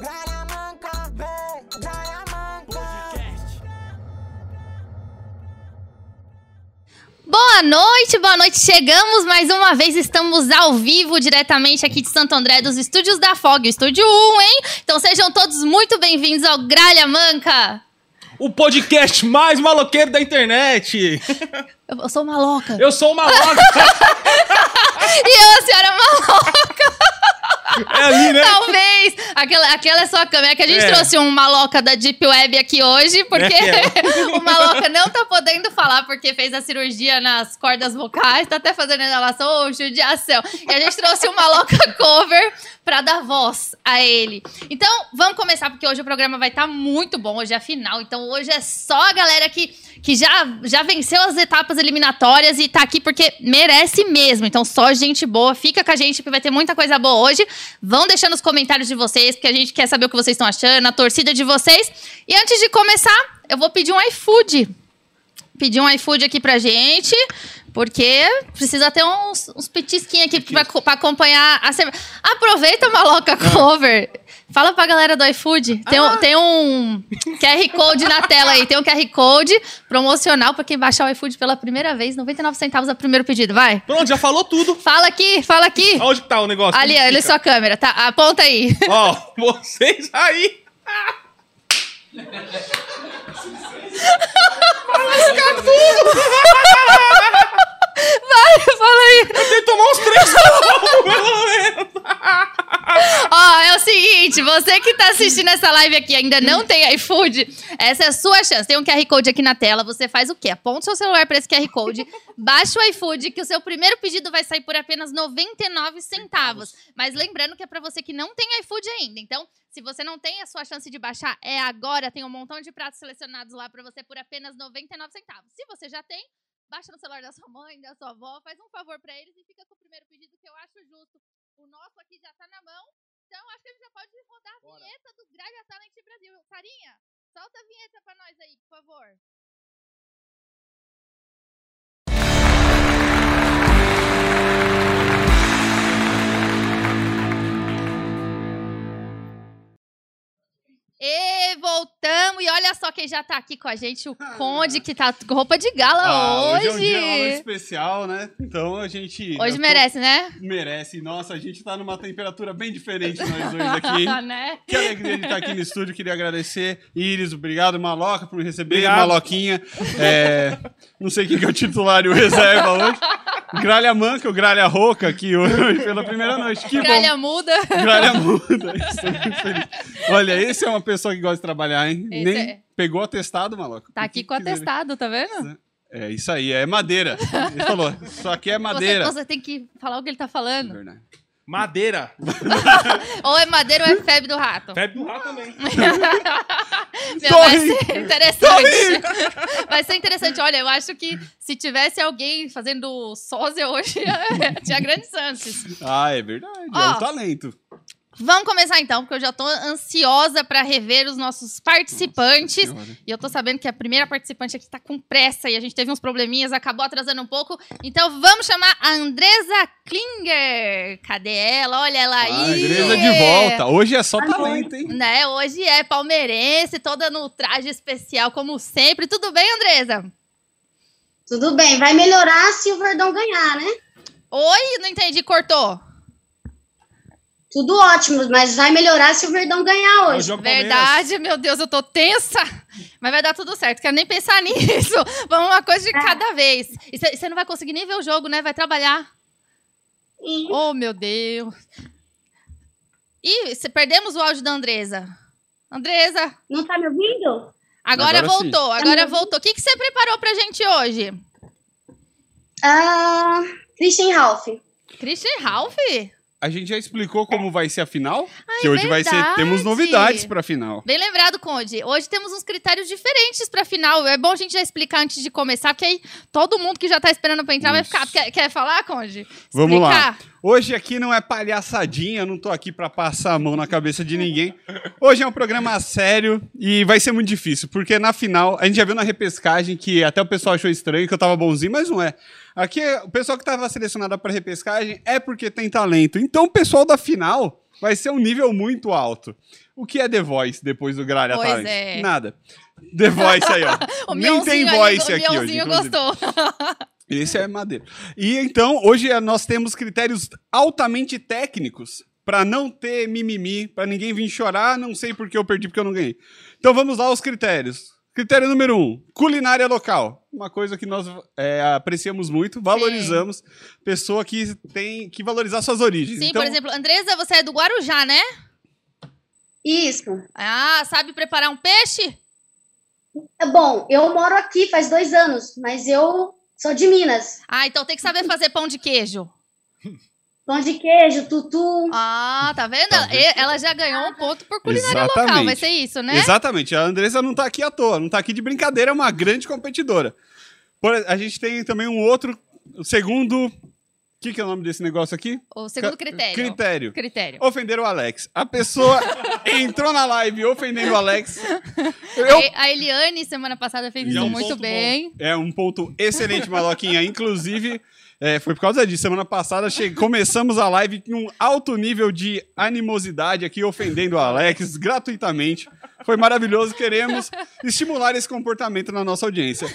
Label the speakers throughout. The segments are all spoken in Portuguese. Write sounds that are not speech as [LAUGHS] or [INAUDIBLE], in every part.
Speaker 1: Garamanca, vem, Garamanca.
Speaker 2: Boa noite, boa noite. Chegamos mais uma vez, estamos ao vivo diretamente aqui de Santo André, dos estúdios da FOG, estúdio 1, hein? Então sejam todos muito bem-vindos ao Gralha Manca.
Speaker 3: O podcast mais maloqueiro
Speaker 2: [LAUGHS]
Speaker 3: da internet.
Speaker 2: Eu, eu sou maloca.
Speaker 3: Eu sou o maloca.
Speaker 2: [LAUGHS] E eu, a senhora é maloca,
Speaker 3: É ali, né?
Speaker 2: talvez. Aquela, aquela é só a câmera que a gente
Speaker 3: É.
Speaker 2: trouxe um maloca da Deep Web aqui hoje, porque [LAUGHS]
Speaker 3: É.
Speaker 2: o maloca não tá podendo falar porque fez a cirurgia nas cordas vocais, tá até fazendo inalação, ô, judiação. E a gente trouxe um maloca cover pra dar voz a ele. Então, vamos começar, porque hoje o programa vai estar muito bom, hoje é a final, então hoje é só a galera que, que já, já venceu as etapas eliminatórias e tá aqui porque merece mesmo. Então, só gente boa, fica com a gente que vai ter muita coisa boa hoje. Vão deixando os comentários de vocês, porque a gente quer saber o que vocês estão achando, a torcida de vocês. E antes de começar, eu vou pedir um iFood. Pedir um iFood aqui pra gente, porque precisa ter uns, uns petisquinhos aqui pra, co- pra acompanhar a cerveja. Aproveita, maloca
Speaker 3: Ah.
Speaker 2: cover. Fala pra galera do iFood. Tem, um- tem um QR Code na tela aí. Tem um QR Code promocional pra quem baixar o iFood pela primeira vez. 99 centavos é o primeiro pedido, vai.
Speaker 3: Pronto, já falou tudo.
Speaker 2: Fala aqui, fala aqui.
Speaker 3: Onde que tá o negócio?
Speaker 2: Ali,
Speaker 3: Onde
Speaker 2: olha
Speaker 3: fica?
Speaker 2: sua câmera, tá? Aponta aí.
Speaker 3: Ó, vocês aí.
Speaker 2: Vai, fala aí.
Speaker 3: Tem que tomar uns
Speaker 2: [LAUGHS]
Speaker 3: três copos, pelo menos.
Speaker 2: Ó, é o seguinte, você que tá assistindo essa live aqui e ainda não tem iFood, essa é a sua chance. Tem um QR Code aqui na tela, você faz o quê? Aponta o seu celular pra esse QR Code, baixa o iFood, que o seu primeiro pedido vai sair por apenas 99 centavos. Mas lembrando que é pra você que não tem iFood ainda, então... Se você não tem, a sua chance de baixar é agora. Tem um montão de pratos selecionados lá pra você por apenas 99 centavos. Se você já tem, baixa no celular da sua mãe, da sua avó, faz um favor pra eles e fica com o primeiro pedido que eu acho justo. O nosso aqui já tá na mão. Então, acho que a gente já pode rodar a vinheta do Gralha Talent Brasil. Sarinha, solta a vinheta pra nós aí, por favor. E voltamos, e olha só quem já tá aqui com a gente, o
Speaker 4: [LAUGHS]
Speaker 2: Conde, que tá com roupa de gala
Speaker 4: Ah,
Speaker 2: hoje.
Speaker 4: é um dia uma noite especial, né? Então a gente. eu
Speaker 2: Hoje
Speaker 4: tô-
Speaker 2: merece, né?
Speaker 4: Merece. Nossa, a gente tá numa temperatura bem diferente nós dois aqui. hein?
Speaker 2: [LAUGHS] né?
Speaker 4: Que alegria de estar aqui no estúdio, queria agradecer. Iris, obrigado, Maloca, por me receber.
Speaker 3: Obrigado.
Speaker 4: Maloquinha. É, não sei quem que é o titular e o reserva hoje. Gralha Manca, o Gralha Roca aqui hoje [LAUGHS] pela primeira noite. Que bom.
Speaker 2: Gralha muda.
Speaker 4: [LAUGHS] Gralha muda. Estou muito feliz. Olha, esse é uma pessoa que gosta de trabalhar, hein?
Speaker 2: Esse
Speaker 4: Nem
Speaker 2: é.
Speaker 4: pegou atestado, maloca.
Speaker 2: Tá
Speaker 4: O
Speaker 2: aqui
Speaker 4: que
Speaker 2: com o
Speaker 4: quiser.
Speaker 2: atestado, tá vendo?
Speaker 4: É isso aí, é madeira. Ele falou, só que é madeira.
Speaker 2: Você, você tem que falar o que ele tá falando.
Speaker 4: Verdade.
Speaker 3: Madeira.
Speaker 2: Ou é madeira ou é febre do rato.
Speaker 3: Bebe do rato
Speaker 2: [LAUGHS]
Speaker 3: também.
Speaker 2: Meu, vai
Speaker 4: rindo.
Speaker 2: ser interessante. Vai ser interessante. Olha, eu acho que se tivesse alguém fazendo sósia hoje, [LAUGHS] tinha grandes chances.
Speaker 4: Ah, é verdade.
Speaker 2: Ó.
Speaker 4: É um talento.
Speaker 2: Vamos começar então, porque eu já tô ansiosa pra rever os nossos participantes.
Speaker 4: senhora.
Speaker 2: E eu tô sabendo que a primeira participante aqui tá com pressa e a gente teve uns probleminhas, acabou atrasando um pouco. Então vamos chamar a Andresa Klinger. Cadê ela? Olha ela aí.
Speaker 4: Ah, igreja de volta. Hoje é só talento, hein?
Speaker 2: Né, hoje é palmeirense, toda no traje especial, como sempre. Tudo bem, Andresa?
Speaker 5: Tudo bem, vai melhorar se o Verdão ganhar, né?
Speaker 2: Oi, não entendi, cortou.
Speaker 5: Tudo ótimo, mas vai melhorar se o Verdão ganhar hoje.
Speaker 3: jogo
Speaker 2: Verdade, meu Deus, eu tô tensa. Mas vai dar tudo certo, quero nem pensar [LAUGHS] nisso. Vamos uma coisa de
Speaker 5: É.
Speaker 2: cada vez. E você não vai conseguir nem ver o jogo, né? Vai trabalhar.
Speaker 5: E
Speaker 2: Oh, meu Deus. Ih, cê- perdemos o áudio da Andresa. Andresa,
Speaker 5: não tá me ouvindo? Tá
Speaker 2: agora,
Speaker 4: Agora sim.
Speaker 2: voltou, agora voltou. O que você preparou pra gente hoje?
Speaker 5: Ah, Christian Ralph.
Speaker 2: Christian Ralph?
Speaker 4: A gente já explicou como vai ser a final.
Speaker 2: é
Speaker 4: que hoje vai ser.
Speaker 2: verdade.
Speaker 4: Temos novidades pra final.
Speaker 2: Bem lembrado, Conde. Hoje temos uns critérios diferentes pra final. É bom a gente já explicar antes de começar, porque aí todo mundo que já tá esperando pra entrar vai
Speaker 4: Isso.
Speaker 2: ficar. Quer, quer falar, Conde? Explicar?
Speaker 4: Vamos lá. Hoje aqui não é palhaçadinha, eu não tô aqui pra passar a mão na cabeça de ninguém. Hoje é um programa sério e vai ser muito difícil, porque na final, a gente já viu na repescagem que até o pessoal achou estranho que eu tava bonzinho, mas não é. Aqui, o pessoal que tava selecionado pra repescagem é porque tem talento. Então, o pessoal da final Vai ser um nível muito alto. O que é The Voice depois do Gralha
Speaker 2: Pois
Speaker 4: Talent?
Speaker 2: é.
Speaker 4: Nada. The Voice aí, ó.
Speaker 2: [LAUGHS] O
Speaker 4: Nem tem
Speaker 2: Mionzinho ali-
Speaker 4: voice
Speaker 2: o
Speaker 4: aqui hoje.
Speaker 2: Mionzinho
Speaker 4: inclusive.
Speaker 2: gostou.
Speaker 4: Esse é madeira. E então, hoje eh, nós temos critérios altamente técnicos para não ter mimimi, para ninguém vir chorar, não sei porque eu perdi, porque eu não ganhei. Então vamos lá aos critérios. Critério número um, culinária local. Uma coisa que nós eh, apreciamos muito, valorizamos. Pessoa que tem que valorizar suas origens.
Speaker 2: Sim,
Speaker 4: então,
Speaker 2: por exemplo, Andresa, você é do Guarujá, né?
Speaker 6: Isso.
Speaker 2: Ah, sabe preparar um peixe?
Speaker 6: É Bom, eu moro aqui faz dois anos, mas eu sou de Minas.
Speaker 2: Ah, então tem que saber fazer pão de queijo.
Speaker 6: Pão de queijo, tutu.
Speaker 2: Ah, tá vendo?
Speaker 4: Tá vendo?
Speaker 2: E- Ela já ganhou um ponto por culinária
Speaker 4: Exatamente.
Speaker 2: local, vai ser isso, né?
Speaker 4: Exatamente. A Andressa não tá aqui à toa, não tá aqui de brincadeira, é uma grande competidora. Por- a gente tem também um outro, o segundo. O que, que é o nome desse negócio aqui?
Speaker 2: O segundo critério.
Speaker 4: Critério.
Speaker 2: Critério.
Speaker 4: Ofender o Alex. A pessoa [LAUGHS] entrou na live ofendendo o Alex.
Speaker 2: A-
Speaker 4: Eu-
Speaker 2: A Eliane, semana passada, fez
Speaker 4: E
Speaker 2: isso
Speaker 4: é um
Speaker 2: muito
Speaker 4: ponto
Speaker 2: bem.
Speaker 4: É um ponto excelente, Maloquinha. Inclusive, é, foi por causa disso. Semana passada che- começamos a live com um alto nível de animosidade aqui, ofendendo o Alex gratuitamente. Foi maravilhoso. Queremos estimular esse comportamento na nossa audiência.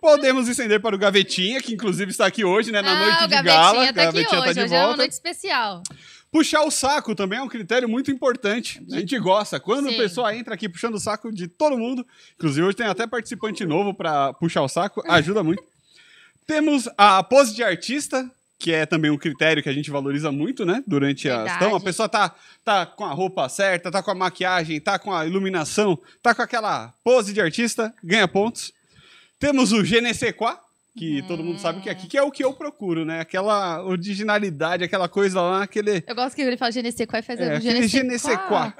Speaker 4: Podemos estender para o Gavetinha, que inclusive está aqui hoje, né? Na noite
Speaker 2: ah, o
Speaker 4: de
Speaker 2: Gavetinha
Speaker 4: gala.
Speaker 2: tá aqui hoje.
Speaker 4: tá de
Speaker 2: hoje é uma
Speaker 4: volta.
Speaker 2: noite especial.
Speaker 4: Puxar o saco também é um critério muito importante. A gente gosta. Quando
Speaker 2: Sim.
Speaker 4: o pessoal entra aqui puxando o saco de todo mundo, inclusive hoje tem até participante novo pra puxar o saco,
Speaker 2: [LAUGHS]
Speaker 4: ajuda muito. Temos a pose de artista, que é também um critério que a gente valoriza muito, né? Durante a.
Speaker 2: Verdade.
Speaker 4: Então, a pessoa tá, tá com a roupa certa, tá com a maquiagem, tá com a iluminação, tá com aquela pose de artista, ganha pontos. Temos o GNCQA, que todo mundo sabe o que é aqui, que é o que eu procuro, né? Aquela originalidade, aquela coisa lá, aquele.
Speaker 2: Eu gosto que ele fala Genesequai e faz
Speaker 4: É,
Speaker 2: o
Speaker 4: aquele
Speaker 2: Genesequai.
Speaker 4: Genesequá.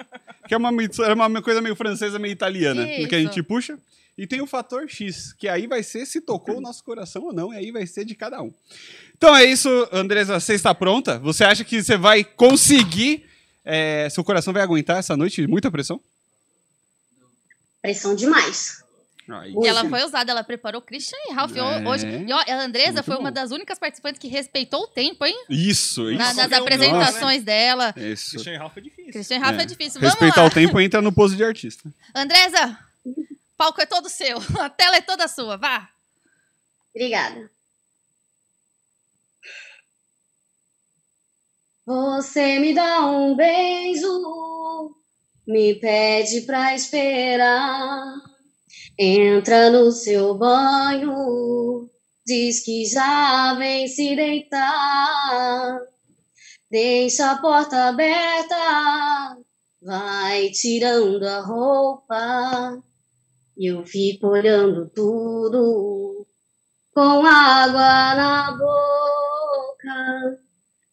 Speaker 4: Que é uma, mito- era uma coisa meio francesa, meio italiana,
Speaker 2: Isso.
Speaker 4: que a gente puxa. E tem o fator X, que aí vai ser se tocou o nosso coração ou não, e aí vai ser de cada um. Então é isso, Andresa, você está pronta? Você acha que você vai conseguir? é, seu coração vai aguentar essa noite de muita pressão?
Speaker 6: Pressão demais.
Speaker 4: Aí.
Speaker 2: E ela foi usada, ela preparou Christian e Ralph
Speaker 4: É.
Speaker 2: hoje. E ó, a Andresa
Speaker 4: Muito
Speaker 2: foi uma
Speaker 4: bom.
Speaker 2: das únicas participantes que respeitou o tempo, hein?
Speaker 4: Isso, isso.
Speaker 2: Na- nas
Speaker 3: Nossa.
Speaker 2: apresentações dela.
Speaker 4: isso.
Speaker 3: Christian Ralph é difícil.
Speaker 2: Christian e Ralph é,
Speaker 4: É.
Speaker 2: difícil. Vamos
Speaker 4: Respeitar
Speaker 2: lá.
Speaker 4: o tempo entra no pose de artista.
Speaker 2: Andresa, o palco é todo seu. [LAUGHS] A tela é toda sua. Vá.
Speaker 6: Obrigada. Você me dá um beijo, me pede pra esperar. Entra no seu banho, diz que já vem se deitar. Deixa a porta aberta, vai tirando a roupa. Eu fico olhando tudo com água na boca.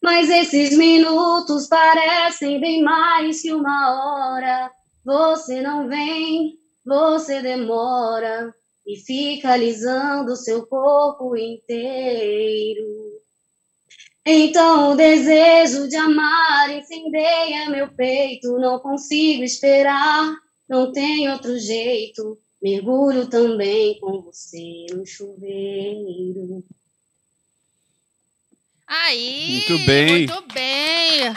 Speaker 6: Mas esses minutos parecem bem mais que uma hora. Você não vem, você demora e fica alisando seu corpo inteiro. Então o desejo de amar incendeia meu peito. Não consigo esperar, não tem outro jeito. Mergulho também com você no chuveiro.
Speaker 2: Aí.
Speaker 4: Muito bem.
Speaker 2: Muito bem.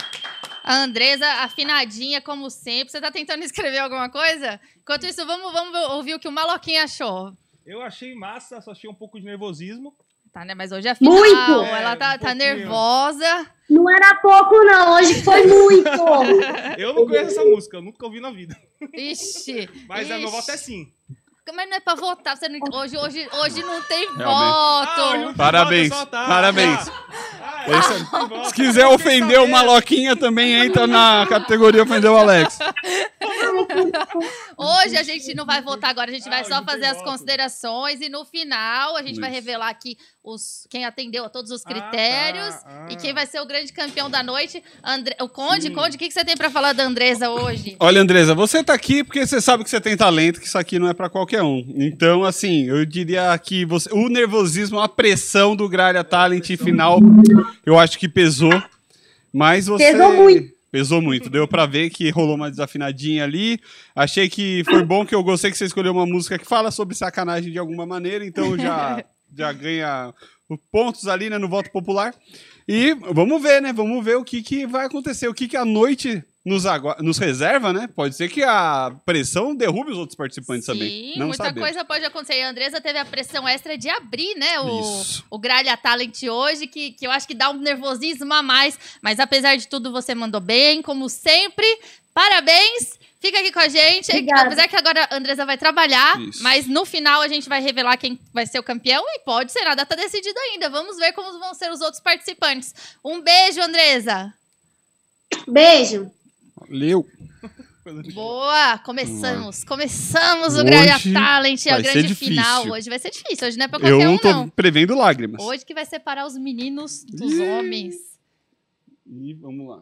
Speaker 2: A Andresa, afinadinha como sempre. Você tá tentando escrever alguma coisa? Enquanto isso, vamos, vamos ouvir o que o Maloquinha achou.
Speaker 3: Eu achei massa, só achei um pouco de nervosismo.
Speaker 2: Tá, né? Mas hoje é final.
Speaker 6: Muito!
Speaker 2: Ela
Speaker 3: É,
Speaker 2: tá,
Speaker 3: um
Speaker 2: tá
Speaker 3: pouquinho.
Speaker 2: nervosa.
Speaker 6: Não era pouco, não. Hoje
Speaker 2: [LAUGHS]
Speaker 6: foi muito.
Speaker 3: Eu não conheço essa música, eu nunca ouvi na vida.
Speaker 2: Ixi.
Speaker 3: Mas a meu
Speaker 2: ixi.
Speaker 3: voto é sim.
Speaker 2: Mas não é pra votar. Você não... hoje, hoje, hoje não tem voto.
Speaker 3: Ah, hoje não tem
Speaker 4: Parabéns,
Speaker 3: voto, é só tá.
Speaker 4: parabéns.
Speaker 3: Ah, é,
Speaker 4: Esse-
Speaker 3: não tem voto.
Speaker 4: Se quiser
Speaker 3: Eu fiquei
Speaker 4: ofender o
Speaker 3: sabendo.
Speaker 4: Maloquinha, também entra na categoria ofender o Alex.
Speaker 2: [LAUGHS] Hoje a gente não vai votar agora, a gente vai
Speaker 3: Ah,
Speaker 2: só
Speaker 3: hoje
Speaker 2: fazer
Speaker 3: tem
Speaker 2: as
Speaker 3: voto.
Speaker 2: considerações e no final a gente vai
Speaker 4: Isso.
Speaker 2: revelar aqui os, quem atendeu a todos os
Speaker 3: Ah, tá.
Speaker 2: critérios
Speaker 3: Ah.
Speaker 2: e quem vai ser o grande campeão da noite. Andre- O Conde,
Speaker 3: Sim.
Speaker 2: Conde, o que, que você tem pra falar da Andresa hoje?
Speaker 4: Olha, Andresa, você tá aqui porque você sabe que você tem talento, que isso aqui não é pra qualquer um. Então, assim, eu diria que você- o nervosismo, a pressão do Gralha Talent final, eu acho que pesou. Mas você.
Speaker 6: Pesou muito.
Speaker 4: Pesou muito. Deu pra ver que rolou uma desafinadinha ali. Achei que foi bom que eu gostei que você escolheu uma música que fala sobre sacanagem
Speaker 2: [LAUGHS]
Speaker 4: de alguma maneira, então já, já ganha pontos ali, né, no voto popular. E vamos ver, né? Vamos ver o que, que vai acontecer, o que, que a noite nos, agua- nos reserva, né? Pode ser que a pressão derrube os outros participantes também.
Speaker 2: Sim,
Speaker 4: Não
Speaker 2: muita
Speaker 4: saber.
Speaker 2: coisa pode acontecer. E a Andresa teve a pressão extra de abrir, né? O,
Speaker 4: Isso.
Speaker 2: o Gralha Talent hoje, que, que eu acho que dá um nervosismo a mais. Mas apesar de tudo, você mandou bem, como sempre. Parabéns! Fica aqui com a gente.
Speaker 5: Obrigada.
Speaker 2: Apesar que agora a Andresa vai trabalhar,
Speaker 4: Isso.
Speaker 2: mas no final a gente vai revelar quem vai ser o campeão e pode ser nada tá decidido ainda. Vamos ver como vão ser os outros participantes. Um beijo, Andresa.
Speaker 5: Beijo.
Speaker 4: Valeu.
Speaker 2: Boa, começamos. Começamos o Gralha
Speaker 4: Hum. Hoje
Speaker 2: Talent, a
Speaker 4: vai ser
Speaker 2: grande final.
Speaker 4: difícil.
Speaker 2: Hoje vai ser difícil, hoje não é pra qualquer
Speaker 4: Eu
Speaker 2: um,
Speaker 4: tô
Speaker 2: não.
Speaker 4: prevendo lágrimas.
Speaker 2: Hoje que vai separar os meninos dos
Speaker 4: Ih.
Speaker 2: homens.
Speaker 4: E vamos lá.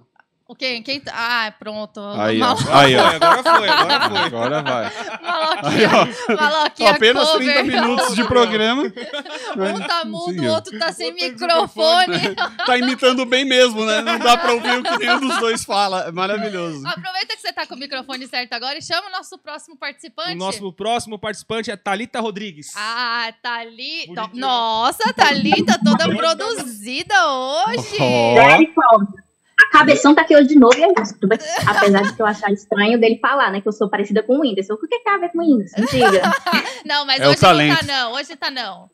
Speaker 2: O quem? quem tá- ah, pronto.
Speaker 4: Aí, ó.
Speaker 2: Mal,
Speaker 4: Aí, ó.
Speaker 3: Agora foi, agora foi.
Speaker 4: Agora vai.
Speaker 2: maloquinha. maloquinha
Speaker 4: Apenas 30
Speaker 2: cover.
Speaker 4: minutos de programa.
Speaker 2: Um tá mudo, o
Speaker 4: Conseguiu.
Speaker 2: outro tá sem microfone.
Speaker 4: [LAUGHS] Tá imitando bem mesmo, né? Não dá pra ouvir o que nenhum dos dois fala. É maravilhoso.
Speaker 2: Aproveita que você tá com o microfone certo agora e chama o nosso próximo participante.
Speaker 3: O nosso próximo participante é Thalita Rodrigues.
Speaker 2: Ah, Thalita.
Speaker 3: Bonitinho.
Speaker 2: Nossa, Thalita toda produzida hoje.
Speaker 4: Ó.
Speaker 7: E É, aí, Cláudio, a cabeção tá aqui hoje de novo e é isso. tudo bem? Apesar de que eu achar estranho dele falar, né? Que eu sou parecida com o Whindersson. O que que tem a ver com o Whindersson? Me diga.
Speaker 2: Não, mas
Speaker 4: É o
Speaker 2: hoje não tá
Speaker 4: talento.
Speaker 2: não, hoje tá não.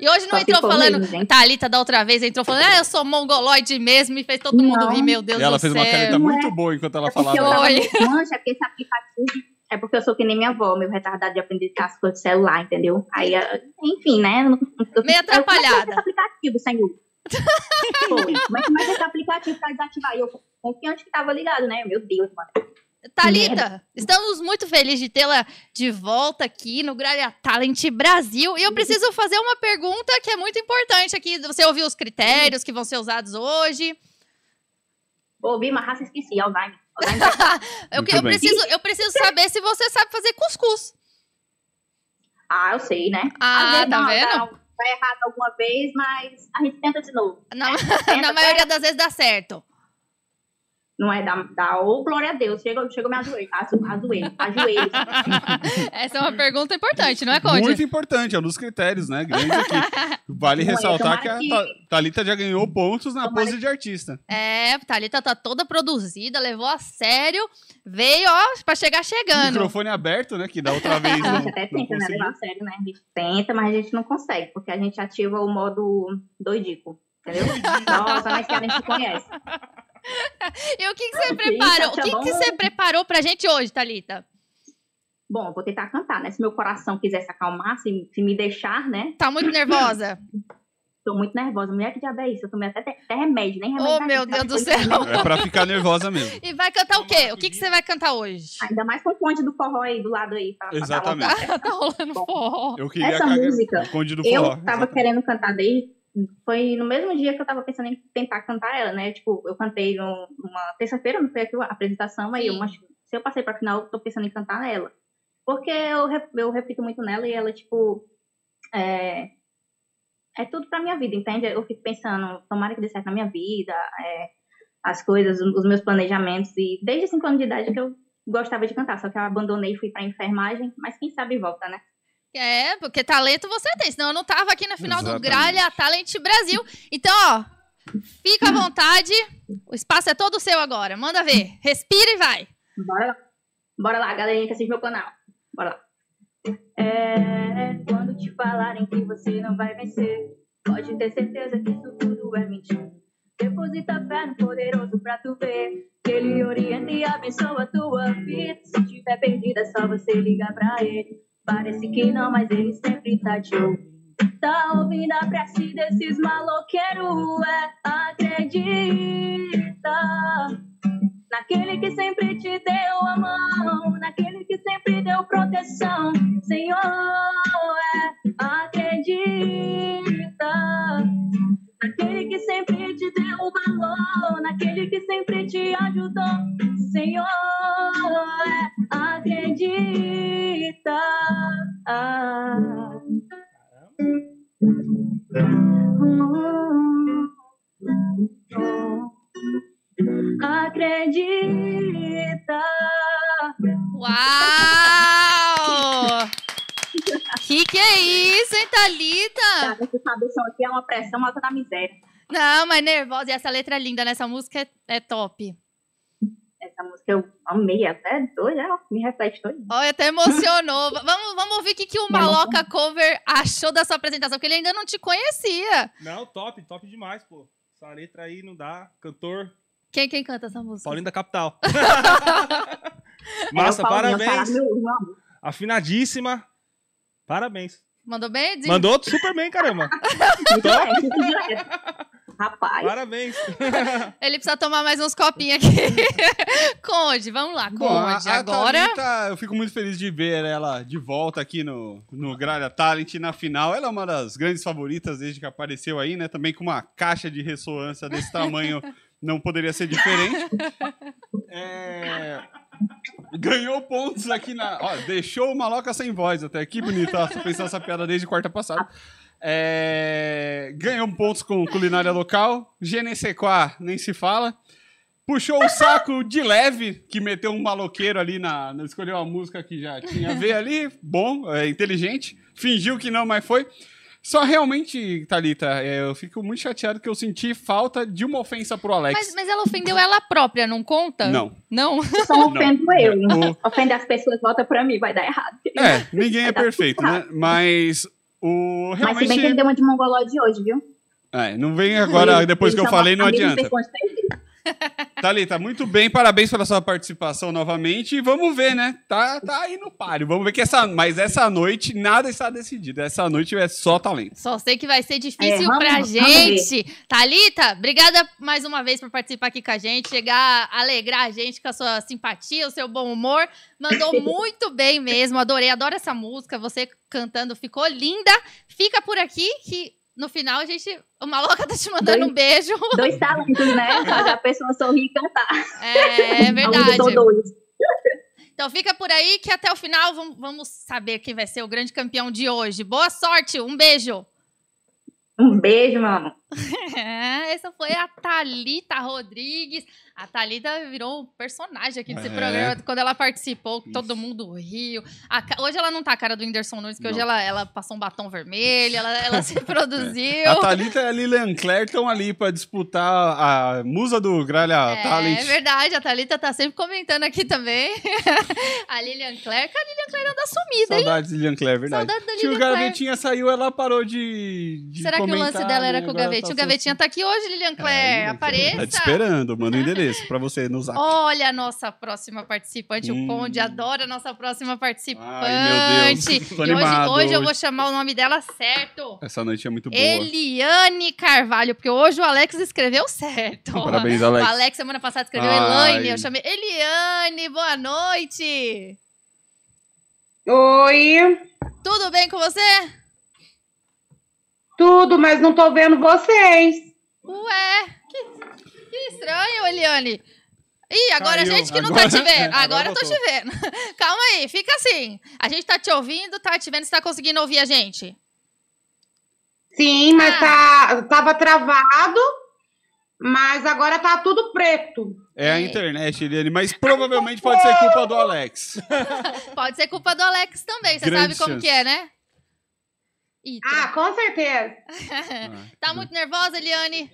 Speaker 2: E hoje não
Speaker 7: Só
Speaker 2: entrou
Speaker 7: ficou
Speaker 2: falando,
Speaker 7: lindo, Tá hein?
Speaker 2: Thalita da outra vez entrou falando, ah, eu sou mongoloide mesmo, e fez todo mundo
Speaker 7: Não.
Speaker 2: rir, meu Deus
Speaker 4: E ela
Speaker 2: do
Speaker 4: fez
Speaker 2: céu.
Speaker 4: uma careta muito boa enquanto ela
Speaker 7: É Porque eu
Speaker 4: falava.
Speaker 7: tava
Speaker 2: Oi.
Speaker 7: muito mancha, é porque esse aplicativo... É porque eu sou que nem minha avó, meu retardado de aprender as coisas do celular, entendeu? Aí, ah, enfim, né? eu não- eu fico-
Speaker 2: Meio
Speaker 7: eu- como é que vai
Speaker 2: atrapalhada.
Speaker 7: Esse aplicativo, senhor. Foi. Como é que mais esse aplicativo pra desativar? E eu confiante que tava ligado, né? Meu Deus, mano.
Speaker 2: Thalita, estamos muito felizes de tê-la de volta aqui no Gralha Talent Brasil. E eu preciso fazer uma pergunta que é muito importante aqui. Você ouviu os critérios que vão ser usados hoje?
Speaker 7: Vou ouvir, mas raça esqueci,
Speaker 2: [LAUGHS]
Speaker 7: Alzheimer. Alzheimer
Speaker 2: Eu, que-
Speaker 4: Muito
Speaker 2: eu
Speaker 4: bem.
Speaker 2: preciso, eu preciso saber se você sabe fazer cuscuz.
Speaker 7: Ah, eu sei, né?
Speaker 2: Ah,
Speaker 7: Às vezes
Speaker 2: tá
Speaker 7: não,
Speaker 2: vendo?
Speaker 7: dá- Tá errado alguma vez, mas a gente tenta de novo. É,
Speaker 2: [LAUGHS] Na,
Speaker 7: Tenta,
Speaker 2: na maioria das vezes dá certo.
Speaker 7: Não é da, da ô glória a Deus. Chega, chega me ajoelho, tá? azo- ajoelho, ajoelho.
Speaker 2: [LAUGHS] Essa é uma pergunta importante, não é, Conde?
Speaker 4: Muito importante, é um dos critérios, né? Grandes aqui. Vale
Speaker 7: Olha,
Speaker 4: ressaltar que a
Speaker 7: tomara
Speaker 4: Tha- Thalita já ganhou pontos na
Speaker 7: Tomara
Speaker 4: pose de artista.
Speaker 2: [LAUGHS] É, Thalita tá toda produzida, levou a sério, veio, ó, pra chegar chegando.
Speaker 4: Microfone aberto, né? Que
Speaker 7: [LAUGHS]
Speaker 4: da outra vez
Speaker 7: A
Speaker 4: não,
Speaker 7: gente até
Speaker 4: não
Speaker 7: tenta, né?
Speaker 4: conseguiu.
Speaker 7: Levar a sério, né? A gente tenta, mas a gente não consegue, porque a gente ativa o modo doidico. Entendeu? Nossa, mas que a gente conhece.
Speaker 2: [LAUGHS] E o que, que você
Speaker 7: Sim,
Speaker 2: preparou? O
Speaker 7: tá
Speaker 2: que,
Speaker 7: bom.
Speaker 2: que você preparou pra gente hoje, Thalita?
Speaker 7: Bom, eu vou tentar cantar, né? Se meu coração quiser se acalmar, se, se me deixar, né?
Speaker 2: Tá muito nervosa?
Speaker 7: [CLEARS THROAT] Tô muito nervosa. Mulher que diabo é isso? Eu tomei até, até remédio, nem remédio.
Speaker 2: oh,
Speaker 7: dá
Speaker 2: meu
Speaker 7: jeito, sabe?
Speaker 2: Deus do
Speaker 7: Coisa
Speaker 2: céu.
Speaker 4: É pra ficar nervosa mesmo.
Speaker 2: E vai cantar o quê? O que, que você vai cantar hoje?
Speaker 7: Ainda mais com o ponte do forró aí do lado aí. pra- pra dar uma-
Speaker 4: Exatamente.
Speaker 2: [LAUGHS] Tá rolando forró.
Speaker 4: Eu queria
Speaker 7: Essa
Speaker 4: cagar-
Speaker 7: música,
Speaker 4: o Conde do
Speaker 7: eu
Speaker 4: Forró.
Speaker 7: tava querendo cantar desde. Foi no mesmo dia que eu tava pensando em tentar cantar ela, né? Tipo, eu cantei no- numa terça-feira, não foi aquela apresentação, aí eu,
Speaker 2: Sim.
Speaker 7: mas se eu passei pra final, eu tô pensando em cantar ela. Porque eu, re- eu repito muito nela e ela, tipo. É, é tudo pra minha vida, entende? Eu fico pensando, tomara que dê certo na minha vida, é, as coisas, os meus planejamentos, e desde cinco anos de idade que eu gostava de cantar, só que eu abandonei e fui pra enfermagem, mas quem sabe volta, né?
Speaker 2: É, porque talento você tem, senão eu não tava aqui na final do
Speaker 4: Exatamente.
Speaker 2: Gralha Talent Brasil. Então, ó, fica à vontade, o espaço é todo seu agora, manda ver. Respira e vai.
Speaker 7: Bora lá. Bora lá, galerinha que assiste tá meu canal. Bora lá. É, quando te falarem que você não vai vencer, pode ter certeza que isso tudo é mentira. Deposita fé no poderoso pra tu ver. Que ele orienta e abençoa a tua vida. Se tiver perdida, é só você ligar pra ele. Parece que não, mas ele sempre tá te ouvindo. Tá ouvindo a prece desses maloqueiros? É, acredita. Naquele que sempre te deu a mão, naquele que sempre deu proteção, Senhor, é, acredita. Naquele que sempre te deu valor, naquele que sempre te ajudou, Senhor, é, acredita. Acredita.
Speaker 2: Uau! Que que é isso, hein, Thalita?
Speaker 7: Tá, Cara, esse cabeção aqui é uma pressão alta da miséria.
Speaker 2: Não, mas nervosa. E essa letra é linda, né? Essa música é, é top.
Speaker 7: Essa música eu amei até dois, ela me reflete dois.
Speaker 2: Olha, até emocionou. [LAUGHS] V- vamos, vamos ouvir o que, que o Maloca Cover achou da sua apresentação, porque ele ainda não te conhecia.
Speaker 3: Não, top, top demais, pô. Essa letra aí não dá. Cantor
Speaker 2: Quem, quem canta essa música?
Speaker 3: Paulinho
Speaker 2: [LAUGHS]
Speaker 3: da Capital.
Speaker 7: Aí eu
Speaker 3: Massa,
Speaker 7: falo, meu,
Speaker 3: parabéns.
Speaker 7: caralho, meu irmão,
Speaker 3: Afinadíssima. Parabéns.
Speaker 2: Mandou bem, Edinho?
Speaker 3: Mandou
Speaker 2: [LAUGHS]
Speaker 3: super bem, caramba.
Speaker 7: me conhece, isso direto. Rapaz,
Speaker 3: Parabéns.
Speaker 2: Ele precisa tomar mais uns copinhos aqui. [LAUGHS] Conde, vamos lá, Conde.
Speaker 4: Bom, a- a
Speaker 2: Agora.
Speaker 4: Thalita, eu fico muito feliz de ver ela de volta aqui no, no Gralha Talent na final. Ela é uma das grandes favoritas desde que apareceu aí, né? Também com uma caixa de ressonância
Speaker 7: [LAUGHS]
Speaker 4: desse tamanho não poderia ser diferente. É, Ganhou pontos aqui na. Ó, deixou o maloca sem voz até. Que bonito. ó, Só pensando essa piada desde quarta passada. É, Ganhou pontos com culinária local. Genesequá, nem se fala. Puxou o saco de leve, que meteu um maloqueiro ali na. na- Escolheu a música que já tinha a ver ali. Bom, é, inteligente. Fingiu que não, mas foi. Só realmente, Thalita, é, eu fico muito chateado que eu senti falta de uma ofensa pro Alex.
Speaker 2: Mas, mas ela ofendeu ela própria, não conta?
Speaker 4: Não.
Speaker 2: Não?
Speaker 7: eu só ofendo
Speaker 4: Não. é,
Speaker 7: eu.
Speaker 4: O-
Speaker 7: Ofender as pessoas, volta pra mim, vai dar errado.
Speaker 4: É, ninguém
Speaker 7: Vai
Speaker 4: é
Speaker 7: dar
Speaker 4: perfeito, né? Mas o
Speaker 7: Mas se bem que ele
Speaker 4: realmente.
Speaker 7: deu uma de mongolode hoje, viu?
Speaker 4: É, não vem agora, depois que eu falei, não
Speaker 2: né?
Speaker 4: adianta. Thalita, muito bem, parabéns pela sua participação novamente. E vamos ver, né? Tá, tá aí no páreo. Vamos ver que essa. Mas essa noite nada está decidido. Essa noite é só talento.
Speaker 2: Só sei que vai ser difícil
Speaker 7: É, vamos-
Speaker 2: pra
Speaker 7: vamos
Speaker 2: gente. Thalita, obrigada mais uma vez por participar aqui com a gente, chegar a alegrar a gente com a sua simpatia, o seu bom humor.
Speaker 7: [LAUGHS]
Speaker 2: Mandou muito bem mesmo, adorei, adoro essa música, você cantando ficou linda. Fica por aqui que no final a gente, o Maloca tá te mandando
Speaker 7: Dois-
Speaker 2: um beijo.
Speaker 7: Dois talentos, né? Fazer a pessoa sorrir então, e cantar.
Speaker 2: É
Speaker 7: Além de
Speaker 2: verdade.
Speaker 7: dois.
Speaker 2: [LAUGHS] Então fica por aí que até o final vamos, vamos saber quem vai ser o grande campeão de hoje. Boa sorte, um beijo.
Speaker 7: Um beijo, meu amor.
Speaker 2: É, essa foi a Thalita Rodrigues. A Thalita virou um personagem aqui nesse
Speaker 4: É.
Speaker 2: programa quando ela participou, todo mundo riu. A ca- hoje ela não tá a cara do Whindersson Nunes, que hoje
Speaker 4: Não. É.
Speaker 2: ela, ela passou um batom vermelho, ela, ela
Speaker 4: [LAUGHS]
Speaker 2: se [LAUGHS]
Speaker 4: A
Speaker 2: produziu.
Speaker 4: Thalita e a Lilian Claire estão ali pra disputar a musa do Gralha Talent.
Speaker 2: É verdade, a Thalita tá sempre comentando aqui também. [LAUGHS] a Lilian Clare, que a Lilian Clare anda sumida, hein?
Speaker 4: Saudades de Lilian Claire, verdade.
Speaker 2: Saudade da
Speaker 4: Tinha o
Speaker 2: Lilian Clare.
Speaker 4: Gavetinha saiu, ela parou de. de
Speaker 2: Será que o lance
Speaker 4: comentar,
Speaker 2: dela era
Speaker 4: né?
Speaker 2: com o
Speaker 4: Agora
Speaker 2: Gavetinho? o
Speaker 4: tá só-
Speaker 2: Gavetinha tá aqui hoje, Lilian Clare.
Speaker 4: É, Tá te
Speaker 2: Apareça.
Speaker 4: esperando, manda o endereço pra você no zap.
Speaker 2: Olha a nossa próxima participante,
Speaker 4: Tá. Hum.
Speaker 2: o Conde adora a nossa próxima participante.
Speaker 4: Ai, meu Deus. Tô
Speaker 2: E hoje-
Speaker 4: animado
Speaker 2: hoje, eu
Speaker 4: hoje.
Speaker 2: vou chamar o nome dela certo.
Speaker 4: Essa noite é muito boa.
Speaker 2: Eliane Carvalho, porque hoje o Alex escreveu certo.
Speaker 4: Parabéns,
Speaker 2: O
Speaker 4: Alex.
Speaker 2: Alex semana passada escreveu
Speaker 4: Ai.
Speaker 2: Elaine, eu chamei Eliane, boa noite.
Speaker 8: Oi,
Speaker 2: Tudo bem com você?
Speaker 8: tudo, mas não tô vendo vocês.
Speaker 2: Ué, que, que estranho, Eliane. Ih, agora
Speaker 4: Caiu.
Speaker 2: a gente que não tá
Speaker 4: Agora- [LAUGHS]
Speaker 2: te vendo.
Speaker 4: é, agora
Speaker 2: Agora eu tô
Speaker 4: voltou.
Speaker 2: te vendo. [LAUGHS] Calma aí, fica assim. A gente tá te ouvindo, tá te vendo, você tá conseguindo ouvir a gente?
Speaker 8: Sim, mas tá, tava travado, mas agora tá tudo preto.
Speaker 4: É a internet, Eliane, mas provavelmente pode ser culpa do
Speaker 2: [LAUGHS]
Speaker 4: Alex.
Speaker 2: Pode ser culpa do Alex também, você
Speaker 4: Grande
Speaker 2: sabe como
Speaker 4: chance.
Speaker 2: que é, né? Ih,
Speaker 8: Ah, com certeza.
Speaker 2: [LAUGHS] Tá muito nervosa, Eliane?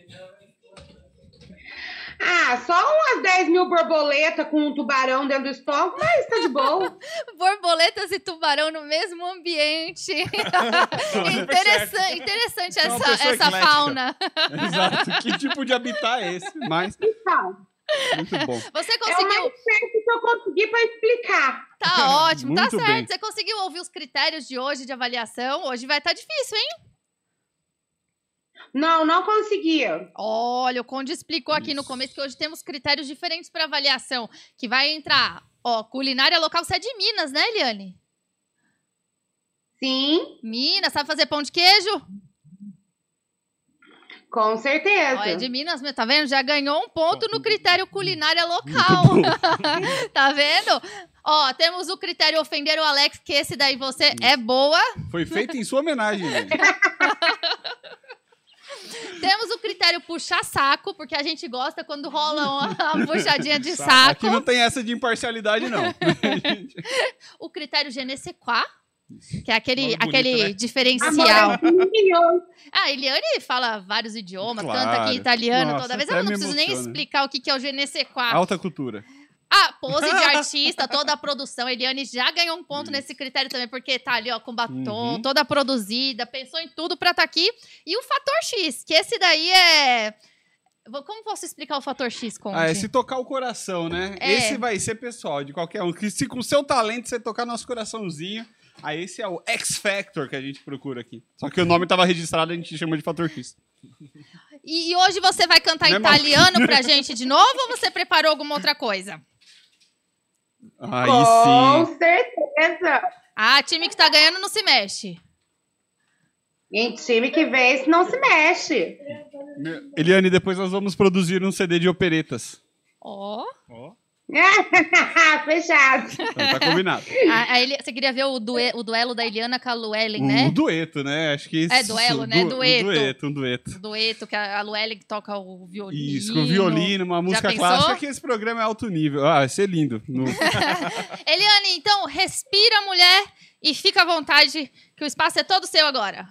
Speaker 8: Ah, só umas 10 mil borboletas com um tubarão dentro do estômago, mas tá de boa.
Speaker 2: Borboletas e tubarão no mesmo
Speaker 4: [LAUGHS]
Speaker 2: ambiente. Interessante, interessante
Speaker 4: É uma
Speaker 2: essa,
Speaker 4: pessoa
Speaker 2: essa
Speaker 4: eclética.
Speaker 2: fauna.
Speaker 8: Tá.
Speaker 4: Exato. Que tipo de habitat é esse? Mas,
Speaker 8: Então,
Speaker 4: muito bom.
Speaker 2: Você
Speaker 8: é o
Speaker 2: conseguiu.
Speaker 8: mais perto que eu consegui pra explicar.
Speaker 2: Tá ótimo, tá
Speaker 4: Muito
Speaker 2: certo.
Speaker 4: bem.
Speaker 2: Você conseguiu ouvir os critérios de hoje de avaliação? Hoje vai estar difícil, hein?
Speaker 8: Não, não conseguia.
Speaker 2: Olha, o Conde explicou aqui no
Speaker 4: Isso.
Speaker 2: começo que hoje temos critérios diferentes para avaliação, que vai entrar, ó, culinária local, você é de Minas, né, Eliane?
Speaker 8: Sim,
Speaker 2: Minas, sabe fazer pão de queijo?
Speaker 8: com certeza.
Speaker 2: Ó, é de Minas, meu, tá vendo? Já ganhou um ponto no critério culinária local. [LAUGHS] tá vendo? Ó, temos o critério ofender o Alex, que esse daí você é boa.
Speaker 4: Foi feito em sua homenagem, Eliane.
Speaker 2: Temos o critério puxar saco, porque a gente gosta quando rola É uma, uma puxadinha de saco.
Speaker 4: Aqui não tem essa de imparcialidade, não.
Speaker 2: O critério Genesequá, Que é aquele,
Speaker 3: Nome bonito,
Speaker 2: aquele
Speaker 3: né?
Speaker 2: diferencial.
Speaker 8: Amor, é milhões.
Speaker 2: [LAUGHS] Ah, a Eliane fala vários idiomas, canta
Speaker 4: Claro.
Speaker 2: aqui italiano
Speaker 4: Nossa,
Speaker 2: toda vez.
Speaker 4: até
Speaker 2: Ela não
Speaker 4: me
Speaker 2: precisa nem
Speaker 4: emociona.
Speaker 2: explicar o que que é o GNC4.
Speaker 4: Alta cultura.
Speaker 2: Ah, pose
Speaker 4: [LAUGHS]
Speaker 2: de artista, toda a produção. A Eliane já ganhou um ponto nesse critério também, porque tá ali, ó, com batom,
Speaker 4: Uhum.
Speaker 2: toda produzida, pensou em tudo pra estar aqui. E o fator X, que esse daí é. Vou- Como posso explicar o fator X, Conde?
Speaker 4: Ah, é se tocar o coração, né?
Speaker 2: É.
Speaker 4: Esse vai ser pessoal, de qualquer um. Que se com o seu talento você tocar nosso coraçãozinho, aí esse é o X Factor que a gente procura aqui. Só que o nome tava registrado, a gente chama de fator X.
Speaker 2: E, e hoje você vai cantar
Speaker 4: Não é mal-
Speaker 2: italiano
Speaker 4: [LAUGHS]
Speaker 2: pra gente de novo ou você preparou alguma outra coisa?
Speaker 4: Aí
Speaker 8: Com
Speaker 4: sim.
Speaker 8: certeza.
Speaker 2: Ah, time que tá ganhando não se mexe.
Speaker 8: Em time que vence não se mexe.
Speaker 4: Meu- Eliane, depois nós vamos produzir um CD de operetas.
Speaker 2: Ó.
Speaker 8: [LAUGHS] Fechado.
Speaker 4: Então tá combinado.
Speaker 2: [LAUGHS] A- a Eli- Você queria ver o, due- o duelo da Eliana com a Llewellyn,
Speaker 4: Um
Speaker 2: né?
Speaker 4: dueto, né? Acho que isso.
Speaker 2: É duelo, né? Dueto.
Speaker 4: du- Um dueto, um dueto.
Speaker 2: O dueto, que a a Llewellyn toca o violino.
Speaker 4: Isso, com violino, uma música
Speaker 2: pensou?
Speaker 4: clássica, que esse programa é alto nível. Ah, vai ser lindo. No-
Speaker 2: Eliane, então, respira, mulher, e fica à vontade, que o espaço é todo seu agora.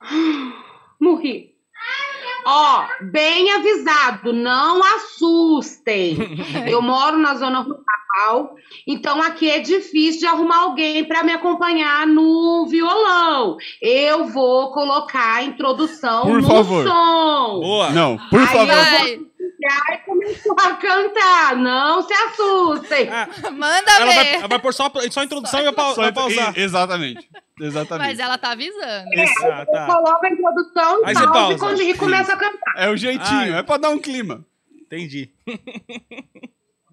Speaker 8: [GASPS] Morri. Ó, bem avisado,
Speaker 2: [LAUGHS]
Speaker 8: não assustem. Eu moro na zona rural, então aqui é difícil de arrumar alguém para me acompanhar no violão. Eu vou colocar a introdução
Speaker 4: Por
Speaker 8: no
Speaker 4: favor.
Speaker 8: som.
Speaker 3: Boa.
Speaker 4: Não, por
Speaker 8: Aí
Speaker 4: favor.
Speaker 2: Vai,
Speaker 8: Já começou a cantar, não se assustem.
Speaker 2: Ah, manda
Speaker 3: Ela vai,
Speaker 2: ver.
Speaker 3: ela vai pôr só, a- só a introdução e vai, pau-
Speaker 4: Só
Speaker 3: vai
Speaker 4: entra-
Speaker 3: pausar.
Speaker 4: e- Exatamente. Exatamente.
Speaker 2: Mas ela tá avisando.
Speaker 8: É,
Speaker 3: Ah, tá.
Speaker 8: Coloca a introdução,
Speaker 3: Aí você
Speaker 8: pausa,
Speaker 3: pausa.
Speaker 8: e quando- e começa a cantar.
Speaker 4: É o jeitinho,
Speaker 3: Ai.
Speaker 4: é pra dar um clima.
Speaker 3: Entendi.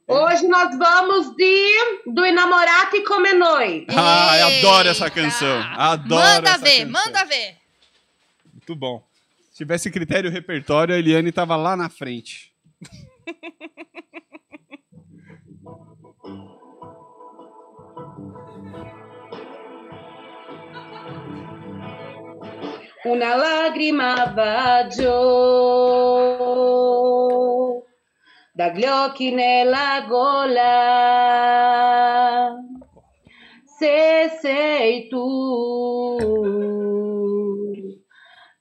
Speaker 8: Hoje nós vamos de do Inamorato e Comenoi.
Speaker 4: Ai, Ah, adoro essa
Speaker 2: Eita.
Speaker 4: canção, adoro
Speaker 2: Manda
Speaker 4: essa
Speaker 2: ver,
Speaker 4: canção.
Speaker 2: manda ver.
Speaker 3: Muito bom.
Speaker 4: Se tivesse critério repertório, a Eliane tava lá na frente.
Speaker 8: Una lagrima vaggio dagli occhi nella gola. Se sei tu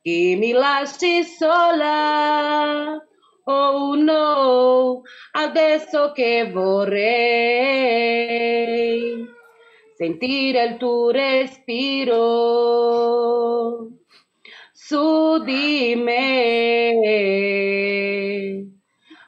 Speaker 8: che mi lasci sola. Oh no, adesso che vorrei sentire il tuo respiro su di me.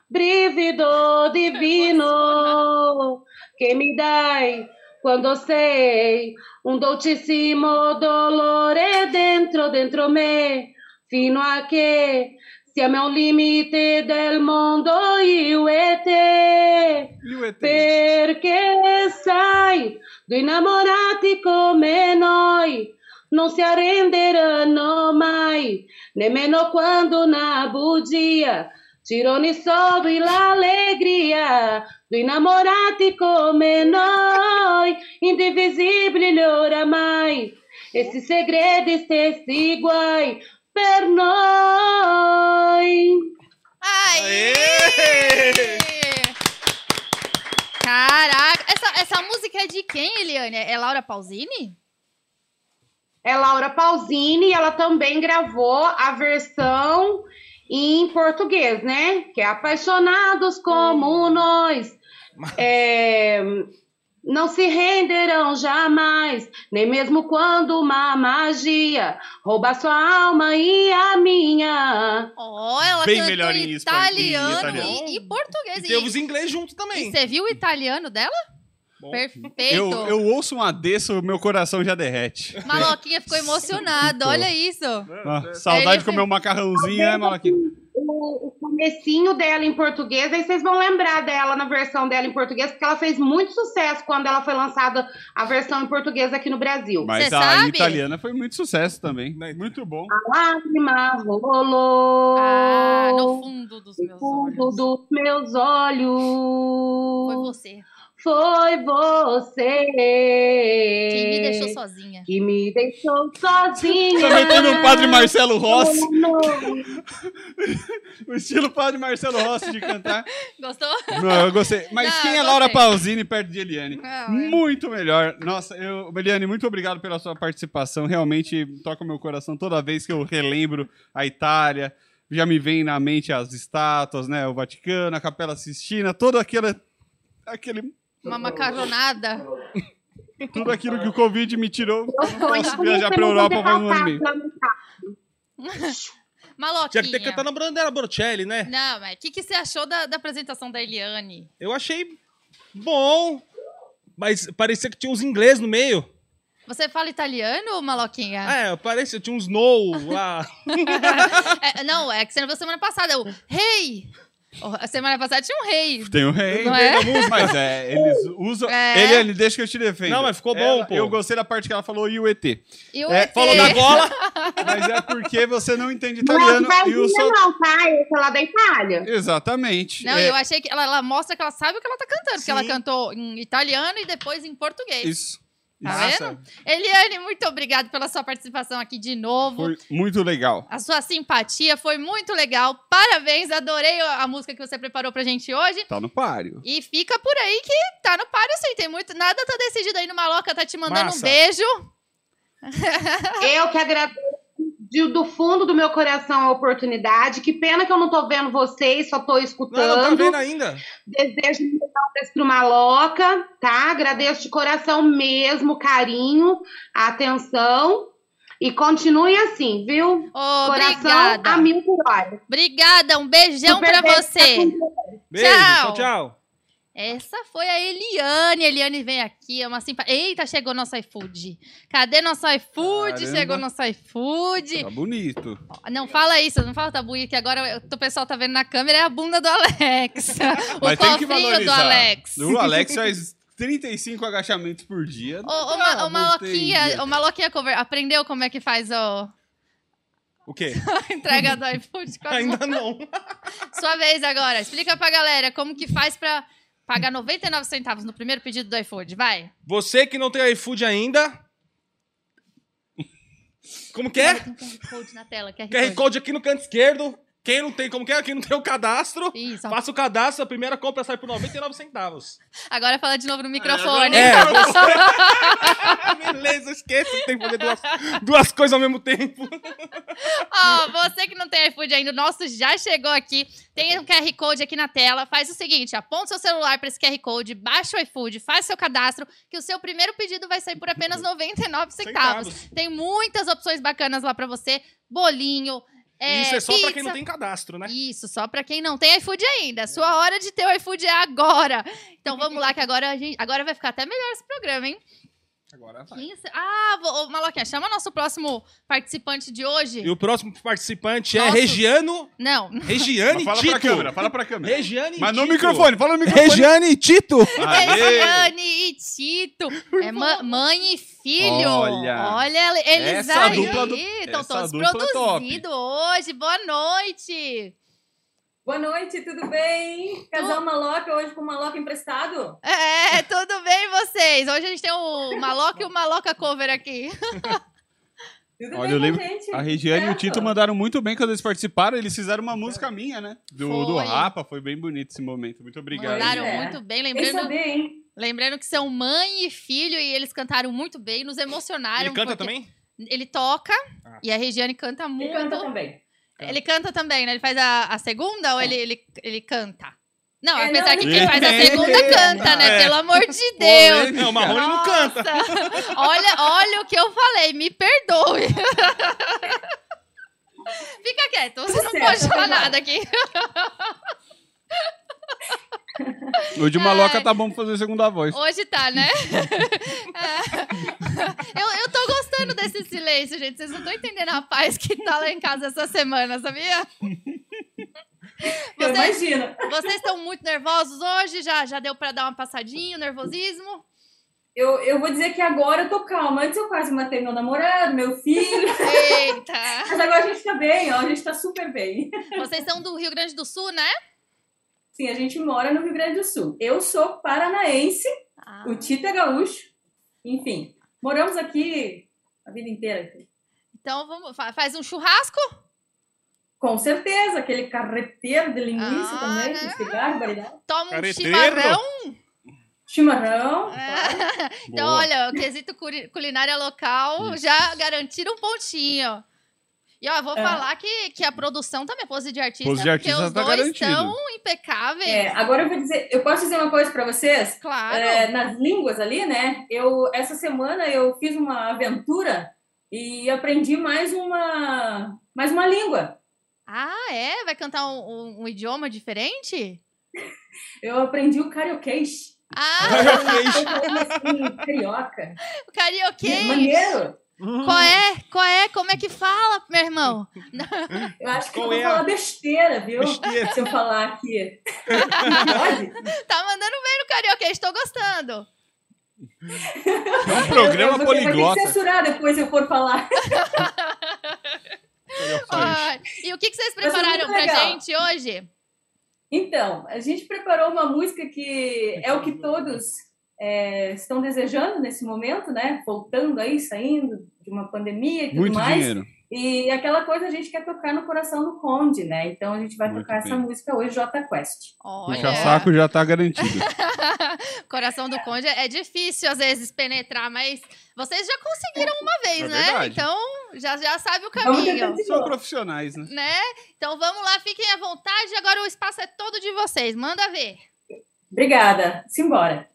Speaker 8: Brivido divino che mi dai quando sei un dolcissimo dolore dentro, dentro me, fino a che siamo a un limite del mondo io e te.
Speaker 4: E o ET?
Speaker 8: Perché sai, due innamorati come noi non si arrenderanno mai, nemmeno quando una bugia ci roni solo l'allegria. Due innamorati come noi, indivisibili oramai, essi segreti, stessi guai per noi.
Speaker 2: Aí! Caraca, essa, essa música é de quem, Eliane? É Laura Pausini?
Speaker 8: é Laura Pausini e ela também gravou a versão em português, né? Que é Apaixonados como nós. É, não se renderão jamais, nem mesmo quando uma magia rouba sua alma e a minha.
Speaker 2: Ó, ela
Speaker 4: Bem
Speaker 2: cantou
Speaker 4: melhor em espan-
Speaker 2: italiano,
Speaker 4: em italiano.
Speaker 2: E, e português.
Speaker 3: E tem os inglês junto também.
Speaker 2: Você viu o italiano dela?
Speaker 3: Bom.
Speaker 2: Perfeito.
Speaker 4: Eu, eu ouço um adesso, meu coração já derrete.
Speaker 2: Maloquinha ficou emocionada, olha isso.
Speaker 4: Ah, saudade de comer um macarrãozinho, né, Malaquinha?
Speaker 8: O, o comecinho dela em português, aí vocês vão lembrar dela na versão dela em português, porque ela fez muito sucesso quando ela foi lançada a versão em português aqui no Brasil.
Speaker 4: Mas
Speaker 2: Cê
Speaker 4: a
Speaker 2: sabe?
Speaker 4: italiana foi muito sucesso também. Muito bom.
Speaker 8: lágrima rolou
Speaker 2: Ah, no fundo dos meus
Speaker 8: fundo
Speaker 2: olhos.
Speaker 8: dos meus
Speaker 2: Foi
Speaker 8: olhos.
Speaker 2: você.
Speaker 8: Foi você.
Speaker 2: Quem me deixou sozinha.
Speaker 8: Que me deixou sozinha.
Speaker 4: Também teve o Padre Marcelo Rossi,
Speaker 8: Não,
Speaker 4: [LAUGHS] o estilo Padre Marcelo Rossi de cantar.
Speaker 2: Gostou?
Speaker 4: Não, eu gostei. Mas
Speaker 2: Não,
Speaker 4: quem é
Speaker 2: eu
Speaker 4: Laura
Speaker 2: gostei.
Speaker 4: Pausini perto de Eliane?
Speaker 2: Ah, é.
Speaker 4: Muito melhor. Nossa, eu, Eliane, muito obrigado pela sua participação. Realmente toca o meu coração toda vez que eu relembro a Itália. Já me vem na mente as estátuas, né? O Vaticano, a Capela Sistina, todo aquele, aquele,
Speaker 2: Uma macarronada.
Speaker 4: tudo aquilo que o Covid me tirou. Eu não
Speaker 8: foi
Speaker 4: posso viajar pra Europa faz um ano e meio.
Speaker 2: [LAUGHS] Maloquinha.
Speaker 3: Tinha que ter cantado a Brandela Brocelli, né?
Speaker 2: Não, mas o que, que você achou da, da apresentação da Eliane?
Speaker 3: Eu achei bom, mas parecia que tinha uns ingleses no meio.
Speaker 2: Você fala italiano, Maloquinha?
Speaker 3: É, parecia, tinha uns no lá.
Speaker 2: [LAUGHS] É, não, é que você não viu semana passada. O rei! Oh, Semana passada tinha um rei.
Speaker 4: Tem o rei.
Speaker 2: Não é?
Speaker 4: Mas é, eles usam.
Speaker 2: É.
Speaker 4: Eliane, deixa que eu te defendo.
Speaker 3: Não, mas ficou bom, pô.
Speaker 4: Eu gostei da parte que ela falou e o ET.
Speaker 2: E o
Speaker 4: É,
Speaker 2: ET.
Speaker 3: Falou da bola.
Speaker 4: Mas é porque você não entende
Speaker 8: Não,
Speaker 4: italiano e o seu.
Speaker 8: não, não, tá? Esse é lá da Itália.
Speaker 2: [LAUGHS]
Speaker 4: Exatamente.
Speaker 2: Não,
Speaker 4: é,
Speaker 2: eu achei que ela, ela mostra que ela sabe o que ela tá cantando, porque ela
Speaker 4: Sim.
Speaker 2: cantou em italiano e depois em português.
Speaker 4: Isso.
Speaker 2: Tá
Speaker 4: Isso.
Speaker 2: vendo? Eliane, muito obrigado pela sua participação aqui de novo.
Speaker 4: Foi muito legal.
Speaker 2: A sua simpatia foi muito legal. Parabéns, adorei a a música que você preparou pra gente hoje.
Speaker 4: Tá no páreo.
Speaker 2: E fica por aí que tá no páreo, sim. Tem muito. Nada tá decidido aí no Maloca, tá te mandando um
Speaker 4: Massa.
Speaker 8: [LAUGHS]
Speaker 2: beijo.
Speaker 8: Eu que agradeço de- do fundo do meu coração a oportunidade. Que pena que eu não tô vendo vocês, só
Speaker 3: Não,
Speaker 8: tô
Speaker 3: não tá
Speaker 8: escutando.
Speaker 3: vendo ainda.
Speaker 8: Desejo um beijo pro Maloca, tá? Agradeço de coração mesmo, o carinho, a atenção. E continue assim, viu? Coração
Speaker 2: Obrigada.
Speaker 8: a mil por hora.
Speaker 2: Obrigada, um beijão
Speaker 8: Super
Speaker 2: pra
Speaker 8: beijo,
Speaker 2: você.
Speaker 8: tá com Deus.
Speaker 3: Beijo,
Speaker 2: Tchau.
Speaker 3: tchau, tchau.
Speaker 2: Essa foi a Eliane. Eliane vem aqui, é uma simpatia. Eita, chegou nosso iFood. Cadê nosso iFood?
Speaker 4: Caramba.
Speaker 2: Chegou nosso iFood.
Speaker 4: Tá bonito.
Speaker 2: Não fala isso, não fala tabu, que agora eu- o pessoal tá vendo na câmera é a bunda do
Speaker 4: [LAUGHS]
Speaker 2: Alex. o
Speaker 4: Mas tem
Speaker 2: cofrinho do
Speaker 4: que valorizar.
Speaker 2: Alex.
Speaker 4: O Alex faz 35 agachamentos por dia.
Speaker 2: Ô, ô,
Speaker 4: Ah,
Speaker 2: ma- ô,
Speaker 4: não tem
Speaker 2: maloquinha,
Speaker 4: dia.
Speaker 2: ô, maloquinha cover, aprendeu como é que faz o- [LAUGHS]
Speaker 3: O quê?
Speaker 2: a entrega do iFood? com as mãos?
Speaker 3: Ainda não.
Speaker 2: [LAUGHS] Sua vez agora. Explica pra galera como que faz pra pagar 99 centavos no primeiro pedido do iFood. Vai.
Speaker 3: Você que não tem iFood ainda. Como que é?
Speaker 2: Tem QR Code na tela, QR
Speaker 3: QR
Speaker 2: Code.
Speaker 3: Code aqui no canto esquerdo. Quem não tem, como que é? Quem não tem o cadastro,
Speaker 2: Isso.
Speaker 3: faça o cadastro, a primeira compra sai por 99 centavos.
Speaker 2: Agora fala de novo no microfone. [LAUGHS]
Speaker 3: É, você... [LAUGHS] Beleza, esquece que tem que fazer duas, duas coisas ao mesmo tempo.
Speaker 2: [LAUGHS] Ó, você que não tem iFood ainda, o nosso já chegou aqui. Tem um QR Code aqui na tela. Faz o seguinte: aponta seu celular para esse QR Code, baixa o iFood, faz seu cadastro, que o seu primeiro pedido vai sair por apenas 99 centavos.
Speaker 3: Uhum. Centavos.
Speaker 2: Tem muitas opções bacanas lá para você: bolinho. É,
Speaker 3: Isso é só
Speaker 2: pizza.
Speaker 3: pra quem não tem cadastro, né?
Speaker 2: Isso, só pra quem não tem iFood ainda. Sua hora de ter o iFood é agora. Então vamos lá, que agora, a gente, agora vai ficar até melhor esse programa, hein?
Speaker 4: Agora vai.
Speaker 2: Quem se- Ah, vou, ô, Maloquinha, chama nosso próximo participante de hoje.
Speaker 3: E o próximo participante
Speaker 2: Nossa.
Speaker 3: é Regiano.
Speaker 2: Não,
Speaker 4: Mas
Speaker 3: Regiane
Speaker 4: Fala
Speaker 3: Tito.
Speaker 4: pra câmera, fala pra câmera.
Speaker 3: Regiane
Speaker 4: Mas
Speaker 3: Tito.
Speaker 4: no microfone, fala no microfone.
Speaker 3: Regiane Tito.
Speaker 4: Ah, Aê!
Speaker 2: Regiane e Tito. É ma- mãe e filho.
Speaker 4: Olha.
Speaker 2: Olha eles
Speaker 4: Essa
Speaker 2: aí.
Speaker 4: dupla do-
Speaker 2: Estão
Speaker 4: essa
Speaker 2: todos
Speaker 4: dupla é top.
Speaker 2: produzidos hoje. Boa noite.
Speaker 9: Boa noite, tudo bem? Casal Maloca hoje com Maloca emprestado?
Speaker 2: É, tudo bem vocês? Hoje a gente tem o Maloca e o Maloca Cover aqui. [LAUGHS]
Speaker 9: Tudo
Speaker 4: Olha, eu
Speaker 9: bem
Speaker 4: lembro-
Speaker 9: com a gente?
Speaker 4: A Regiane e o
Speaker 9: Certo?
Speaker 4: Tito mandaram muito bem quando eles participaram. Eles fizeram uma música minha, né? Do, do
Speaker 2: Foi.
Speaker 4: Rapa. Foi bem bonito esse momento. Muito obrigado.
Speaker 2: Mandaram
Speaker 9: É.
Speaker 3: né?
Speaker 2: muito bem,
Speaker 9: Bem
Speaker 2: lembrando,
Speaker 9: saber, hein?
Speaker 2: lembrando que são mãe e filho e eles cantaram muito bem, nos emocionaram.
Speaker 3: Ele canta
Speaker 2: porque
Speaker 3: também?
Speaker 2: Ele toca
Speaker 3: Ah.
Speaker 2: e a Regiane canta muito.
Speaker 9: E canta também.
Speaker 2: Ele canta também, né? Ele faz a, a segunda ou ele, ele, ele canta? Não,
Speaker 9: É,
Speaker 2: apesar
Speaker 9: não,
Speaker 2: que
Speaker 9: ele
Speaker 2: quem faz a
Speaker 3: canta.
Speaker 2: segunda
Speaker 4: Ele
Speaker 2: canta, né?
Speaker 3: canta.
Speaker 2: Pelo amor de Deus.
Speaker 3: É. Não, o Marrone não canta.
Speaker 2: Nossa. [LAUGHS] Olha, olha o que eu falei, me perdoe.
Speaker 9: Tá
Speaker 2: Fica quieto, você não
Speaker 9: certo,
Speaker 2: pode falar
Speaker 9: tá bom.
Speaker 2: nada aqui.
Speaker 4: Hoje o Maloca
Speaker 2: Ai.
Speaker 4: tá bom pra fazer segunda voz.
Speaker 2: Hoje tá,
Speaker 4: [LAUGHS]
Speaker 2: né? É. eu, eu tô gostando desse silêncio, gente. Vocês não estão entendendo a paz que tá lá em casa essa semana, sabia?
Speaker 9: Eu
Speaker 2: Você-
Speaker 9: imagino.
Speaker 2: Vocês estão muito nervosos hoje? Já, já deu pra dar uma passadinha, o nervosismo?
Speaker 9: Eu, eu vou dizer que agora eu tô calma. Antes eu quase matei meu namorado, meu filho.
Speaker 10: [LAUGHS]
Speaker 2: Eita!
Speaker 9: Mas agora a gente tá bem, ó. A gente tá super bem.
Speaker 2: Vocês são do Rio Grande do Sul, né?
Speaker 10: Sim, a gente mora no Rio Grande do Sul. Eu sou paranaense,
Speaker 2: Ah.
Speaker 10: o Tito é gaúcho. Enfim, moramos aqui a vida inteira.
Speaker 2: Então vamos, fa- faz um churrasco?
Speaker 10: Com certeza, aquele carreteiro de linguiça
Speaker 2: Ah,
Speaker 10: também, que se né? barbaridade.
Speaker 2: Toma um
Speaker 3: Careteiro.
Speaker 2: chimarrão?
Speaker 10: Chimarrão.
Speaker 2: É. Então,
Speaker 4: Boa.
Speaker 2: olha, o quesito culi- culinária local já garantiram um pontinho. E ó, eu vou
Speaker 10: É.
Speaker 2: falar que, que a produção também é pose de artista,
Speaker 4: Pose de artista
Speaker 2: porque os
Speaker 4: tá
Speaker 2: dois
Speaker 4: garantido.
Speaker 2: estão impecáveis.
Speaker 10: É, agora eu vou dizer, eu posso dizer uma coisa para vocês?
Speaker 2: Claro.
Speaker 10: É, nas línguas ali, né? Eu essa semana eu fiz uma aventura e aprendi mais uma mais uma língua.
Speaker 2: Ah, é? Vai cantar um, um- um idioma diferente?
Speaker 10: Eu aprendi o carioquês.
Speaker 2: Ah,
Speaker 10: Eu falei assim, carioca.
Speaker 2: o karaokê.
Speaker 10: É Maneiro.
Speaker 2: Qual é? Qual é? Como é que fala, meu irmão?
Speaker 10: Eu acho que eu
Speaker 3: Qual
Speaker 10: vou
Speaker 3: é a-
Speaker 10: falar besteira, viu?
Speaker 3: Besteira.
Speaker 10: Se eu falar aqui. [LAUGHS] Pode?
Speaker 2: [LAUGHS] Tá mandando bem no karaokê, estou gostando.
Speaker 4: É um programa
Speaker 10: Eu vou ter- Vai ter que
Speaker 4: poliglota.
Speaker 10: censurar depois se eu for
Speaker 2: [LAUGHS]
Speaker 10: falar.
Speaker 2: Ai, e o que, que vocês
Speaker 10: Mas é muito
Speaker 2: prepararam pra
Speaker 10: legal.
Speaker 2: gente hoje?
Speaker 10: Então, a gente preparou uma música que é o que todos é, estão desejando nesse momento, né? Voltando aí, saindo de uma pandemia e tudo
Speaker 4: Muito
Speaker 10: mais.
Speaker 4: dinheiro.
Speaker 10: E aquela coisa a gente quer tocar no coração do Conde, né? Então a gente vai
Speaker 4: Muito
Speaker 10: tocar
Speaker 4: bem.
Speaker 10: essa música hoje, Jota Quest.
Speaker 2: Olha,
Speaker 4: Puxa saco já tá
Speaker 2: [LAUGHS]
Speaker 4: garantido.
Speaker 2: É coração do conde é difícil às vezes penetrar, mas vocês já conseguiram uma vez,
Speaker 4: É
Speaker 2: né?
Speaker 4: verdade.
Speaker 2: Então já, já sabe o
Speaker 10: Vamos tentar
Speaker 2: caminho,
Speaker 10: de
Speaker 4: São
Speaker 10: novo.
Speaker 4: profissionais, né?
Speaker 2: né? Então vamos lá, fiquem à vontade. Agora o espaço é todo de vocês. Manda ver.
Speaker 10: Obrigada. Simbora.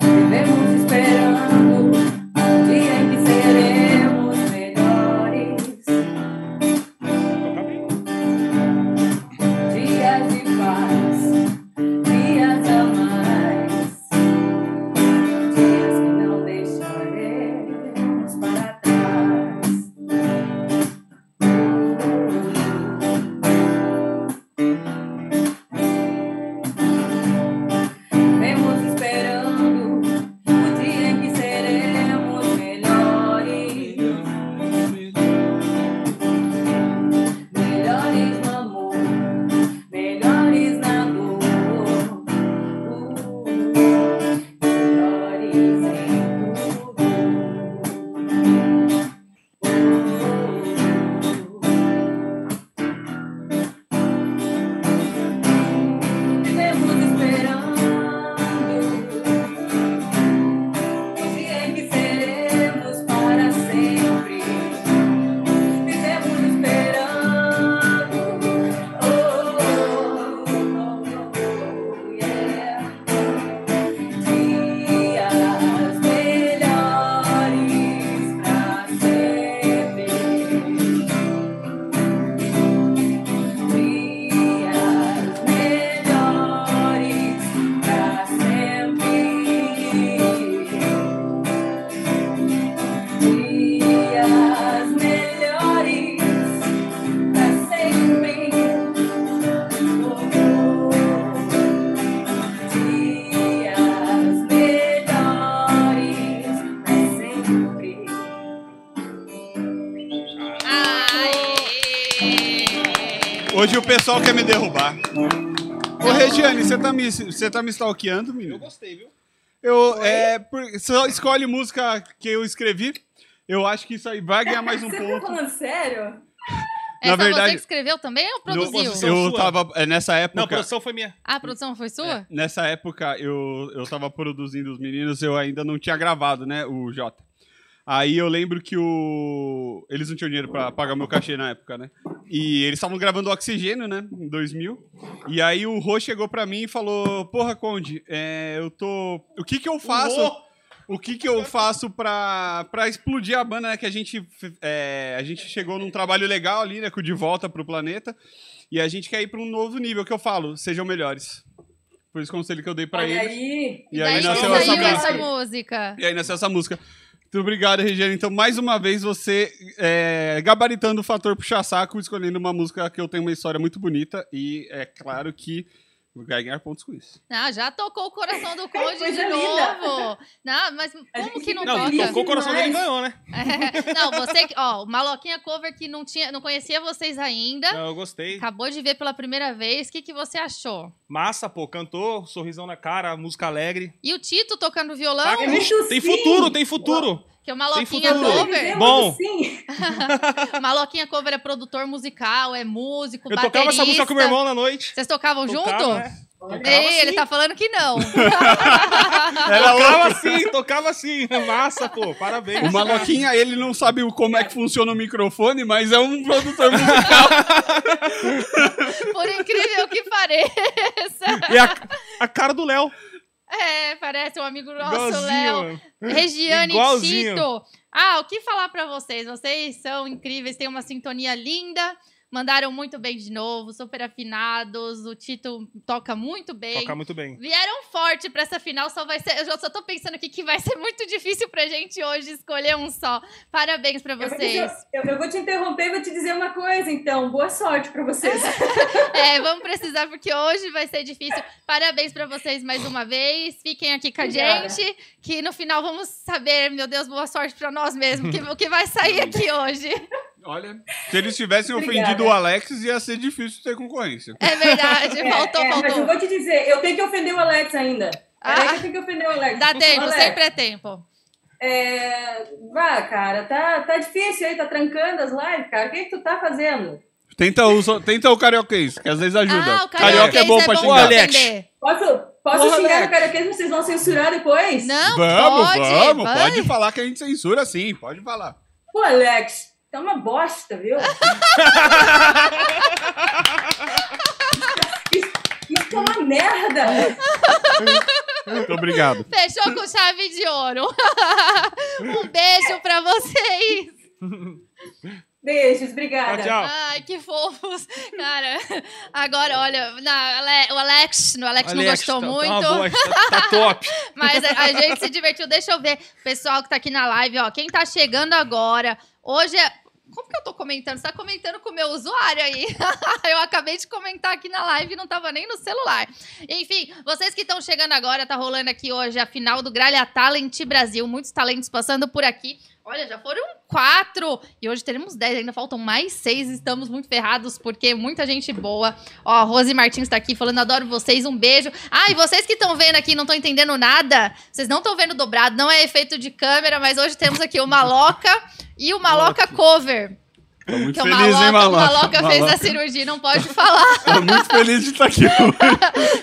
Speaker 10: Vivemos esperando o dia em que seremos melhores. Dias de paz, dias a mais, dias que não deixaremos para trás. Vemos esperando o dia em que seremos melhores. Melhores no amor, melhores na dor, uh, melhores em tudo. Uh, Vivemos esperando o dia em que seremos para sempre. Vivemos esperando. Oh, oh, oh, oh, yeah. Dias melhores pra sempre. Dias melhores pra sempre. Dias melhores pra sempre. Oh, oh. Dias melhores pra sempre.
Speaker 2: Aê!
Speaker 4: Hoje o pessoal quer me derrubar. Ô, Regiane, você tá me, você tá me stalkeando, menino?
Speaker 3: gostei, viu?
Speaker 4: Eu, é, por- só escolhe música que eu escrevi. Eu acho que isso aí vai
Speaker 2: [LAUGHS]
Speaker 4: ganhar mais um
Speaker 10: Você tá
Speaker 4: ponto.
Speaker 10: falando sério?
Speaker 4: Na
Speaker 2: Essa é você
Speaker 4: verdade-
Speaker 2: que escreveu também ou
Speaker 4: No-
Speaker 2: produziu?
Speaker 3: posição-
Speaker 4: eu
Speaker 3: sua.
Speaker 4: tava, é, nessa
Speaker 3: Não, a
Speaker 4: época,
Speaker 3: produção foi minha.
Speaker 2: Ah, a produção foi sua?
Speaker 4: nessa época eu, eu tava produzindo os meninos, eu ainda não tinha gravado, né, o Jota. Aí eu lembro que o... eles não tinham dinheiro pra pagar meu cachê na época, né? E eles estavam gravando Oxigênio, né? Em 2000. E aí o Rô chegou pra mim e falou: Porra, Conde, é, eu tô. O que que eu faço?
Speaker 3: Rô!
Speaker 4: O que que eu faço pra, pra explodir a banda, né? Que a gente, é, a gente chegou num trabalho legal ali, né? Com o De Volta pro Planeta. E a gente quer ir pra um novo nível, que eu falo: Sejam melhores. Foi esse conselho que eu dei pra
Speaker 9: Olha
Speaker 4: eles.
Speaker 9: aí.
Speaker 4: E
Speaker 2: Daí
Speaker 4: aí nasceu
Speaker 2: saiu
Speaker 4: essa
Speaker 2: essa
Speaker 4: música.
Speaker 2: música.
Speaker 4: E aí nasceu essa música. Muito obrigado, Regina. Então, mais uma vez, você é, gabaritando o fator puxa-saco, escolhendo uma música que eu tenho uma história muito bonita. E é claro que vai ganhar pontos com isso.
Speaker 2: Ah, já tocou o
Speaker 10: [LAUGHS]
Speaker 2: coração do Conde de
Speaker 9: Coisa linda.
Speaker 2: novo. Não, mas como
Speaker 9: gente
Speaker 2: que não,
Speaker 9: não
Speaker 3: Não,
Speaker 2: toca?
Speaker 3: tocou o coração dele e ganhou, né?
Speaker 2: É, [LAUGHS] não, você, que- ó, o Maloquinha Cover que não tinha, não conhecia vocês ainda.
Speaker 3: Não, eu gostei.
Speaker 2: Acabou de ver pela primeira vez. O que, que você achou?
Speaker 3: Massa, pô. Cantou, sorrisão na cara, música alegre.
Speaker 2: E o Tito tocando violão?
Speaker 3: Tá,
Speaker 9: muito
Speaker 3: ixi, tem
Speaker 9: sim.
Speaker 3: futuro, tem futuro.
Speaker 2: Que é o Maloquinha
Speaker 3: futuro.
Speaker 2: Cover.
Speaker 3: Bom.
Speaker 9: Sim.
Speaker 2: [LAUGHS] Maloquinha Cover é produtor musical, é músico,
Speaker 3: Eu
Speaker 2: baterista.
Speaker 3: tocava essa música com meu irmão na noite.
Speaker 2: Vocês tocavam junto?
Speaker 3: Tocava, né? Tocava
Speaker 2: Ei, ele
Speaker 3: sim.
Speaker 2: tá falando que
Speaker 3: [LAUGHS]
Speaker 2: não.
Speaker 3: Tocava assim, tocava assim. Massa, pô. Parabéns.
Speaker 4: O Maloquinha, ele não sabe o- como é que funciona o microfone, mas é um produtor musical.
Speaker 2: Por incrível que pareça.
Speaker 3: E a, a cara do Léo.
Speaker 2: É, parece um amigo nosso,
Speaker 3: Igualzinho,
Speaker 2: Léo.
Speaker 3: mano.
Speaker 2: Regiane
Speaker 3: Igualzinho.
Speaker 2: Tito. Ah, o que falar pra vocês? Vocês são incríveis, têm uma sintonia linda. Mandaram muito bem de novo, super afinados. O Tito toca muito bem.
Speaker 3: Toca muito bem.
Speaker 2: Vieram forte pra essa final, só vai ser. Eu já só tô pensando aqui que vai ser muito difícil pra gente hoje escolher um só. Parabéns pra
Speaker 9: Eu vou te-
Speaker 2: vocês.
Speaker 9: Eu, eu vou te interromper e vou te dizer uma coisa, então. Boa sorte pra vocês.
Speaker 2: [LAUGHS] É, vamos precisar porque hoje vai ser difícil. Parabéns pra vocês mais uma vez. Fiquem aqui com a
Speaker 9: Obrigada.
Speaker 2: gente, que no final vamos saber, meu Deus, boa sorte pra nós mesmos, que- o que vai sair aqui hoje.
Speaker 4: Olha, se eles tivessem
Speaker 9: Obrigada.
Speaker 4: ofendido o Alex, ia ser difícil ter concorrência.
Speaker 2: É verdade,
Speaker 9: É,
Speaker 2: faltou,
Speaker 9: é, Mas eu
Speaker 2: faltou.
Speaker 9: vou te dizer, eu tenho que ofender o Alex ainda.
Speaker 2: Ah.
Speaker 9: Peraí que eu tenho que ofender o Alex.
Speaker 2: Dá tempo,
Speaker 9: Alex,
Speaker 2: sempre é tempo.
Speaker 9: É... Vá, cara, tá, tá difícil aí, tá trancando as lives, cara. O que, que tu tá fazendo?
Speaker 4: Tenta o, so- tenta o carioquês, que às vezes ajuda.
Speaker 2: Ah, o carioca é bom pra
Speaker 4: xingar.
Speaker 2: ofender.
Speaker 9: Posso, posso
Speaker 3: Porra,
Speaker 9: xingar
Speaker 3: Alex.
Speaker 9: o caraquês, vocês vão censurar depois?
Speaker 2: Não,
Speaker 4: Vamos,
Speaker 2: pode,
Speaker 4: vamos,
Speaker 2: vai.
Speaker 4: pode falar que a gente censura sim, pode falar.
Speaker 9: Pô, Alex, tá uma bosta,
Speaker 4: [LAUGHS]
Speaker 9: viu? Isso- Isso é uma
Speaker 4: [LAUGHS]
Speaker 9: merda!
Speaker 4: Muito obrigado.
Speaker 2: Fechou com chave de ouro. [LAUGHS] um beijo pra vocês.
Speaker 9: Beijos, obrigada.
Speaker 3: Tchau, tchau.
Speaker 2: Ai, que fofos. Cara, agora, olha, na- Ale- o Alex, o Alex, não
Speaker 3: Alex,
Speaker 2: gostou
Speaker 3: tá- tá
Speaker 2: muito.
Speaker 3: uma bosta, Tá, top.
Speaker 2: Mas a, a gente se divertiu. Deixa eu ver. Pessoal que tá aqui na live, ó. Quem tá chegando agora, hoje é. Como que eu tô comentando? Você tá comentando com o meu usuário aí. [LAUGHS] eu acabei de comentar aqui na live e não tava nem no celular. Enfim, vocês que estão chegando agora, tá rolando aqui hoje a final do Gralha Talent Brasil. Muitos talentos passando por aqui. Olha, já foram quatro e hoje teremos dez, ainda faltam mais seis. Estamos muito ferrados porque muita gente boa Ó, a Rose Martins tá aqui falando, adoro vocês, um beijo. Ah, e vocês que estão vendo aqui e não estão entendendo nada, vocês não estão vendo dobrado, não é efeito de câmera, mas hoje temos aqui o Maloca e o Maloca Cover.
Speaker 4: Tô muito
Speaker 2: Que o,
Speaker 4: feliz,
Speaker 2: Maloca,
Speaker 4: hein, Maloca?
Speaker 2: o Maloca fez a
Speaker 4: Maloca.
Speaker 2: cirurgia, tá não pode falar.
Speaker 4: [LAUGHS] Tô muito feliz de estar aqui.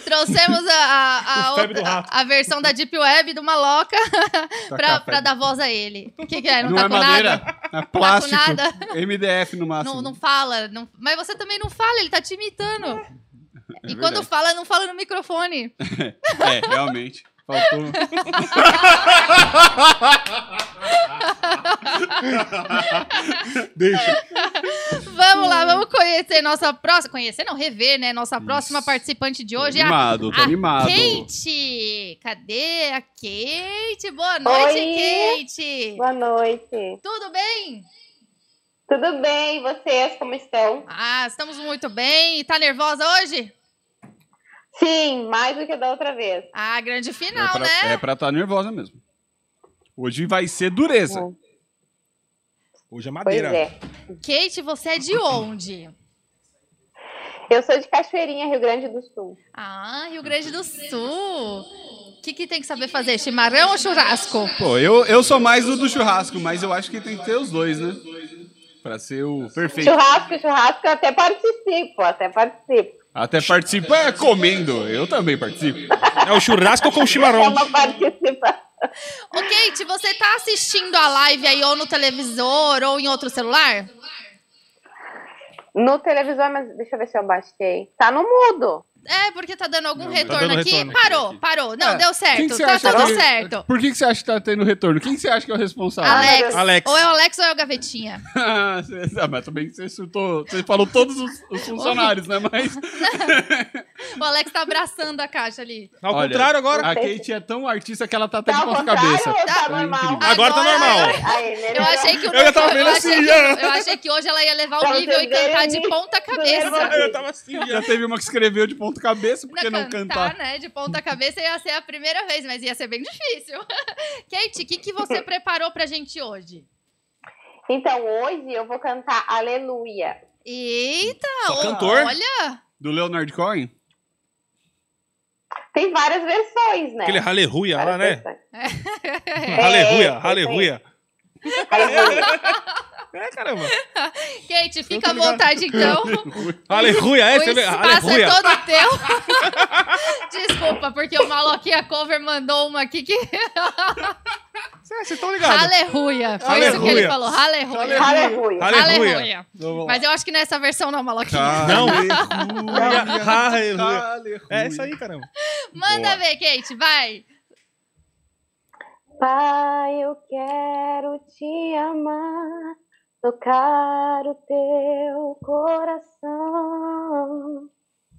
Speaker 2: Trouxemos a, a, a,
Speaker 3: O febre do
Speaker 2: outra-
Speaker 3: rato.
Speaker 2: a versão da Deep Web do Maloca [LAUGHS] pra, pra
Speaker 4: cá, febre.
Speaker 2: dar voz a ele. O que, que é? Não,
Speaker 4: Não,
Speaker 2: tá
Speaker 4: é
Speaker 2: com
Speaker 4: madeira,
Speaker 2: nada?
Speaker 4: é plástico.
Speaker 2: Não tá com
Speaker 4: MDF no máximo.
Speaker 2: Não, não fala. não- mas você também não fala, ele tá te imitando.
Speaker 11: É
Speaker 2: e quando
Speaker 4: É, verdade.
Speaker 2: fala, não fala no microfone.
Speaker 4: É, realmente. [LAUGHS]
Speaker 2: [LAUGHS]
Speaker 4: Faltou. Deixa.
Speaker 2: [LAUGHS] Vamos lá, vamos conhecer nossa próxima. Conhecer, não, rever, né? Nossa próxima participante de hoje é a
Speaker 4: animado, tô animado.
Speaker 2: Kate. Cadê a Kate? Boa noite, Kate.
Speaker 11: Boa noite.
Speaker 2: Tudo bem?
Speaker 11: Tudo bem? E vocês como estão?
Speaker 2: Ah, estamos muito bem. Tá nervosa hoje?
Speaker 11: Sim, mais do que da outra vez.
Speaker 2: Ah, grande
Speaker 4: é
Speaker 2: final,
Speaker 4: pra
Speaker 2: né?
Speaker 4: estar nervosa mesmo. Hoje vai ser dureza.
Speaker 11: Bom,
Speaker 3: Hoje é
Speaker 11: Pois
Speaker 3: madeira.
Speaker 11: é.
Speaker 2: Kate, você é de onde?
Speaker 11: Eu sou de Cachoeirinha, Rio Grande do Sul.
Speaker 2: Ah, Rio Grande do Sul. O que, que tem que saber fazer? Chimarrão ou churrasco?
Speaker 4: Pô, eu, eu sou mais o do churrasco, mas eu acho que tem que ter os dois, né? Pra ser o perfeito.
Speaker 11: Churrasco, churrasco, eu até participo, até participo.
Speaker 4: Até participa é, comendo. Eu também participo.
Speaker 11: [LAUGHS]
Speaker 3: É o churrasco com o
Speaker 11: É
Speaker 3: chimarrão.
Speaker 11: uma participação.
Speaker 2: Ô, Kate, você tá assistindo a live aí ou no televisor ou em outro celular?
Speaker 11: No televisor, mas deixa eu ver se eu baixei. Tá no mudo.
Speaker 2: É, porque tá dando algum
Speaker 4: Não, mas tá
Speaker 2: retorno
Speaker 3: dando
Speaker 2: aqui.
Speaker 3: retorno aqui,
Speaker 2: parou,
Speaker 4: aqui.
Speaker 2: parou. Não,
Speaker 3: É,
Speaker 2: deu
Speaker 3: quem
Speaker 2: certo.
Speaker 3: que você
Speaker 2: Tá
Speaker 3: acha
Speaker 2: tudo
Speaker 3: que- Tá.
Speaker 2: certo.
Speaker 4: Por que, que você acha que tá tendo retorno? Quem que você acha que é o responsável?
Speaker 2: Alex.
Speaker 3: Alex.
Speaker 2: Ou é o Alex ou é o Gavetinha.
Speaker 4: Ah, cê- [LAUGHS] ah, mas também você surtou. Você falou todos os, os funcionários, né? Mas.
Speaker 2: O Alex tá abraçando a caixa ali.
Speaker 3: Ao
Speaker 4: Olha,
Speaker 3: contrário agora.
Speaker 4: A Kate é tão artista que ela tá até
Speaker 9: Tá
Speaker 4: de
Speaker 9: ao
Speaker 4: ponta
Speaker 9: contrário
Speaker 4: cabeça.
Speaker 9: ou tá
Speaker 4: É
Speaker 9: normal?
Speaker 4: incrível.
Speaker 3: Agora tá normal.
Speaker 9: Aí, melhorou.
Speaker 2: Eu achei que o
Speaker 3: Eu já tava
Speaker 2: eu
Speaker 3: vendo
Speaker 2: achei
Speaker 3: assim,
Speaker 2: que-
Speaker 3: já.
Speaker 2: eu achei que hoje ela ia levar
Speaker 9: Pra
Speaker 2: o nível e
Speaker 9: vocês verem
Speaker 2: cantar de
Speaker 9: o
Speaker 2: ponta
Speaker 9: nível do
Speaker 2: cabeça.
Speaker 9: Brasil.
Speaker 3: Eu tava assim, já.
Speaker 4: Já teve uma que escreveu de ponta cabeça, por que não cantar?
Speaker 2: né? De ponta cabeça ia ser a primeira vez, mas ia ser bem difícil. [LAUGHS] Kate, o que, que
Speaker 3: [LAUGHS]
Speaker 2: você preparou pra gente hoje?
Speaker 9: Então, hoje eu vou cantar Aleluia.
Speaker 2: Eita!
Speaker 3: Só
Speaker 2: o-
Speaker 3: cantor?
Speaker 2: Olha!
Speaker 4: Do Leonard Cohen?
Speaker 9: Tem várias versões, né?
Speaker 2: É.
Speaker 3: Aquele aleluia lá,
Speaker 9: Várias
Speaker 3: né?
Speaker 9: versões.
Speaker 3: Aleluia,
Speaker 9: tem.
Speaker 3: aleluia.
Speaker 9: Aleluia.
Speaker 3: É, caramba.
Speaker 2: [LAUGHS] Kate, fica
Speaker 3: tô
Speaker 2: à vontade então.
Speaker 3: [LAUGHS] Aleluia,
Speaker 2: O
Speaker 3: é, você vê.
Speaker 2: espaço é
Speaker 3: Aleluia. [LAUGHS]
Speaker 2: todo teu. [LAUGHS] Desculpa, porque o Maloquinha Cover mandou uma aqui
Speaker 3: [LAUGHS]
Speaker 2: que.
Speaker 3: Vocês estão ligados?
Speaker 2: Aleluia! Foi isso que ele
Speaker 3: Aleluia.
Speaker 2: falou. Aleluia!
Speaker 9: Aleluia.
Speaker 3: Aleluia.
Speaker 2: Aleluia!
Speaker 3: Vamos lá.
Speaker 2: Mas eu acho que não é essa versão, não, Maloquinha. [LAUGHS]
Speaker 3: Não.
Speaker 4: Aleluia.
Speaker 3: Aleluia.
Speaker 4: Aleluia.
Speaker 3: É isso aí, caramba.
Speaker 2: Manda ver, Kate, vai!
Speaker 9: Pai, eu quero te amar, tocar o teu coração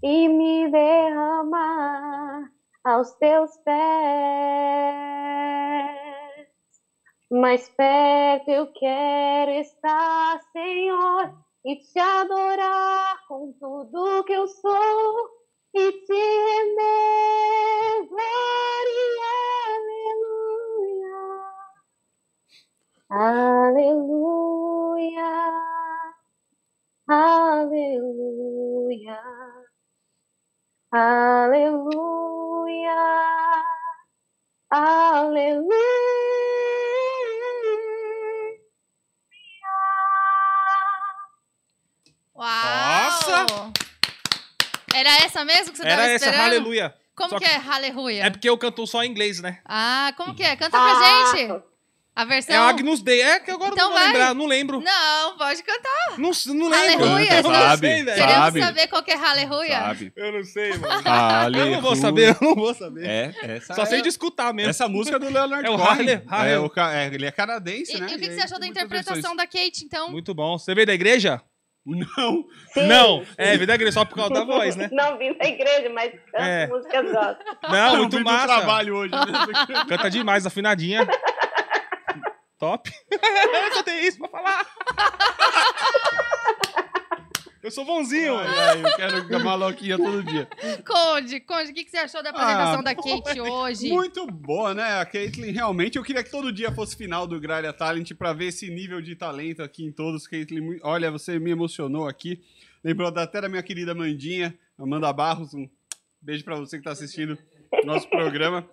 Speaker 9: e me derramar aos teus pés. Mais perto eu quero estar, Senhor, e te adorar com tudo que eu sou e te render glória, aleluia, aleluia, aleluia, aleluia, aleluia.
Speaker 2: Uau!
Speaker 3: Nossa!
Speaker 2: Era essa mesmo que você
Speaker 3: Era
Speaker 2: tava
Speaker 3: essa,
Speaker 2: esperando?
Speaker 3: aleluia.
Speaker 2: Como
Speaker 3: Só
Speaker 2: que
Speaker 3: que-
Speaker 2: é Aleluia?
Speaker 3: É porque eu canto só em inglês, né?
Speaker 2: Ah, como que é? Canta pra
Speaker 9: Ah.
Speaker 2: gente! A versão.
Speaker 3: É o Agnus Dei. É que agora
Speaker 2: Então
Speaker 3: não vou
Speaker 2: vai.
Speaker 3: lembrar, não lembro.
Speaker 2: Não, pode cantar.
Speaker 3: Não, não lembro.
Speaker 2: Aleluia,
Speaker 3: eu não
Speaker 4: sabe?
Speaker 3: sei, velho.
Speaker 2: Queremos
Speaker 4: Sabe.
Speaker 2: saber qual que é Aleluia.
Speaker 4: Sabe?
Speaker 3: Eu não sei, mano.
Speaker 4: Aleluia.
Speaker 3: Eu não vou saber, eu não vou saber.
Speaker 4: É, essa
Speaker 3: Só
Speaker 4: é-
Speaker 3: sei de escutar mesmo.
Speaker 4: Essa música é do Leonard
Speaker 3: É o
Speaker 4: Cohen.
Speaker 3: Harley- Harley.
Speaker 4: É, o ca- é, ele é canadense,
Speaker 2: E, e
Speaker 4: né?
Speaker 2: o
Speaker 3: [LAUGHS]
Speaker 2: que, que
Speaker 4: aí
Speaker 2: você achou da
Speaker 4: tem muitas
Speaker 2: interpretação da Kate, então?
Speaker 3: Muito bom. Você veio da igreja?
Speaker 4: versões. Não.
Speaker 3: Não. É, veio da igreja só por causa da voz, né?
Speaker 9: Não vim da igreja, mas canto
Speaker 3: É.
Speaker 9: músicas gospel.
Speaker 3: Não,
Speaker 4: Eu
Speaker 3: muito
Speaker 4: vim do
Speaker 3: massa.
Speaker 4: trabalho hoje. né?
Speaker 3: [LAUGHS] Canta demais, afinadinha. Top. Só tem isso pra falar. Eu sou bonzinho. mano.
Speaker 4: Ai, eu quero ficar maloquinha todo dia.
Speaker 2: Conde, Conde, o que, que você achou da apresentação
Speaker 4: Ah,
Speaker 3: [LAUGHS]
Speaker 2: da Kate hoje?
Speaker 4: Muito boa, né? A Caitlyn, realmente. Eu queria que todo dia fosse final do Gralha Talent pra ver esse nível de talento aqui em todos. Caitlyn, mui- olha, você me emocionou aqui. Lembrou da- até da minha querida Mandinha, Amanda Barros. Um beijo pra você que tá assistindo nosso programa.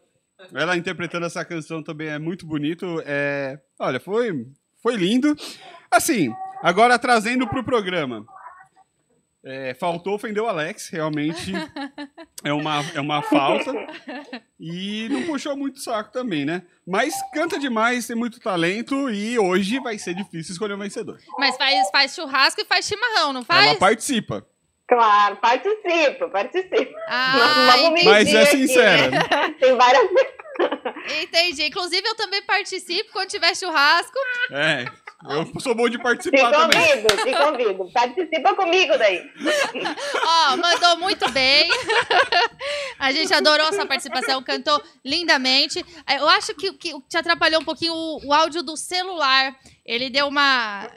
Speaker 4: Ela interpretando essa canção também é muito bonito. É, olha, foi, foi lindo. Assim, agora trazendo pro programa. É, faltou ofender o Alex, realmente é uma, é uma falta. E não puxou muito saco também, né? Mas canta demais, tem muito talento e hoje vai ser difícil escolher um vencedor.
Speaker 2: Mas faz, faz churrasco e faz chimarrão, não faz?
Speaker 4: Ela participa,
Speaker 9: Claro, participo, participo.
Speaker 2: Ah,
Speaker 9: Vamos
Speaker 2: entendi.
Speaker 4: mas é
Speaker 9: aqui, né?
Speaker 4: sincera.
Speaker 9: [LAUGHS]
Speaker 4: né?
Speaker 9: Tem várias
Speaker 2: entendi. Inclusive, eu também participo quando tiver churrasco.
Speaker 4: É, eu sou bom de
Speaker 9: Te
Speaker 4: participar também.
Speaker 9: convido, te convido. Participa comigo daí.
Speaker 2: Ó, mandou muito bem. [LAUGHS] A gente adorou sua participação, cantou lindamente. É, Eu acho que, que te atrapalhou um pouquinho o, o áudio do celular. Ele deu uma,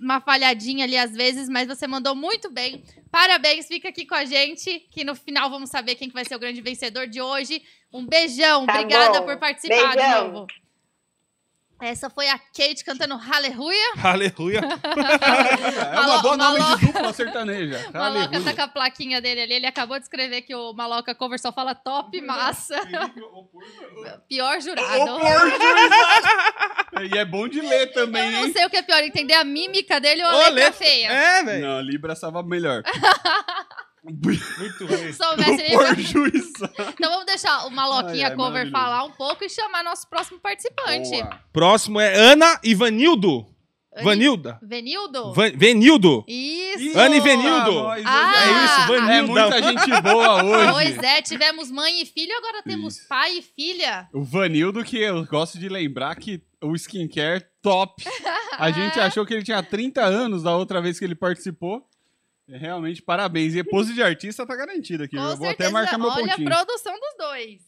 Speaker 2: uma falhadinha ali às vezes, mas você mandou muito bem. Parabéns, fica aqui com a gente, que no final vamos saber quem que vai ser o grande vencedor de hoje. Um beijão,
Speaker 9: Tá
Speaker 2: obrigada
Speaker 9: bom.
Speaker 2: por participar
Speaker 9: Beijão.
Speaker 2: de novo. Essa foi a Kate cantando Hallelujah.
Speaker 3: Aleluia.
Speaker 4: [LAUGHS] É uma boa nome
Speaker 2: Maloca-
Speaker 4: de
Speaker 2: [LAUGHS]
Speaker 4: dupla sertaneja.
Speaker 2: O Maloca tá
Speaker 4: Aleluia.
Speaker 2: com a plaquinha dele ali. Ele acabou de escrever que o Maloca Cover só fala top massa. Pior jurado.
Speaker 4: E é bom de ler também,
Speaker 2: Eu não
Speaker 4: hein?
Speaker 2: sei o que é pior, entender a mímica dele ou a
Speaker 3: Ô,
Speaker 2: letra
Speaker 3: letra-
Speaker 2: tá feia.
Speaker 3: É, velho.
Speaker 4: Não, a Libra estava
Speaker 2: [LAUGHS]
Speaker 4: [LAUGHS] melhor.
Speaker 3: Muito ruim.
Speaker 2: Soubesse ele-
Speaker 4: Por juíza.
Speaker 2: Então vamos deixar o Maloquinha
Speaker 4: Ai, ai,
Speaker 2: Cover
Speaker 4: maravilhoso.
Speaker 2: falar um pouco e chamar nosso próximo participante.
Speaker 4: Boa.
Speaker 3: Próximo é Ana Ivanildo. Vanilda?
Speaker 2: Venildo?
Speaker 3: Van- Venildo?
Speaker 2: Isso!
Speaker 3: Anne Venildo!
Speaker 4: Ah, nós-
Speaker 2: Ah,
Speaker 3: é isso, Vanilda.
Speaker 4: É muita gente boa hoje.
Speaker 2: Pois é, tivemos mãe e filho, agora temos pai e filha.
Speaker 4: O Vanildo, que eu gosto de lembrar que o skincare top. A
Speaker 2: [LAUGHS]
Speaker 4: gente achou que ele tinha 30 anos da outra vez que ele participou. É, Realmente, parabéns. E pose de artista tá garantida aqui.
Speaker 2: Com
Speaker 4: eu vou
Speaker 2: certeza.
Speaker 4: até marcar meu
Speaker 2: Olha
Speaker 4: pontinho.
Speaker 2: a produção dos dois.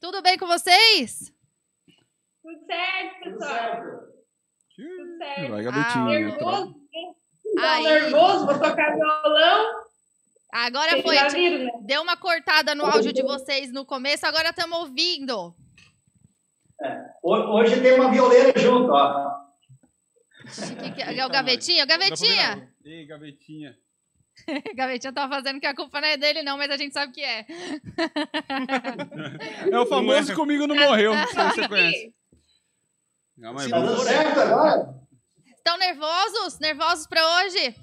Speaker 2: Tudo bem com vocês?
Speaker 12: Tudo certo, pessoal? Tudo certo.
Speaker 4: Vai,
Speaker 2: Ah,
Speaker 4: garotinho. troca.
Speaker 12: Nervoso? Tá
Speaker 2: Aí.
Speaker 12: nervoso? Vou tocar violão?
Speaker 2: Agora
Speaker 12: Vocês
Speaker 2: foi.
Speaker 12: já
Speaker 2: tipo,
Speaker 12: viram, né?
Speaker 2: Deu uma cortada no áudio de vocês no começo, agora estamos ouvindo.
Speaker 9: [LAUGHS] Ho- Hoje tem uma violeira junto, ó.
Speaker 2: Que que- é o Gavetinha? O Gavetinha!
Speaker 4: Ei, gavetinha.
Speaker 2: [LAUGHS] Gavetinha tava fazendo que a culpa não é dele, não, mas a gente sabe que é.
Speaker 4: É o famoso Comigo Não Morreu. Não sei se você conhece. Não, mas
Speaker 9: Tá
Speaker 4: vamos-
Speaker 9: dando certo agora?
Speaker 2: Estão nervosos? Nervosos pra hoje?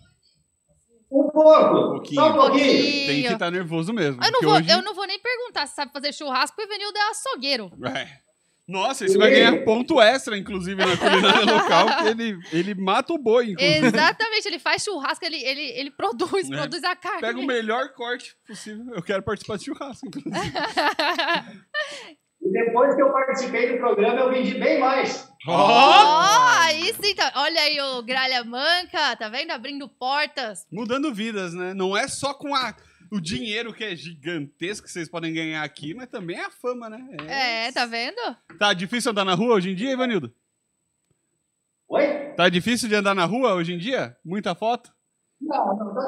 Speaker 9: Um pouco.
Speaker 4: pouquinho.
Speaker 9: Só um pouquinho.
Speaker 2: Pouquinho.
Speaker 4: Tem que estar nervoso mesmo.
Speaker 2: Eu não,
Speaker 4: porque
Speaker 2: vou,
Speaker 4: hoje-
Speaker 2: eu não vou nem perguntar se sabe fazer churrasco, o Ivanildo é açougueiro.
Speaker 4: É. Nossa, esse vai ganhar ponto extra, inclusive, na culinária local, porque ele, ele mata o boi, inclusive.
Speaker 2: Exatamente, ele faz churrasco, ele, ele, ele produz,
Speaker 4: [LAUGHS] É.
Speaker 2: produz a carne.
Speaker 4: Pega o melhor corte
Speaker 2: [LAUGHS]
Speaker 4: possível. Eu quero participar de churrasco, inclusive.
Speaker 9: E depois que eu participei do programa, eu vendi bem mais.
Speaker 2: Ó, aí sim, tá- olha aí o Gralha Manca, tá vendo? Abrindo portas.
Speaker 4: Mudando vidas, né? Não é só com a, o dinheiro que é gigantesco que vocês podem ganhar aqui, mas também a fama, né?
Speaker 2: É, tá vendo?
Speaker 4: Tá difícil andar na rua hoje em dia, Ivanildo?
Speaker 9: Oi?
Speaker 4: Tá difícil de andar na rua hoje em dia? Muita foto?
Speaker 9: Não, não, tá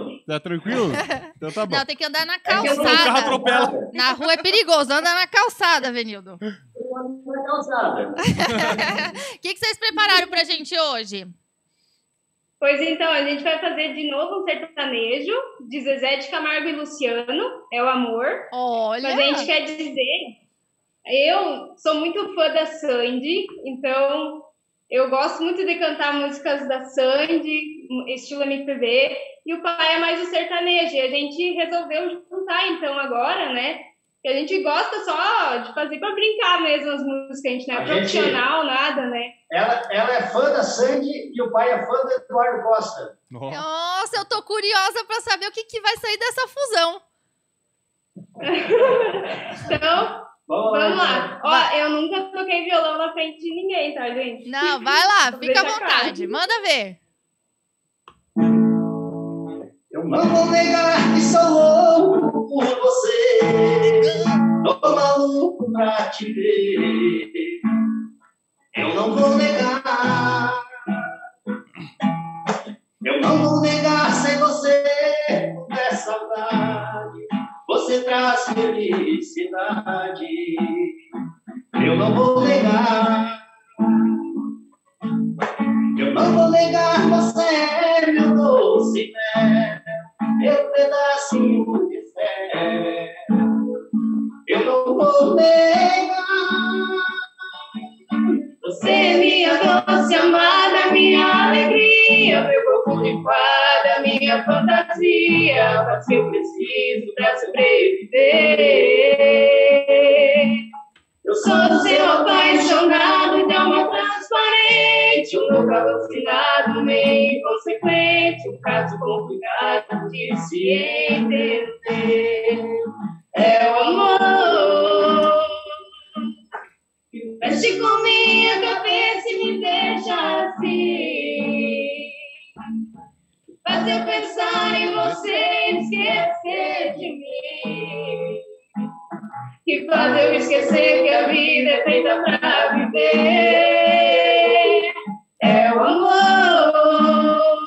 Speaker 9: tranquilo.
Speaker 2: [LAUGHS]
Speaker 4: Tá tranquilo? Então tá bom.
Speaker 2: Não, tem que andar na
Speaker 9: É que eu sou um
Speaker 2: calçada.
Speaker 9: carro atropela.
Speaker 2: Na rua é perigoso, anda na calçada, Venildo.
Speaker 9: Eu ando na calçada.
Speaker 2: O [LAUGHS] que, que vocês prepararam pra gente hoje?
Speaker 12: Pois então, a gente vai fazer de novo um sertanejo de Zezé de Camargo e Luciano, É o Amor.
Speaker 2: Olha,
Speaker 12: Mas a gente quer dizer, eu sou muito fã da Sandy, então eu gosto muito de cantar músicas da Sandy, estilo MPB, e o pai é mais o sertanejo. E a gente resolveu juntar então agora, né? Que a gente gosta só de fazer pra brincar mesmo as músicas, a gente não é
Speaker 9: A gente-
Speaker 12: profissional, nada, né?
Speaker 9: Ela, ela é fã da Sandy e o pai é fã do Eduardo Costa.
Speaker 3: Nossa.
Speaker 2: nossa, eu tô curiosa pra saber o que, que vai sair dessa fusão.
Speaker 12: Então, Vamos lá. Ó,
Speaker 2: Vai.
Speaker 12: eu nunca toquei violão na frente de ninguém, tá, gente?
Speaker 2: Não, vai lá,
Speaker 12: Vou
Speaker 2: fica à
Speaker 12: deixar
Speaker 2: vontade, manda ver.
Speaker 9: Eu não vou negar que sou louco por você. Tô maluco pra te ver. Eu não vou negar. Eu não vou negar sem você é saudade. Você traz felicidade. Eu não vou negar. Eu não vou negar, você é meu doce mel, meu pedacinho de fé. Eu não vou negar. Você é minha doce amada, minha alegria, meu corpo de fada, minha fantasia, mas que eu preciso pra sobreviver. Eu sou seu apaixonado, de alma transparente, um louco alucinado, um meio inconsequente, um caso complicado de se entender. É o amor. Mexe com minha cabeça e me deixa assim. Faz eu pensar em você e esquecer de mim. Que faz eu esquecer que a vida é feita pra viver. É o amor.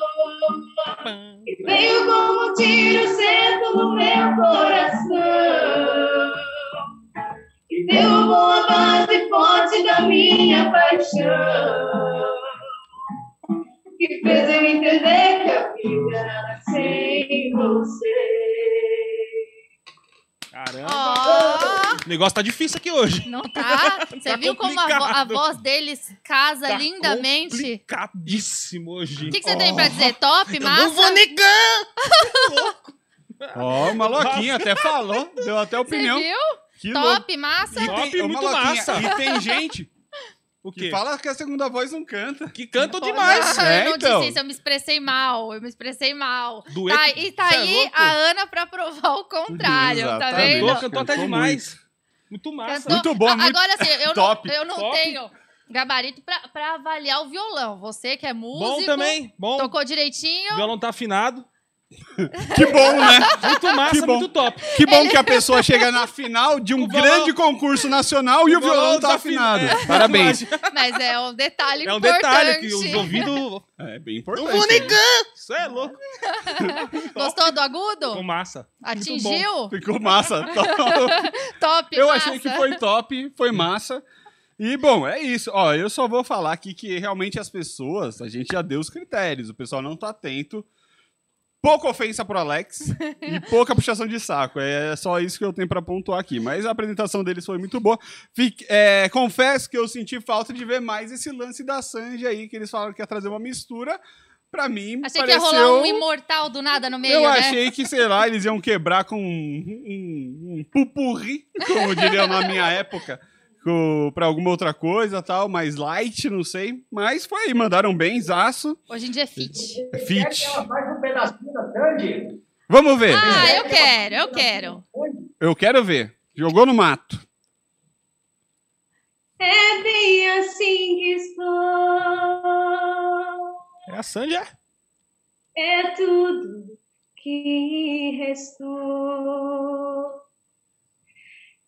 Speaker 9: E veio como um tiro certo no meu coração. E derrubou a base forte da minha paixão. Que fez eu entender que a vida era sem você.
Speaker 3: Caramba.
Speaker 2: Ó,
Speaker 3: O negócio tá difícil aqui hoje.
Speaker 2: não tá? Você
Speaker 3: Tá
Speaker 2: viu como a, vo- a
Speaker 3: complicado.
Speaker 2: voz deles casa
Speaker 3: Tá
Speaker 2: lindamente?
Speaker 3: Complicadíssimo hoje.
Speaker 2: O que, que você tem pra dizer? Top, massa?
Speaker 3: negar.
Speaker 2: [LAUGHS]
Speaker 4: Ó, o Maloquinha até falou, deu até
Speaker 2: Você
Speaker 4: opinião.
Speaker 2: viu?
Speaker 4: Que louco.
Speaker 2: Top, massa?
Speaker 3: Top,
Speaker 4: ô,
Speaker 3: muito
Speaker 4: Maloquinha,
Speaker 3: massa.
Speaker 4: E tem gente.
Speaker 3: O
Speaker 4: Que fala que a segunda voz não canta.
Speaker 3: Que cantam
Speaker 2: Não,
Speaker 3: É,
Speaker 2: eu não
Speaker 3: então.
Speaker 2: disse isso, eu me expressei mal, eu me expressei mal.
Speaker 4: Dueto-
Speaker 2: Tá, e tá
Speaker 4: Cê é
Speaker 2: aí
Speaker 4: louco?
Speaker 2: a Ana pra provar o contrário, tá
Speaker 3: Exatamente.
Speaker 2: vendo?
Speaker 3: Cantou, cantou até demais. Muito, massa.
Speaker 2: Cantou. A- Agora assim, eu
Speaker 3: Top.
Speaker 2: não, eu não
Speaker 3: Top.
Speaker 2: tenho gabarito pra, pra avaliar o violão. Você que é músico.
Speaker 3: também, bom.
Speaker 2: Tocou
Speaker 3: O
Speaker 2: direitinho.
Speaker 3: violão tá afinado.
Speaker 4: Que bom, né?
Speaker 3: [LAUGHS] Muito massa,
Speaker 4: Que bom.
Speaker 3: muito top.
Speaker 4: Que bom que a pessoa chega na final de um grande concurso nacional e o violão, tá afinado. Parabéns.
Speaker 2: [LAUGHS] Mas é um detalhe
Speaker 3: É um
Speaker 2: importante.
Speaker 3: detalhe que os ouvidos.
Speaker 4: É bem importante.
Speaker 3: Isso é louco.
Speaker 2: [LAUGHS] Gostou do agudo?
Speaker 3: Ficou massa.
Speaker 2: Atingiu?
Speaker 4: Ficou [LAUGHS] massa.
Speaker 2: [LAUGHS] Top,
Speaker 4: Eu
Speaker 2: massa.
Speaker 4: achei que foi top, foi massa. E, bom, é isso. Ó, eu só vou falar aqui que realmente as pessoas, a gente já deu os critérios, o pessoal não tá atento. Pouca ofensa
Speaker 2: [LAUGHS]
Speaker 4: pro Alex e pouca puxação de saco. É só isso que eu tenho pra pontuar aqui. Mas a apresentação deles foi muito boa. Fique- é, confesso que eu senti falta de ver mais esse lance da Sanji aí, que eles falaram que ia trazer uma mistura. Pra mim,
Speaker 2: Achei que ia
Speaker 4: pareceu...
Speaker 2: rolar um imortal do nada no meio,
Speaker 4: Eu
Speaker 2: né?
Speaker 4: achei que, sei lá, eles iam quebrar com um, um, um pupurri, [LAUGHS] como diriam na minha época, co- pra alguma outra coisa tal, mais light, não sei. Mas foi aí, mandaram bem, zaço.
Speaker 2: Hoje em dia é fit.
Speaker 4: É fit.
Speaker 13: Mais um pedacinho da Sandy.
Speaker 4: Vamos ver.
Speaker 2: [LAUGHS] Ah, eu quero, eu quero.
Speaker 4: Eu quero ver. Jogou no mato.
Speaker 9: É bem assim que estou.
Speaker 3: É a Sandy, é?
Speaker 9: É tudo que restou.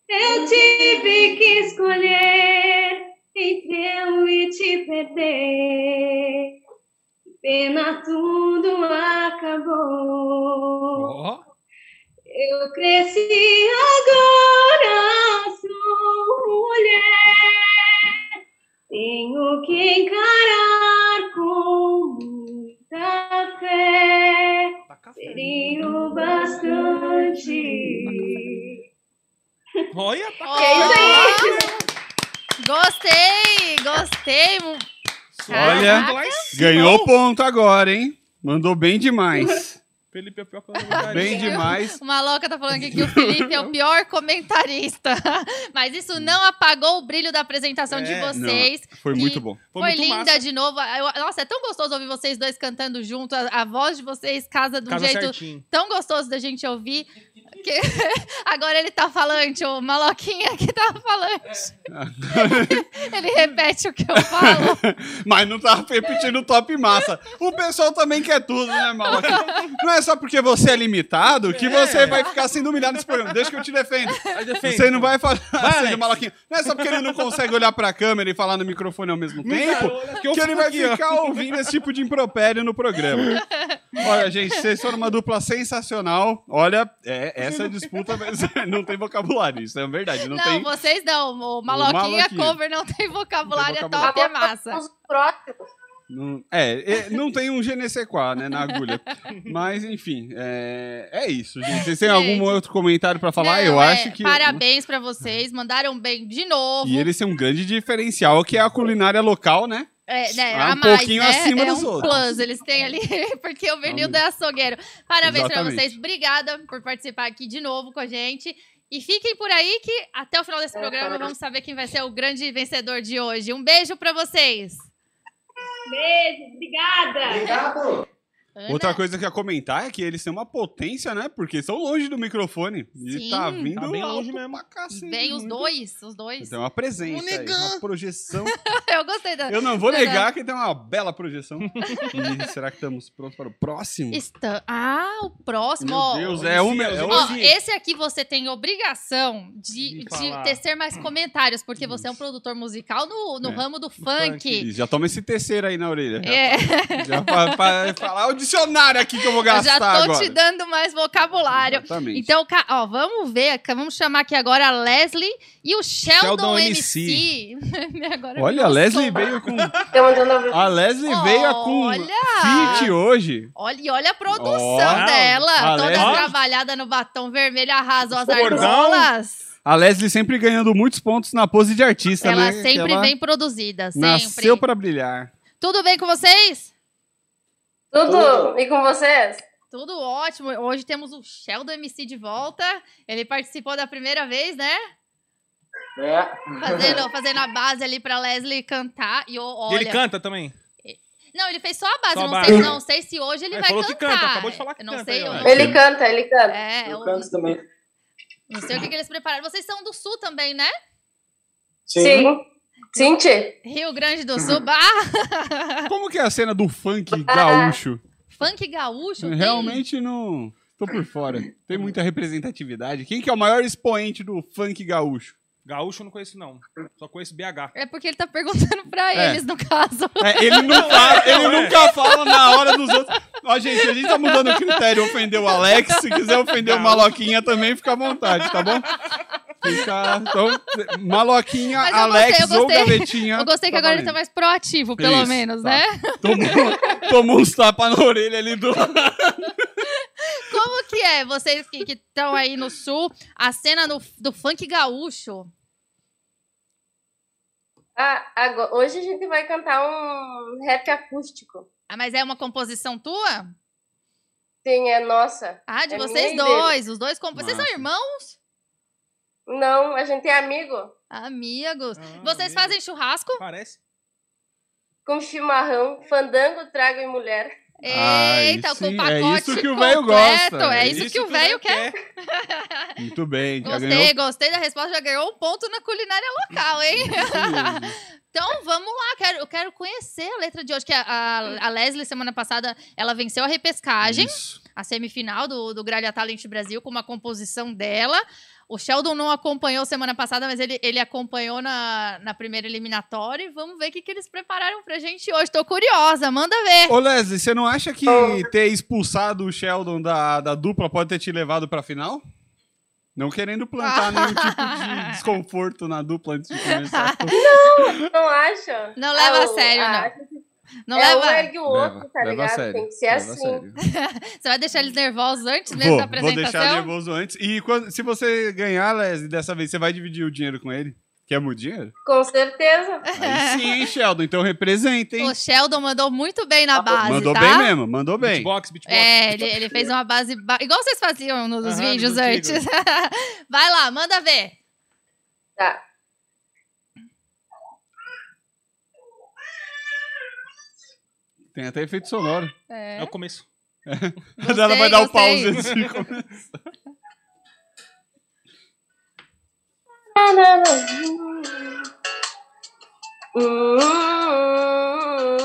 Speaker 9: Eu tive que escolher entre eu e te perder. Pena, tudo acabou.
Speaker 3: Ó.
Speaker 9: Eu cresci agora, sou mulher. Tenho que encarar com muita fé. Seria o bastante.
Speaker 3: Olha, tá
Speaker 2: É isso aí. Gostei, gostei. Um mu-
Speaker 4: Olha,
Speaker 2: Caraca.
Speaker 4: ganhou ponto agora, hein? Mandou bem demais.
Speaker 3: Felipe é pior que
Speaker 4: Bem demais.
Speaker 2: Uma louca tá falando aqui que o Felipe é o pior comentarista. [LAUGHS] Mas isso não apagou o brilho da apresentação de
Speaker 4: É,
Speaker 2: vocês.
Speaker 4: não, foi
Speaker 2: E
Speaker 4: muito bom.
Speaker 2: Foi,
Speaker 4: Foi muito
Speaker 2: linda
Speaker 4: [LAUGHS] massa.
Speaker 2: de novo. Eu- Nossa, é tão gostoso ouvir vocês dois cantando junto. A, a voz de vocês casa de um
Speaker 3: Casa
Speaker 2: jeito
Speaker 3: certinho.
Speaker 2: tão gostoso da gente ouvir. que- [LAUGHS] Agora ele tá falante, o maloquinha que tá falante. ele repete o que
Speaker 4: É,
Speaker 2: eu falo.
Speaker 4: Mas não tá repetindo o top massa. O pessoal também quer tudo, né, Maloca? Não é só porque você é limitado que você vai ficar sendo humilhado nesse programa. Deixa que eu te defendo.
Speaker 3: É. defende.
Speaker 4: Você não vai falar assim
Speaker 3: Alex.
Speaker 4: do Maloquinha. Não é só porque ele não consegue olhar pra câmera e falar no microfone ao mesmo
Speaker 3: Não dá,
Speaker 4: tempo
Speaker 3: olha que
Speaker 4: que,
Speaker 3: eu
Speaker 4: ele
Speaker 3: fico
Speaker 4: vai
Speaker 3: aqui, ó.
Speaker 4: ficar ouvindo esse tipo de impropério no programa. Olha, gente, vocês foram uma dupla sensacional. Olha, é, essa disputa vai ser- não tem vocabulário, isso é verdade. Não,
Speaker 2: Não,
Speaker 4: tem.
Speaker 2: vocês não. O maloquinha,
Speaker 4: Maloquinha.
Speaker 2: cover não tem vocabulário, é
Speaker 4: vocabulário.
Speaker 2: top, é massa.
Speaker 4: Não- é, é, não tem um GNC4, né, na agulha. Mas, enfim, é, é isso, gente. Vocês têm algum
Speaker 2: Gente.
Speaker 4: outro comentário pra falar?
Speaker 2: Não,
Speaker 4: Eu
Speaker 2: é,
Speaker 4: acho que.
Speaker 2: Parabéns pra vocês, mandaram bem de novo.
Speaker 4: E eles têm um grande diferencial, que é a culinária local, né?
Speaker 2: É, né,
Speaker 4: Ah,
Speaker 2: a
Speaker 4: um
Speaker 2: mais,
Speaker 4: pouquinho
Speaker 2: né?
Speaker 4: acima
Speaker 2: é
Speaker 4: dos
Speaker 2: um
Speaker 4: outros.
Speaker 2: plus eles têm ali, [LAUGHS] porque o Benildo é açougueiro. Parabéns pra
Speaker 4: Exatamente.
Speaker 2: vocês, obrigada por participar aqui de novo com a gente. E fiquem por aí que até o final
Speaker 9: É,
Speaker 2: desse programa vamos saber quem vai ser o grande vencedor de hoje. Um beijo pra vocês.
Speaker 9: Beijo, obrigada.
Speaker 13: Obrigado.
Speaker 4: Outra coisa que eu ia comentar é que eles têm uma potência, né? Porque são longe do microfone. E
Speaker 2: Sim.
Speaker 4: tá vindo
Speaker 3: Tá bem
Speaker 4: alto
Speaker 3: longe mesmo.
Speaker 4: pra cacete.
Speaker 2: Vem os
Speaker 4: muito.
Speaker 2: dois, os dois.
Speaker 4: Tem uma presença, aí, uma projeção.
Speaker 2: [LAUGHS] Eu gostei da.
Speaker 4: Eu não vou
Speaker 2: da-
Speaker 4: negar que tem uma bela projeção. E será que estamos prontos para o próximo?
Speaker 2: Está... Ah, o próximo.
Speaker 4: Meu
Speaker 2: ó.
Speaker 4: Deus, é um... É um
Speaker 2: Ó, esse aqui você tem obrigação de,
Speaker 3: De
Speaker 2: de
Speaker 3: falar.
Speaker 2: tecer mais comentários, porque você é um produtor musical no, no
Speaker 4: É.
Speaker 2: ramo do funk.
Speaker 4: E já toma esse terceiro aí na orelha.
Speaker 2: É.
Speaker 4: Já
Speaker 2: [LAUGHS]
Speaker 4: pra, pra falar o dicionário aqui que eu vou
Speaker 2: Eu
Speaker 4: gastar
Speaker 2: já tô
Speaker 4: agora.
Speaker 2: te dando mais vocabulário.
Speaker 4: Exatamente.
Speaker 2: Então, ca- ó, vamos ver, ca- vamos chamar aqui agora a Leslie e o Sheldon,
Speaker 3: Sheldon
Speaker 2: MC. [LAUGHS] Agora
Speaker 4: Olha, a
Speaker 2: virou
Speaker 4: Leslie
Speaker 2: som.
Speaker 4: veio com.
Speaker 11: Tô mandando ouvir.
Speaker 4: A Leslie veio com
Speaker 2: Olha!
Speaker 4: fit hoje.
Speaker 2: Olha, e olha a produção
Speaker 4: Ó,
Speaker 2: dela,
Speaker 4: a
Speaker 2: toda
Speaker 4: Leslie-
Speaker 2: trabalhada no batom vermelho, arrasou as
Speaker 3: Bordão.
Speaker 2: argolas.
Speaker 4: A Leslie sempre ganhando muitos pontos na pose de artista, né?
Speaker 2: Ela
Speaker 4: Que
Speaker 2: sempre
Speaker 4: ela
Speaker 2: vem produzida, sempre.
Speaker 4: Nasceu pra brilhar.
Speaker 2: Tudo bem com vocês?
Speaker 11: Tudo? E com vocês?
Speaker 2: Tudo ótimo. Hoje temos o Sheldon MC de volta. Ele participou da primeira vez, né?
Speaker 14: É.
Speaker 3: [LAUGHS]
Speaker 2: Fazendo, fazendo a base ali pra Leslie cantar. E eu- olha. É.
Speaker 3: E ele canta também?
Speaker 2: Não, ele fez só a base.
Speaker 3: Só a
Speaker 2: não,
Speaker 3: base.
Speaker 2: Sei, não sei se hoje ele
Speaker 3: É,
Speaker 2: vai
Speaker 3: falou que
Speaker 2: cantar.
Speaker 3: canta, acabou de falar que
Speaker 2: Eu não
Speaker 3: canta
Speaker 2: Sei,
Speaker 3: aí,
Speaker 2: eu
Speaker 3: ó.
Speaker 2: não-
Speaker 11: Ele canta, ele canta.
Speaker 2: É,
Speaker 11: eu
Speaker 2: eu
Speaker 11: canto também.
Speaker 2: não sei o que, que eles prepararam. Vocês são do sul também,
Speaker 3: [LAUGHS]
Speaker 2: né?
Speaker 11: Sim. Sim, tchê.
Speaker 2: Rio Grande do Sul. [LAUGHS] Bah!
Speaker 4: Como que é a cena do funk gaúcho?
Speaker 2: Funk gaúcho. tem-
Speaker 4: Realmente não. Tô por fora. Tem muita representatividade. Quem que é o maior expoente do funk gaúcho?
Speaker 3: Gaúcho eu não conheço, não. Só conheço BH.
Speaker 2: É porque ele tá perguntando pra
Speaker 4: É.
Speaker 2: eles, no caso.
Speaker 4: É, ele não
Speaker 2: [LAUGHS]
Speaker 4: é. fala, ele nunca fala na hora dos outros. Ó, gente, a gente tá mudando o critério. Ofender o Alex, se quiser ofender o Maloquinha também, fica à vontade, tá bom? Fica, então, Maloquinha,
Speaker 2: Mas eu
Speaker 4: Alex
Speaker 2: gostei, eu
Speaker 4: ou
Speaker 2: gostei.
Speaker 4: Gavetinha.
Speaker 2: Eu gostei que agora ele tá
Speaker 4: valendo.
Speaker 2: mais proativo, pelo
Speaker 4: Isso,
Speaker 2: menos,
Speaker 4: tá.
Speaker 2: né? [LAUGHS]
Speaker 4: Tomou, tomou uns tapas na orelha ali do
Speaker 2: Como que é, vocês que estão aí no sul, a cena no- do funk gaúcho?
Speaker 11: Ah, agora- hoje a gente vai cantar um rap acústico.
Speaker 2: Ah, mas é uma composição tua?
Speaker 11: Sim, é nossa.
Speaker 2: Ah, de
Speaker 11: É
Speaker 2: vocês
Speaker 11: minha e dele.
Speaker 2: dois, os dois compõem. Vocês são
Speaker 4: Massa.
Speaker 2: irmãos?
Speaker 11: Não, a gente é amigo
Speaker 2: Amigos.
Speaker 4: Ah,
Speaker 2: vocês fazem churrasco?
Speaker 3: Parece.
Speaker 11: com chimarrão, fandango, trago e mulher.
Speaker 4: Ah, aí
Speaker 2: Eita, com
Speaker 4: sim,
Speaker 2: o
Speaker 4: é
Speaker 2: pacote
Speaker 4: isso que o
Speaker 2: completo.
Speaker 4: velho gosta,
Speaker 2: É
Speaker 4: é
Speaker 2: isso, que o velho quer. [LAUGHS]
Speaker 4: Muito bem, já
Speaker 2: Gostei,
Speaker 4: ganhou. um
Speaker 2: gostei da resposta. Já ganhou um ponto na culinária local, hein? [LAUGHS] então, vamos lá. Quero, eu quero conhecer a letra de hoje. Que a, a- a Leslie, semana passada, ela venceu a repescagem.
Speaker 4: Isso.
Speaker 2: a semifinal do, do Gralha Talent Brasil com uma composição dela. O Sheldon não acompanhou semana passada, mas ele, ele acompanhou na, na primeira eliminatória. E vamos ver o que, que eles prepararam pra gente hoje. Tô curiosa, manda ver.
Speaker 4: Ô, Leslie, você não acha que ter expulsado o Sheldon da, da dupla pode ter te levado pra final? Não querendo
Speaker 2: Ah.
Speaker 4: plantar nenhum tipo de desconforto na dupla antes de
Speaker 2: [LAUGHS]
Speaker 4: começar.
Speaker 11: Não É acho.
Speaker 2: Não leva a sério,
Speaker 11: ah,
Speaker 2: não. Não leva.
Speaker 11: Um ergue o outro,
Speaker 4: Leva,
Speaker 11: tá
Speaker 4: leva a
Speaker 11: ligado?
Speaker 4: sério,
Speaker 11: Tem que ser
Speaker 4: leva a
Speaker 11: assim.
Speaker 4: sério.
Speaker 2: [LAUGHS] Você vai deixar eles nervosos antes mesmo da
Speaker 4: Vou, vou
Speaker 2: apresentação?
Speaker 4: deixar nervoso antes. E quando- se você ganhar, Leslie, dessa vez, você vai dividir o dinheiro com ele? Quer
Speaker 2: [LAUGHS]
Speaker 4: muito dinheiro?
Speaker 11: Com certeza.
Speaker 4: Aí sim, hein, Sheldon? Então representa, hein?
Speaker 2: O Sheldon mandou muito bem na base,
Speaker 4: mandou
Speaker 2: tá?
Speaker 4: bem mesmo, Tipo, mandou bem.
Speaker 3: Beatbox, beatbox.
Speaker 2: É, ele, ele fez uma base. ba- Igual vocês faziam nos
Speaker 3: Aham,
Speaker 2: vídeos
Speaker 3: nos
Speaker 2: antes.
Speaker 3: antigos.
Speaker 2: [LAUGHS] vai lá, manda ver.
Speaker 11: Tá.
Speaker 4: Tem até efeito sonoro.
Speaker 3: É o
Speaker 4: [LAUGHS]
Speaker 3: começo.
Speaker 4: Mas ela vai dar o pause assim,
Speaker 2: gostei. [LAUGHS]
Speaker 4: antes [LAUGHS] de começar.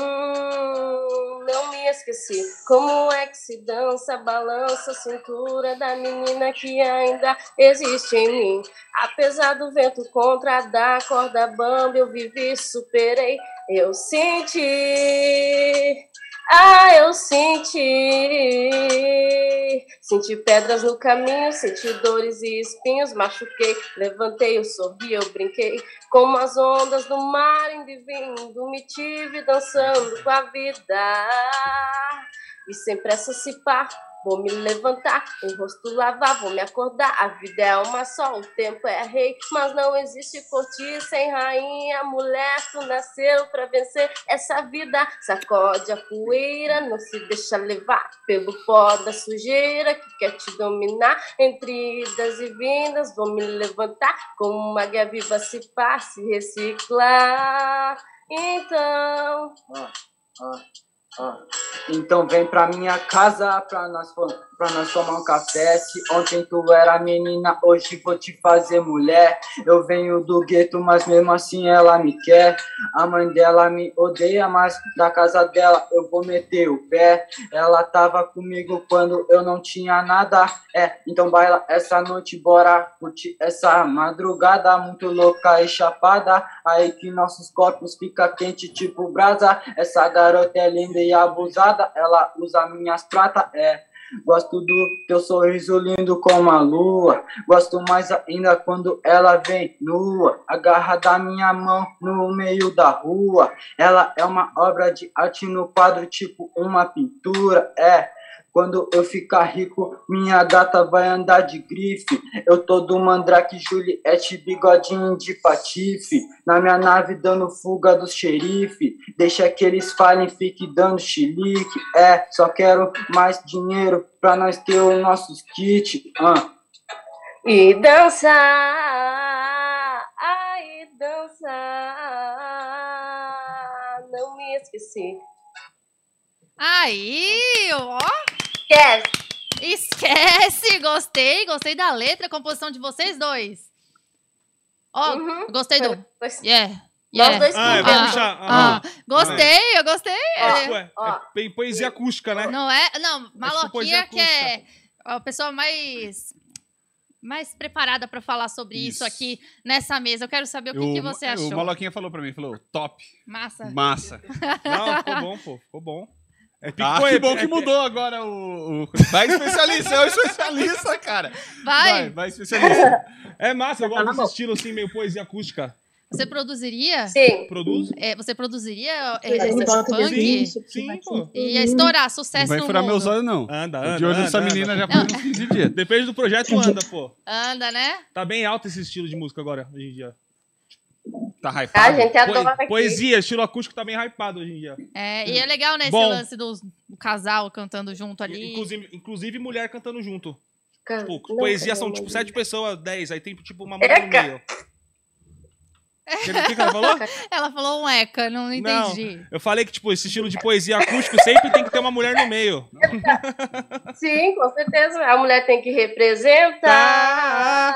Speaker 11: Hum, Não me esqueci. Como é que se dança, balança a cintura da menina que ainda existe em mim. Apesar do vento contra da corda bamba, eu vivi, superei. Eu senti. Ah, eu senti. Senti pedras no caminho, senti dores e espinhos, machuquei, levantei, eu sorri, eu brinquei. Como as ondas do mar indivindo, me tive dançando com a vida. E sem pressa se pá, vou me levantar, o rosto lavar, vou me acordar. A vida é uma só, o tempo é rei, mas não existe cortiça sem rainha. Mulher, tu nasceu pra vencer essa vida. Sacode a poeira, não se deixa levar pelo pó da sujeira que quer te dominar. Entre idas e vindas, vou me levantar como uma águia viva se pá, se reciclar. Então,
Speaker 14: Ah, ah, ah. Então vem pra minha casa pra nós, fo- pra nós tomar um café. Se ontem tu era menina, hoje vou te fazer mulher. Eu venho do gueto, mas mesmo assim ela me quer. A mãe dela me odeia, mas da casa dela eu vou meter o pé. Ela tava comigo quando eu não tinha nada. É, então baila essa noite, bora curtir essa madrugada muito louca e chapada. Aí que nossos corpos fica quente tipo brasa. Essa garota é linda e abusada, ela usa minhas pratas, é. Gosto do teu sorriso lindo como a lua. Gosto mais ainda quando ela vem nua, agarra da minha mão no meio da rua. Ela é uma obra de arte no quadro, tipo uma pintura, é. Quando eu ficar rico, minha gata vai andar de grife. Eu tô do Mandrake, Juliette, bigodinho de patife. Na minha nave dando fuga do xerife. Deixa que eles falem, fique dando chilique. É, só quero mais dinheiro pra nós ter os nossos kits. Ah.
Speaker 11: e dançar. Ah, não me esqueci.
Speaker 2: Aí, ó.
Speaker 11: Esquece.
Speaker 2: Esquece, gostei, gostei da letra, composição de vocês dois. Ó,
Speaker 11: Uhum.
Speaker 2: gostei do. Yeah. yeah.
Speaker 11: dois
Speaker 3: Ah, é, vai puxar.
Speaker 2: ah.
Speaker 3: Ah,
Speaker 2: Gostei, eu gostei.
Speaker 3: É, ué,
Speaker 11: Ah.
Speaker 3: é bem poesia acústica, né?
Speaker 2: Não é? Não,
Speaker 3: poesia
Speaker 2: maloquinha que
Speaker 3: acústica.
Speaker 2: é a pessoa mais mais preparada pra falar sobre isso. aqui nessa mesa. Eu quero saber o que, que você achou.
Speaker 4: O Maloquinha falou pra mim, falou, top,
Speaker 2: Massa. [LAUGHS]
Speaker 4: massa.
Speaker 3: Não, ficou bom, pô. Ficou bom. É
Speaker 4: Ah,
Speaker 3: pico-
Speaker 4: que bom
Speaker 3: é-
Speaker 4: que mudou agora o... [LAUGHS] o... Vai especialista, é o especialista, cara.
Speaker 2: Vai.
Speaker 4: vai especialista.
Speaker 3: É massa,
Speaker 11: Tá
Speaker 3: eu gosto desse estilo assim, meio poesia acústica.
Speaker 2: Você produziria?
Speaker 11: Sim.
Speaker 3: Produzo?
Speaker 2: É, você produziria é,
Speaker 11: Ele
Speaker 2: esse
Speaker 11: bota o
Speaker 2: funk?
Speaker 3: Sim, sim, pô.
Speaker 2: Ia estourar,
Speaker 4: Não
Speaker 2: sucesso
Speaker 4: vai
Speaker 2: no
Speaker 4: furar
Speaker 2: mundo.
Speaker 4: meus olhos, não.
Speaker 3: Anda,
Speaker 4: Tô
Speaker 3: anda.
Speaker 4: De olho
Speaker 3: anda,
Speaker 4: nessa
Speaker 3: anda.
Speaker 4: menina já faz uns 15 dias.
Speaker 3: Depende do projeto, anda, pô.
Speaker 2: Anda, né?
Speaker 3: Tá bem alto esse estilo de música agora, hoje em dia.
Speaker 4: Tá hypado.
Speaker 11: A gente
Speaker 3: Poe-
Speaker 11: adora aqui.
Speaker 3: Poesia, estilo acústico tá bem hypado hoje em dia.
Speaker 2: É, e é legal, né,
Speaker 3: Bom.
Speaker 2: esse lance do, do casal cantando junto ali.
Speaker 3: Inclusive, inclusive mulher cantando junto.
Speaker 11: Can-
Speaker 3: Tipo,
Speaker 11: não,
Speaker 3: poesia
Speaker 11: cara,
Speaker 3: são
Speaker 11: não.
Speaker 3: tipo sete pessoas, dez. Aí tem tipo uma mulher no
Speaker 11: Eca.
Speaker 3: meio. Que- O que, que ela falou?
Speaker 2: [LAUGHS] Ela falou um eca, não entendi.
Speaker 3: Eu falei que, tipo, esse estilo de poesia acústico sempre tem que ter uma mulher no meio.
Speaker 11: Sim, com certeza. A mulher tem que representar.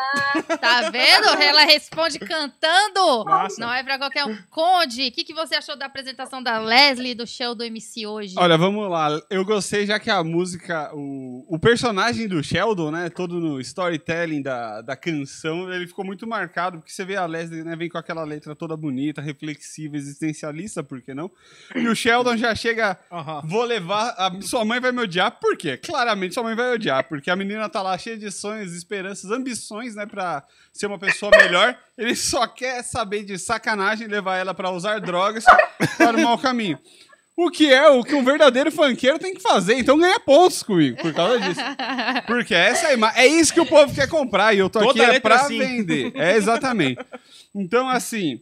Speaker 2: Tá vendo? Ela responde cantando.
Speaker 3: Nossa.
Speaker 2: Não é pra qualquer um. Conde, o que, que você achou da apresentação da Leslie e do show do MC hoje?
Speaker 4: Olha, vamos lá. Eu gostei, já que a música, o, o personagem do Sheldon, né? Todo no storytelling da, da canção, ele ficou muito marcado, porque você vê a Leslie, né? Vem com aquela letra toda bonita, reflexiva, existencialista, por que não? E o Sheldon já chega.
Speaker 3: Aham.
Speaker 4: Vou levar. a- sua mãe vai me odiar, por quê? Claramente sua mãe vai odiar, porque a menina tá lá cheia de sonhos, esperanças, ambições, né, pra ser uma pessoa melhor. Ele só quer saber de sacanagem, levar ela pra usar drogas para o mau caminho. O que é o que um verdadeiro funkeiro tem que fazer, então ganha pontos comigo por causa disso. Porque essa é, a ima- é isso que o povo quer comprar e eu tô
Speaker 3: Toda
Speaker 4: aqui é
Speaker 3: letra
Speaker 4: pra
Speaker 3: assim.
Speaker 4: vender. É exatamente. Então, assim,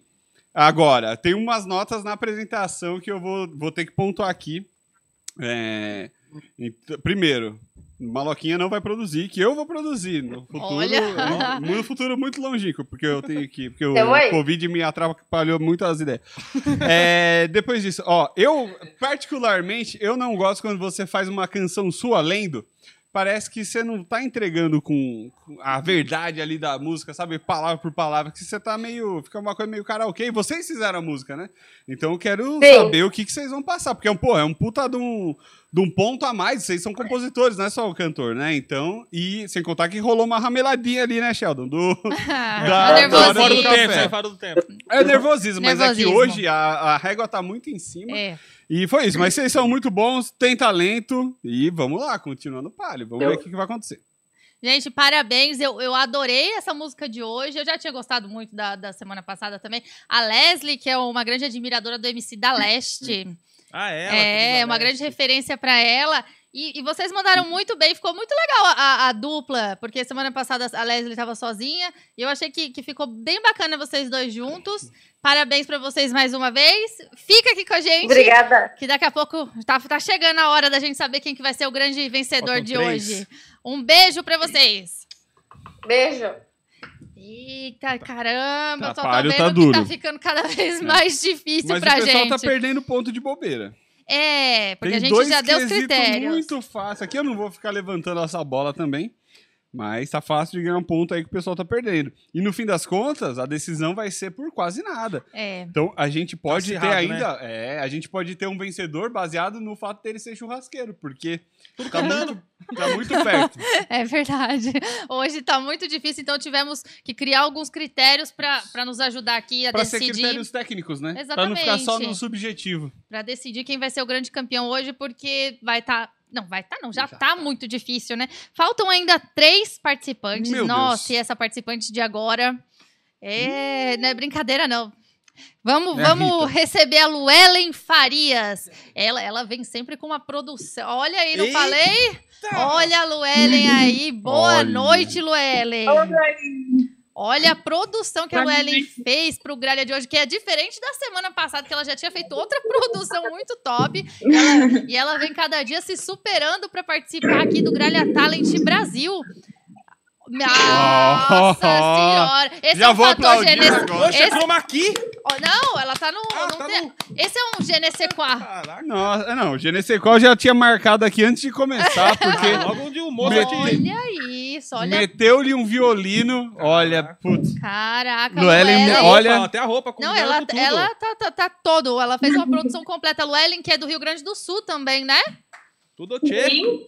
Speaker 4: agora, tem umas notas na apresentação que eu vou, vou ter que pontuar aqui. É, ent- primeiro, Maloquinha não vai produzir, que eu vou produzir no futuro,
Speaker 2: Olha!
Speaker 4: no, no futuro muito longínquo, porque eu tenho que, porque
Speaker 11: Então,
Speaker 4: o
Speaker 11: oi.
Speaker 4: Covid me atrapalhou muito as ideias. [LAUGHS] É, depois disso, ó, eu particularmente eu não gosto quando você faz uma canção sua lendo. Parece que você não tá entregando com com a verdade ali da música, sabe? Palavra por palavra, que você tá meio. Fica uma coisa meio karaokê. E vocês fizeram a música, né? Então eu quero
Speaker 11: Sim.
Speaker 4: saber o que, que vocês vão passar. Porque é um, pô, é um puta de um, de um ponto a mais. Vocês são compositores, não é só o cantor, né? Então, e sem contar que rolou uma rameladinha ali, né, Sheldon? Do,
Speaker 2: Ah,
Speaker 3: Sai
Speaker 4: da-
Speaker 3: fora do
Speaker 4: Nervosismo.
Speaker 3: tempo, sai fora do tempo.
Speaker 4: é nervosismo, mas é que
Speaker 2: Nervosismo.
Speaker 4: hoje a, a régua tá muito em cima.
Speaker 2: É.
Speaker 4: E foi isso. Mas vocês são muito bons, têm talento. E vamos lá, continuando o palio. Vamos ver o que, que vai acontecer.
Speaker 2: Gente, parabéns. Eu, eu adorei essa música de hoje. Eu já tinha gostado muito da, da semana passada também. A Leslie, que é uma grande admiradora do MC da Leste.
Speaker 3: Ah, é? ela
Speaker 2: É,
Speaker 3: tem
Speaker 2: uma
Speaker 3: leste.
Speaker 2: grande referência pra ela. E, e vocês
Speaker 4: Uhum.
Speaker 2: mandaram muito bem, ficou muito legal a, a- a dupla, porque semana passada a Leslie tava sozinha, e eu achei que, que ficou bem bacana vocês dois juntos. Parabéns pra vocês mais uma vez. Fica aqui com a gente,
Speaker 11: Obrigada.
Speaker 2: que daqui a pouco tá, tá chegando a hora da gente saber quem que vai ser o grande vencedor
Speaker 3: Faltam
Speaker 2: de
Speaker 3: três.
Speaker 2: hoje. Um beijo pra vocês.
Speaker 11: Beijo.
Speaker 2: Eita, caramba, eu só tô
Speaker 4: Atrapalho
Speaker 2: vendo
Speaker 4: tá
Speaker 2: que
Speaker 4: duro. É.
Speaker 2: tá ficando cada vez mais difícil
Speaker 4: Mas o
Speaker 2: pra
Speaker 4: pessoal
Speaker 2: gente.
Speaker 4: tá perdendo ponto de bobeira.
Speaker 2: É, porque
Speaker 4: Tem
Speaker 2: a gente
Speaker 4: dois
Speaker 2: já deu os
Speaker 4: quesitos
Speaker 2: critérios.
Speaker 4: muito fácil. Aqui eu não vou ficar levantando essa bola também. Mas tá fácil de ganhar um ponto aí que o pessoal tá perdendo. E no fim das contas, a decisão vai ser por quase nada.
Speaker 2: É.
Speaker 4: Então a gente pode ter
Speaker 3: acirrado,
Speaker 4: ainda. É, a gente pode ter um vencedor baseado no fato dele ser churrasqueiro, porque
Speaker 3: Tudo
Speaker 4: tá
Speaker 3: cantando.
Speaker 4: muito, tá
Speaker 2: [LAUGHS]
Speaker 4: muito perto.
Speaker 2: É verdade. Hoje tá muito difícil, então tivemos que criar alguns critérios para nos ajudar aqui a
Speaker 4: Pra ser
Speaker 2: decidir,
Speaker 4: critérios técnicos, né? Pra não ficar só
Speaker 2: Exatamente.
Speaker 4: no subjetivo.
Speaker 2: para decidir quem vai ser o grande campeão hoje, porque vai tá não, vai tá não, já,
Speaker 4: Já
Speaker 2: tá, muito difícil, né? Faltam ainda três participantes.
Speaker 4: Meu
Speaker 2: Nossa,
Speaker 4: Deus.
Speaker 2: e essa participante de agora é, não é brincadeira não. Vamos,
Speaker 4: É a
Speaker 2: vamos
Speaker 4: Rita.
Speaker 2: receber a Luellen Farias. Ela, ela vem sempre com uma produção. Olha aí, não
Speaker 3: Eita!
Speaker 2: falei? Olha a Luellen aí. Boa
Speaker 4: Olha.
Speaker 2: noite, Luellen. Olha a produção que a Luellen fez pro Gralha de hoje, que é diferente da semana passada, que ela já tinha feito
Speaker 4: [LAUGHS]
Speaker 2: outra produção muito top. Ela- e ela vem cada dia se superando para participar aqui do Gralha Talent Brasil. Nossa senhora! Esse
Speaker 4: Já
Speaker 2: é um
Speaker 4: vou
Speaker 2: fator
Speaker 4: aplaudir
Speaker 2: gene...
Speaker 4: agora. Poxa,
Speaker 3: chroma aqui?
Speaker 2: Não, ela tá no.
Speaker 4: Ah,
Speaker 2: não tem- Esse é um genesequá.
Speaker 4: Tá, Nossa, não, o Genesecol já tinha marcado aqui antes
Speaker 2: [LAUGHS]
Speaker 4: de começar, Tá, porque.
Speaker 3: Logo de humor,
Speaker 4: mete,
Speaker 2: Olha isso, olha.
Speaker 4: Meteu-lhe um violino, olha, putz.
Speaker 2: Caraca,
Speaker 4: Luellen,
Speaker 2: Luellen.
Speaker 4: olha.
Speaker 3: Até a roupa com
Speaker 2: Não, ela, ela tá, tá, tá todo. Ela fez
Speaker 9: [LAUGHS]
Speaker 2: uma produção completa. Luellen, que é do Rio Grande do Sul também, né?
Speaker 3: Tudo
Speaker 9: Sim.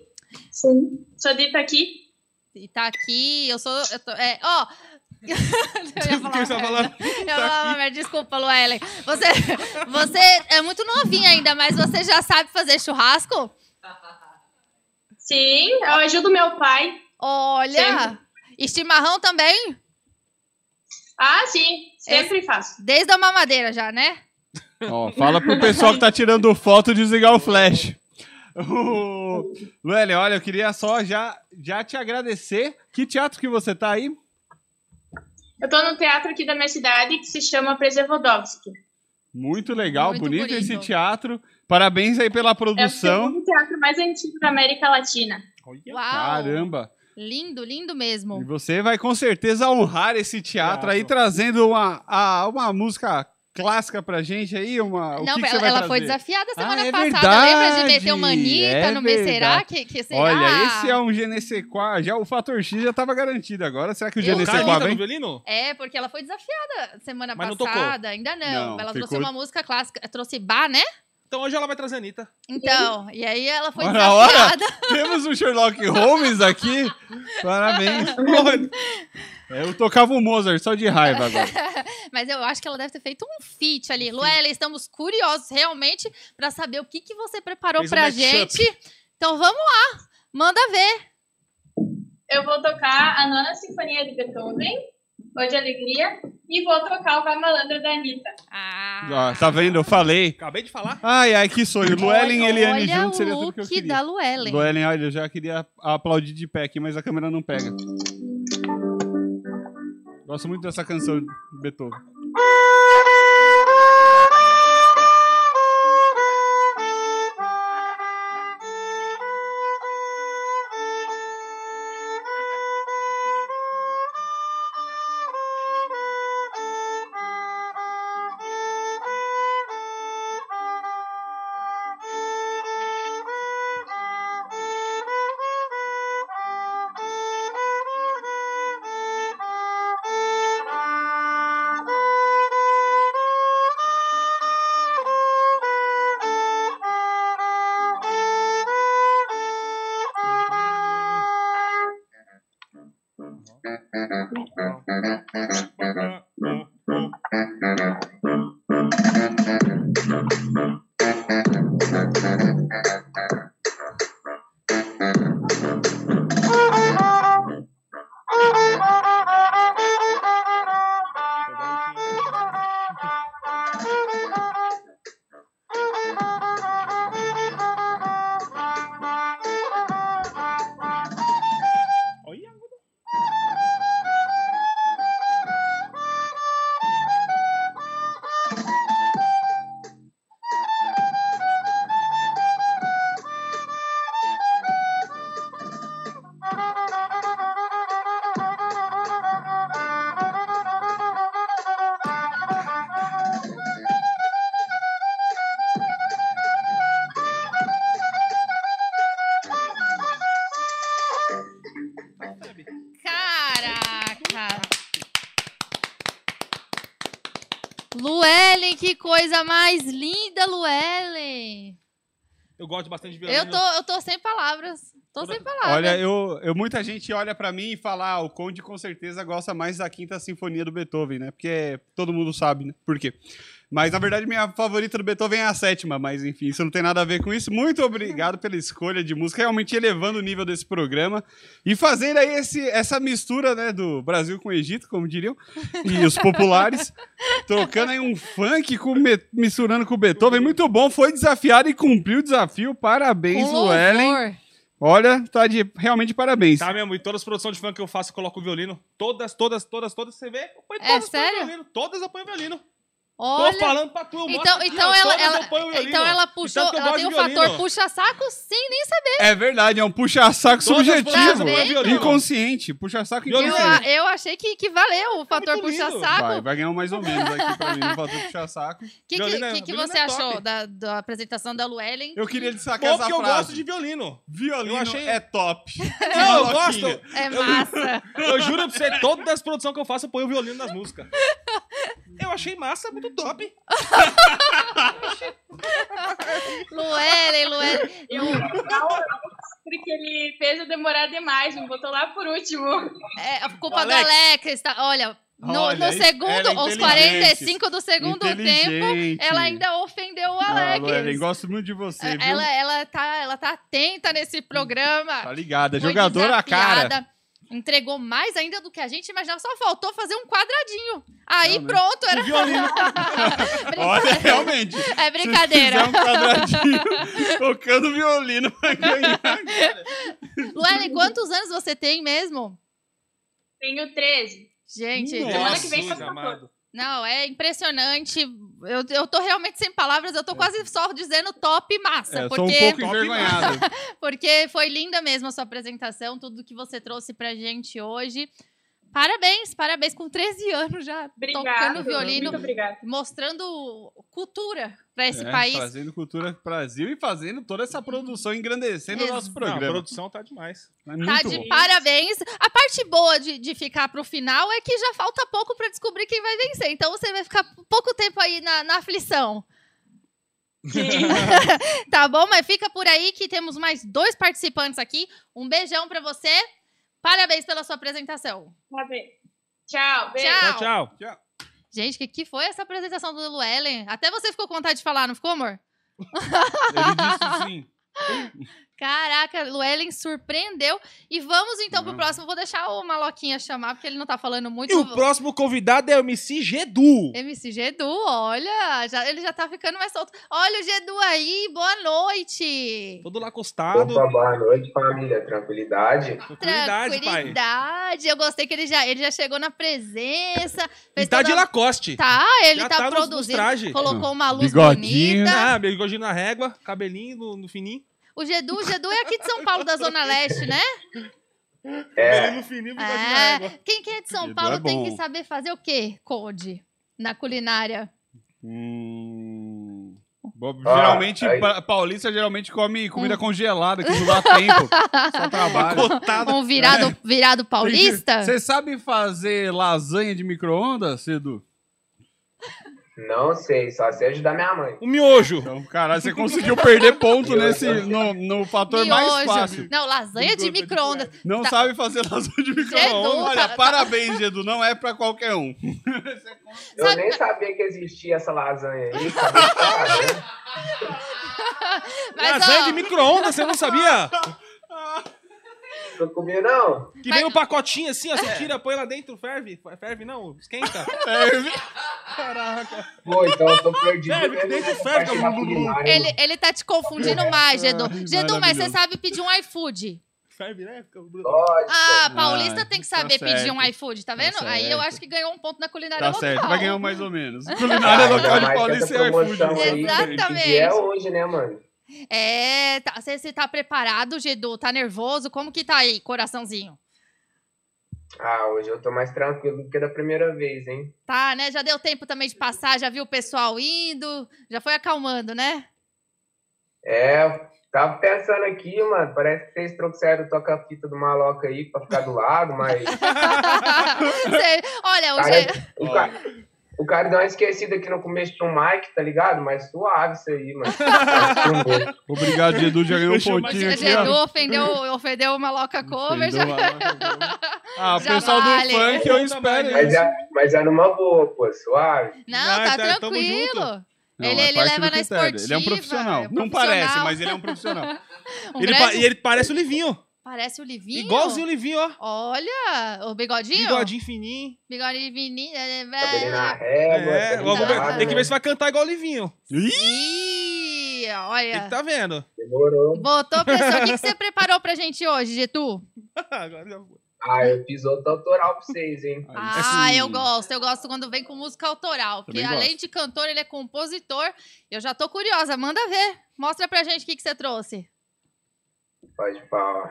Speaker 9: Sim. Sou de tá aqui.
Speaker 2: E tá aqui, eu sou. Eu tô, é, ó.
Speaker 3: [LAUGHS]
Speaker 2: eu ia falar,
Speaker 9: que eu tava falando.
Speaker 2: Eu
Speaker 9: Tá
Speaker 2: ia falar uma merda, desculpa, Luellen. Você, você é muito novinha ainda, mas você já sabe fazer churrasco?
Speaker 9: Sim, eu ajudo meu pai.
Speaker 2: Olha! E chimarrão também?
Speaker 9: Ah, sim. Sempre faço.
Speaker 2: Desde a mamadeira já, né?
Speaker 4: Ó, fala pro pessoal que tá tirando foto desligar o flash.
Speaker 3: tá- [LAUGHS]
Speaker 4: Ô, Luellen, olha, eu queria só já, já te agradecer. Que teatro que você tá aí?
Speaker 9: Eu tô no teatro aqui da minha cidade que se chama Prezevodovsky.
Speaker 4: Muito legal,
Speaker 9: Muito
Speaker 4: bonito,
Speaker 9: bonito.
Speaker 4: esse teatro. Parabéns aí pela
Speaker 9: É o
Speaker 4: produção.
Speaker 9: segundo teatro mais antigo da América Latina.
Speaker 2: Uau!
Speaker 4: Caramba.
Speaker 2: Lindo, lindo mesmo.
Speaker 4: E você vai com certeza honrar esse teatro aí, trazendo uma, a- uma música clássica pra gente aí. Uma, o
Speaker 2: Não,
Speaker 4: que que
Speaker 2: ela,
Speaker 4: você vai
Speaker 2: ela foi
Speaker 4: trazer?
Speaker 2: desafiada semana
Speaker 4: Ah, é
Speaker 2: passada. Lembra de meter o Manita
Speaker 4: verdade,
Speaker 2: no
Speaker 4: é
Speaker 2: meio? Será
Speaker 4: verdade.
Speaker 2: que, que será?
Speaker 4: Olha, esse é um GNC4. Já, o Fator X já tava garantido agora. Será que o
Speaker 2: Eu-
Speaker 4: GNC4
Speaker 2: Carlita
Speaker 4: vem?
Speaker 2: no É, porque ela foi desafiada semana
Speaker 3: Mas não tocou.
Speaker 2: passada. Ainda não.
Speaker 4: Não,
Speaker 2: ela trouxe
Speaker 4: ficou-
Speaker 2: uma
Speaker 4: [LAUGHS]
Speaker 2: música clássica. Trouxe Bá, né?
Speaker 3: Então hoje ela vai trazer a Anitta.
Speaker 2: Então, e aí ela foi
Speaker 4: Ora, ora,
Speaker 2: desafiada.
Speaker 4: [LAUGHS] temos um Sherlock Holmes aqui.
Speaker 2: [LAUGHS]
Speaker 4: Parabéns. Olha, Eu tocava o Mozart só de raiva agora.
Speaker 2: [LAUGHS] Mas eu acho que ela deve ter feito um feat ali. Luela, estamos curiosos realmente pra saber o que, que você preparou
Speaker 9: Fez um
Speaker 2: pra
Speaker 9: mashup.
Speaker 2: gente. Então vamos lá. Manda ver.
Speaker 9: Eu vou tocar a Nona Sinfonia de Beethoven, Ou de Alegria, e vou tocar o Vai Malandro da Anitta.
Speaker 2: Ah.
Speaker 4: Ó, tá vendo? Eu falei.
Speaker 3: Acabei de falar.
Speaker 4: Ai, ai, que sonho. Luellen e Eliane
Speaker 2: Olha
Speaker 4: juntos seria
Speaker 2: né, o
Speaker 4: tudo
Speaker 2: look
Speaker 4: que eu queria.
Speaker 2: da Luellen.
Speaker 4: Luellen, olha, eu já queria aplaudir de pé aqui, mas a câmera não pega. Gosto muito dessa canção de Beethoven.
Speaker 2: Caraca. Luellen, que coisa mais linda, Luellen.
Speaker 3: Eu gosto bastante de violino.
Speaker 2: Eu tô, eu tô sem palavras. Tô sem palavras.
Speaker 4: Olha,
Speaker 3: né?
Speaker 4: eu, eu muita gente olha pra mim e fala: ah, o Conde com certeza gosta mais da Quinta Sinfonia do Beethoven, né? Porque todo mundo sabe, né? Por quê? Mas na verdade, minha favorita do Beethoven é a sétima, mas enfim, isso não tem nada a ver com isso. Muito obrigado pela escolha de música, realmente elevando o nível desse programa e fazendo aí esse, essa mistura, né, do Brasil com o Egito, como diriam, e os populares, trocando aí um funk com, me- misturando com o Beethoven. Muito bom, foi desafiado e cumpriu o desafio. Parabéns,
Speaker 3: Com louvor.
Speaker 4: Luellen. Olha, tá de realmente parabéns.
Speaker 3: Tá mesmo, e todas as produções de funk que eu faço, eu coloco o violino. Todas, todas, todas, todas, você vê. eu ponho
Speaker 2: É
Speaker 3: todas,
Speaker 2: sério?
Speaker 3: Põe violino. Todas eu ponho violino.
Speaker 2: Olha.
Speaker 3: falando pra tu, eu mostro
Speaker 2: então,
Speaker 3: aqui,
Speaker 2: então
Speaker 3: ó,
Speaker 2: ela,
Speaker 3: todas
Speaker 2: ela-
Speaker 3: eu ponho o violino,
Speaker 2: então
Speaker 3: ó.
Speaker 2: ela
Speaker 3: E
Speaker 2: puxou,
Speaker 3: tanto que eu
Speaker 2: ela
Speaker 3: gosto
Speaker 2: tem o
Speaker 3: de
Speaker 2: fator
Speaker 3: violino, ó.
Speaker 2: puxa-saco sem nem saber.
Speaker 4: É verdade, é um puxa-saco
Speaker 3: Todas
Speaker 4: subjetivo.
Speaker 2: vocês, eu
Speaker 3: vi.
Speaker 4: Inconsciente. Puxa-saco
Speaker 2: Eu,
Speaker 4: inconsciente.
Speaker 2: eu achei que, que valeu o fator
Speaker 4: Vai,
Speaker 2: puxa-saco.
Speaker 4: vai ganhar um mais ou menos aqui pra mim. Faltou puxa-saco.
Speaker 2: O que, que,
Speaker 3: Violino é-
Speaker 2: que que
Speaker 3: violino
Speaker 2: você
Speaker 3: é top.
Speaker 2: achou da, da apresentação da Luellen?
Speaker 4: Eu queria destacar
Speaker 3: Bom,
Speaker 4: essa
Speaker 3: porque eu
Speaker 4: frase.
Speaker 3: gosto de violino.
Speaker 4: Violino
Speaker 3: Eu achei- [LAUGHS]
Speaker 4: é top.
Speaker 3: Não, eu gosto.
Speaker 4: Maloquinha.
Speaker 2: É massa.
Speaker 3: Eu juro pra você, todas as produções que eu faço, eu ponho o violino nas músicas. Eu achei massa, é muito
Speaker 2: [LAUGHS]
Speaker 3: top.
Speaker 2: Luellen, Luellen. Lu-
Speaker 12: Porque ele fez eu demorar demais, me botou lá por último.
Speaker 2: É a culpa
Speaker 3: Alex.
Speaker 2: do Alex. tá- olha, no,
Speaker 4: Olha,
Speaker 2: no
Speaker 4: isso-
Speaker 2: segundo,
Speaker 4: ela é
Speaker 2: aos
Speaker 4: inteligente.
Speaker 2: 45 do segundo tempo,
Speaker 4: Inteligente.
Speaker 2: ela ainda ofendeu o
Speaker 4: Ah,
Speaker 2: Alex. É,
Speaker 4: Luellen, gosto muito de você, viu?
Speaker 2: ela, ela, tá, ela tá atenta nesse programa.
Speaker 4: Tá ligada,
Speaker 2: Foi
Speaker 4: jogadora a cara.
Speaker 2: desafiada, Entregou mais ainda do que a gente imaginava, só faltou fazer um quadradinho. Aí
Speaker 4: Realmente.
Speaker 2: pronto, era.
Speaker 4: [LAUGHS]
Speaker 2: [LAUGHS]
Speaker 4: Olha, realmente.
Speaker 2: É brincadeira.
Speaker 4: [LAUGHS] Se fizer um
Speaker 2: [LAUGHS]
Speaker 4: quadradinho [LAUGHS] tocando violino vai ganhar.
Speaker 2: Luane, quantos anos você tem mesmo?
Speaker 12: Tenho 13.
Speaker 2: Gente,
Speaker 4: é
Speaker 12: Semana que vem
Speaker 3: Jesus
Speaker 12: tá
Speaker 3: amado.
Speaker 2: não, é impressionante. Eu, eu tô realmente sem palavras, eu tô quase só dizendo top e massa.
Speaker 4: É, eu sou um
Speaker 2: porque,
Speaker 4: pouco envergonhado.
Speaker 2: [LAUGHS] porque foi linda mesmo a sua apresentação, tudo que você trouxe pra gente hoje. Parabéns, parabéns, com 13 anos já
Speaker 12: Obrigada.
Speaker 2: tocando violino,
Speaker 12: Muito obrigada.
Speaker 2: mostrando cultura pra esse
Speaker 4: É,
Speaker 2: país.
Speaker 4: Trazendo cultura pro Brasil e fazendo toda essa produção, engrandecendo
Speaker 2: Ex-
Speaker 4: o nosso
Speaker 3: Não, a
Speaker 4: programa.
Speaker 3: produção tá demais.
Speaker 4: É muito
Speaker 2: Tá de
Speaker 4: bom.
Speaker 2: parabéns. A parte boa de, de ficar pro final é que já falta pouco pra descobrir quem vai vencer. Então você vai ficar pouco tempo aí na, na aflição. [LAUGHS] tá bom? Mas fica por aí que temos mais dois participantes aqui. Um beijão pra você. Parabéns pela sua apresentação.
Speaker 12: Tá bem. Tchau, beijo.
Speaker 2: Tchau.
Speaker 3: Tchau, tchau.
Speaker 2: Gente, o que, que foi essa apresentação do Luellen? Até você ficou com vontade de falar, não ficou, amor?
Speaker 4: Ele disse sim.
Speaker 2: Caraca, Luellen surpreendeu. E vamos então pro
Speaker 4: Não.
Speaker 2: próximo. Vou deixar o Maloquinha chamar, porque ele não tá falando muito.
Speaker 3: E o próximo convidado é o MC Gedu.
Speaker 2: MC Gedu, olha, já- ele já tá ficando mais solto. Olha o Gedu aí, boa noite.
Speaker 3: Todo lá acostado.
Speaker 15: Opa, boa noite, família. Tranquilidade?
Speaker 3: Tranquilidade, pai.
Speaker 2: Tranquilidade, eu gostei que ele já, ele já chegou na presença.
Speaker 3: E
Speaker 2: fez
Speaker 3: tá
Speaker 2: toda-
Speaker 3: de Lacoste.
Speaker 2: Tá, ele
Speaker 3: Já
Speaker 2: tá,
Speaker 3: tá nos- nos
Speaker 2: produzindo,
Speaker 3: traje.
Speaker 2: colocou uma luz
Speaker 4: Bigodinho.
Speaker 2: bonita.
Speaker 3: Ah, bigodinho na régua, cabelinho no, no fininho.
Speaker 2: O Gedu, o Gedu é aqui de São Paulo, da Zona Leste, né?
Speaker 3: Cabelinho no fininho, bigodinho na
Speaker 2: É.
Speaker 3: régua.
Speaker 2: Quem que é de São
Speaker 4: Gedu é
Speaker 2: Paulo tem
Speaker 4: bom.
Speaker 2: que saber fazer o quê, Code? Na culinária.
Speaker 4: Hum. Bom,
Speaker 15: Ah,
Speaker 4: geralmente,
Speaker 15: aí-
Speaker 4: pa- paulista geralmente come comida
Speaker 2: Hum.
Speaker 4: congelada, que
Speaker 2: [LAUGHS]
Speaker 4: não dá tempo. Só trabalho.
Speaker 3: Cotado.
Speaker 2: Um
Speaker 3: É.
Speaker 2: virado, virado paulista?
Speaker 4: Você sabe fazer lasanha de micro-ondas, Cedu?
Speaker 15: Não sei, só sei ajudar minha mãe.
Speaker 3: O miojo.
Speaker 4: Então, caralho, você conseguiu perder [LAUGHS] ponto nesse, no, no fator mais
Speaker 2: Miojo.
Speaker 4: fácil.
Speaker 2: Não, lasanha de micro-ondas.
Speaker 4: Não
Speaker 2: Tá.
Speaker 4: sabe fazer lasanha de
Speaker 2: Gedu,
Speaker 4: micro-ondas. Olha,
Speaker 2: tá-
Speaker 4: parabéns, Gedu, não é pra qualquer um. [LAUGHS]
Speaker 15: Eu
Speaker 2: Sabe-
Speaker 15: nem sabia que existia essa lasanha aí. acabei de falar, né?
Speaker 2: Mas,
Speaker 3: Lasanha
Speaker 2: ó,
Speaker 3: é de micro-ondas, você não sabia?
Speaker 15: Não comi, não?
Speaker 3: Que vem um pacotinho assim, ó,
Speaker 2: É.
Speaker 3: você tira, põe lá dentro, ferve. Ferve não, esquenta. Caraca.
Speaker 15: Pô, então eu tô perdido.
Speaker 3: Ferve,
Speaker 15: mesmo
Speaker 3: dentro
Speaker 15: nessa
Speaker 3: ferve,
Speaker 15: parte tá
Speaker 3: eu-
Speaker 15: da culinária.
Speaker 2: Ele, ele tá te confundindo mais, Gedu. Gedu,
Speaker 4: Ai,
Speaker 2: mas você
Speaker 4: maravilhoso.
Speaker 2: sabe pedir um iFood.
Speaker 3: Ferve, né? Fica-
Speaker 15: Lógico.
Speaker 2: Ah, paulista
Speaker 4: Ah,
Speaker 2: tem que
Speaker 4: tá
Speaker 2: saber pedir um
Speaker 4: certo.
Speaker 2: iFood, tá vendo?
Speaker 4: Tá
Speaker 2: Aí eu
Speaker 4: certo.
Speaker 2: acho que ganhou um ponto na culinária
Speaker 4: Tá
Speaker 2: local.
Speaker 4: certo, vai ganhar um mais ou
Speaker 2: [LAUGHS]
Speaker 4: menos. Culinária
Speaker 15: Ah,
Speaker 4: local de
Speaker 15: mais que
Speaker 4: Paulista
Speaker 15: essa
Speaker 4: e é iFood. né?
Speaker 15: promoção aí,
Speaker 2: Exatamente.
Speaker 15: que é hoje, né, mano?
Speaker 2: É, tá, você, você tá preparado, Gedu? Tá nervoso? Como que tá aí, coraçãozinho?
Speaker 15: Ah, hoje eu tô mais tranquilo do que da primeira vez, hein?
Speaker 2: Tá, né? Já deu tempo também de passar, já viu o pessoal indo, já foi acalmando,
Speaker 4: [LAUGHS]
Speaker 2: né?
Speaker 15: É, eu tava pensando aqui, mano. Parece que vocês trouxeram o toca-fita do maloca aí pra ficar do lado, mas.
Speaker 2: Você- olha,
Speaker 4: Tá,
Speaker 2: o
Speaker 15: Cara,
Speaker 2: Ge-
Speaker 15: o, cara, o cara deu uma esquecida aqui no começo de um mic, tá ligado? Mas suave isso aí,
Speaker 4: [LAUGHS]
Speaker 15: mano. Tá
Speaker 4: Obrigado, Gedu, já ganhou um
Speaker 3: Deixa eu mais-
Speaker 4: pontinho aqui. ó.
Speaker 2: Gedu ofendeu, ofendeu o Maloca Cover. já-
Speaker 4: Entendeu? Ah, o
Speaker 2: Já
Speaker 4: pessoal
Speaker 2: vale.
Speaker 4: do
Speaker 15: [LAUGHS]
Speaker 4: funk, eu espero.
Speaker 3: Mas
Speaker 4: isso.
Speaker 15: Mas é, mas é numa boa, pô, suave.
Speaker 2: Não,
Speaker 3: Ah,
Speaker 2: tá,
Speaker 3: tá, tamo
Speaker 2: tranquilo.
Speaker 3: junto.
Speaker 4: Não,
Speaker 2: ele
Speaker 4: é
Speaker 2: ele
Speaker 4: parte
Speaker 2: leva
Speaker 4: do
Speaker 2: na
Speaker 4: critério.
Speaker 2: esportiva.
Speaker 4: Ele é um profissional.
Speaker 2: é um
Speaker 4: Não
Speaker 2: profissional.
Speaker 4: parece, mas ele é
Speaker 3: [LAUGHS]
Speaker 4: um profissional.
Speaker 2: Um
Speaker 3: [LAUGHS] Ele pa-
Speaker 2: grande-
Speaker 3: e ele parece o Livinho.
Speaker 2: Parece o Livinho.
Speaker 3: Igualzinho o Livinho, ó.
Speaker 2: Olha, o bigodinho.
Speaker 3: Bigodinho fininho.
Speaker 2: Bigode fininho. é,
Speaker 15: Cabelinho na
Speaker 2: é, é.
Speaker 15: régua.
Speaker 3: É,
Speaker 15: tá
Speaker 3: ó, vamos ver-
Speaker 15: ligado?
Speaker 3: tem que ver se vai cantar igual o Livinho.
Speaker 4: Ih,
Speaker 2: Ih,
Speaker 3: Tem que
Speaker 2: olha.
Speaker 3: tá vendo.
Speaker 15: Demorou.
Speaker 3: É
Speaker 2: Botou pressão. O que, que você preparou pra gente hoje, Getu?
Speaker 3: Agora já foi.
Speaker 15: Ah, eu fiz outro autoral pra vocês, hein?
Speaker 3: assim,
Speaker 2: Ah, eu gosto. Eu gosto quando vem com música autoral. Porque
Speaker 15: Também gosto.
Speaker 2: além de cantor, ele é compositor. Eu já tô curiosa. Manda ver. Mostra pra gente o que, que você trouxe.
Speaker 15: Pode pau.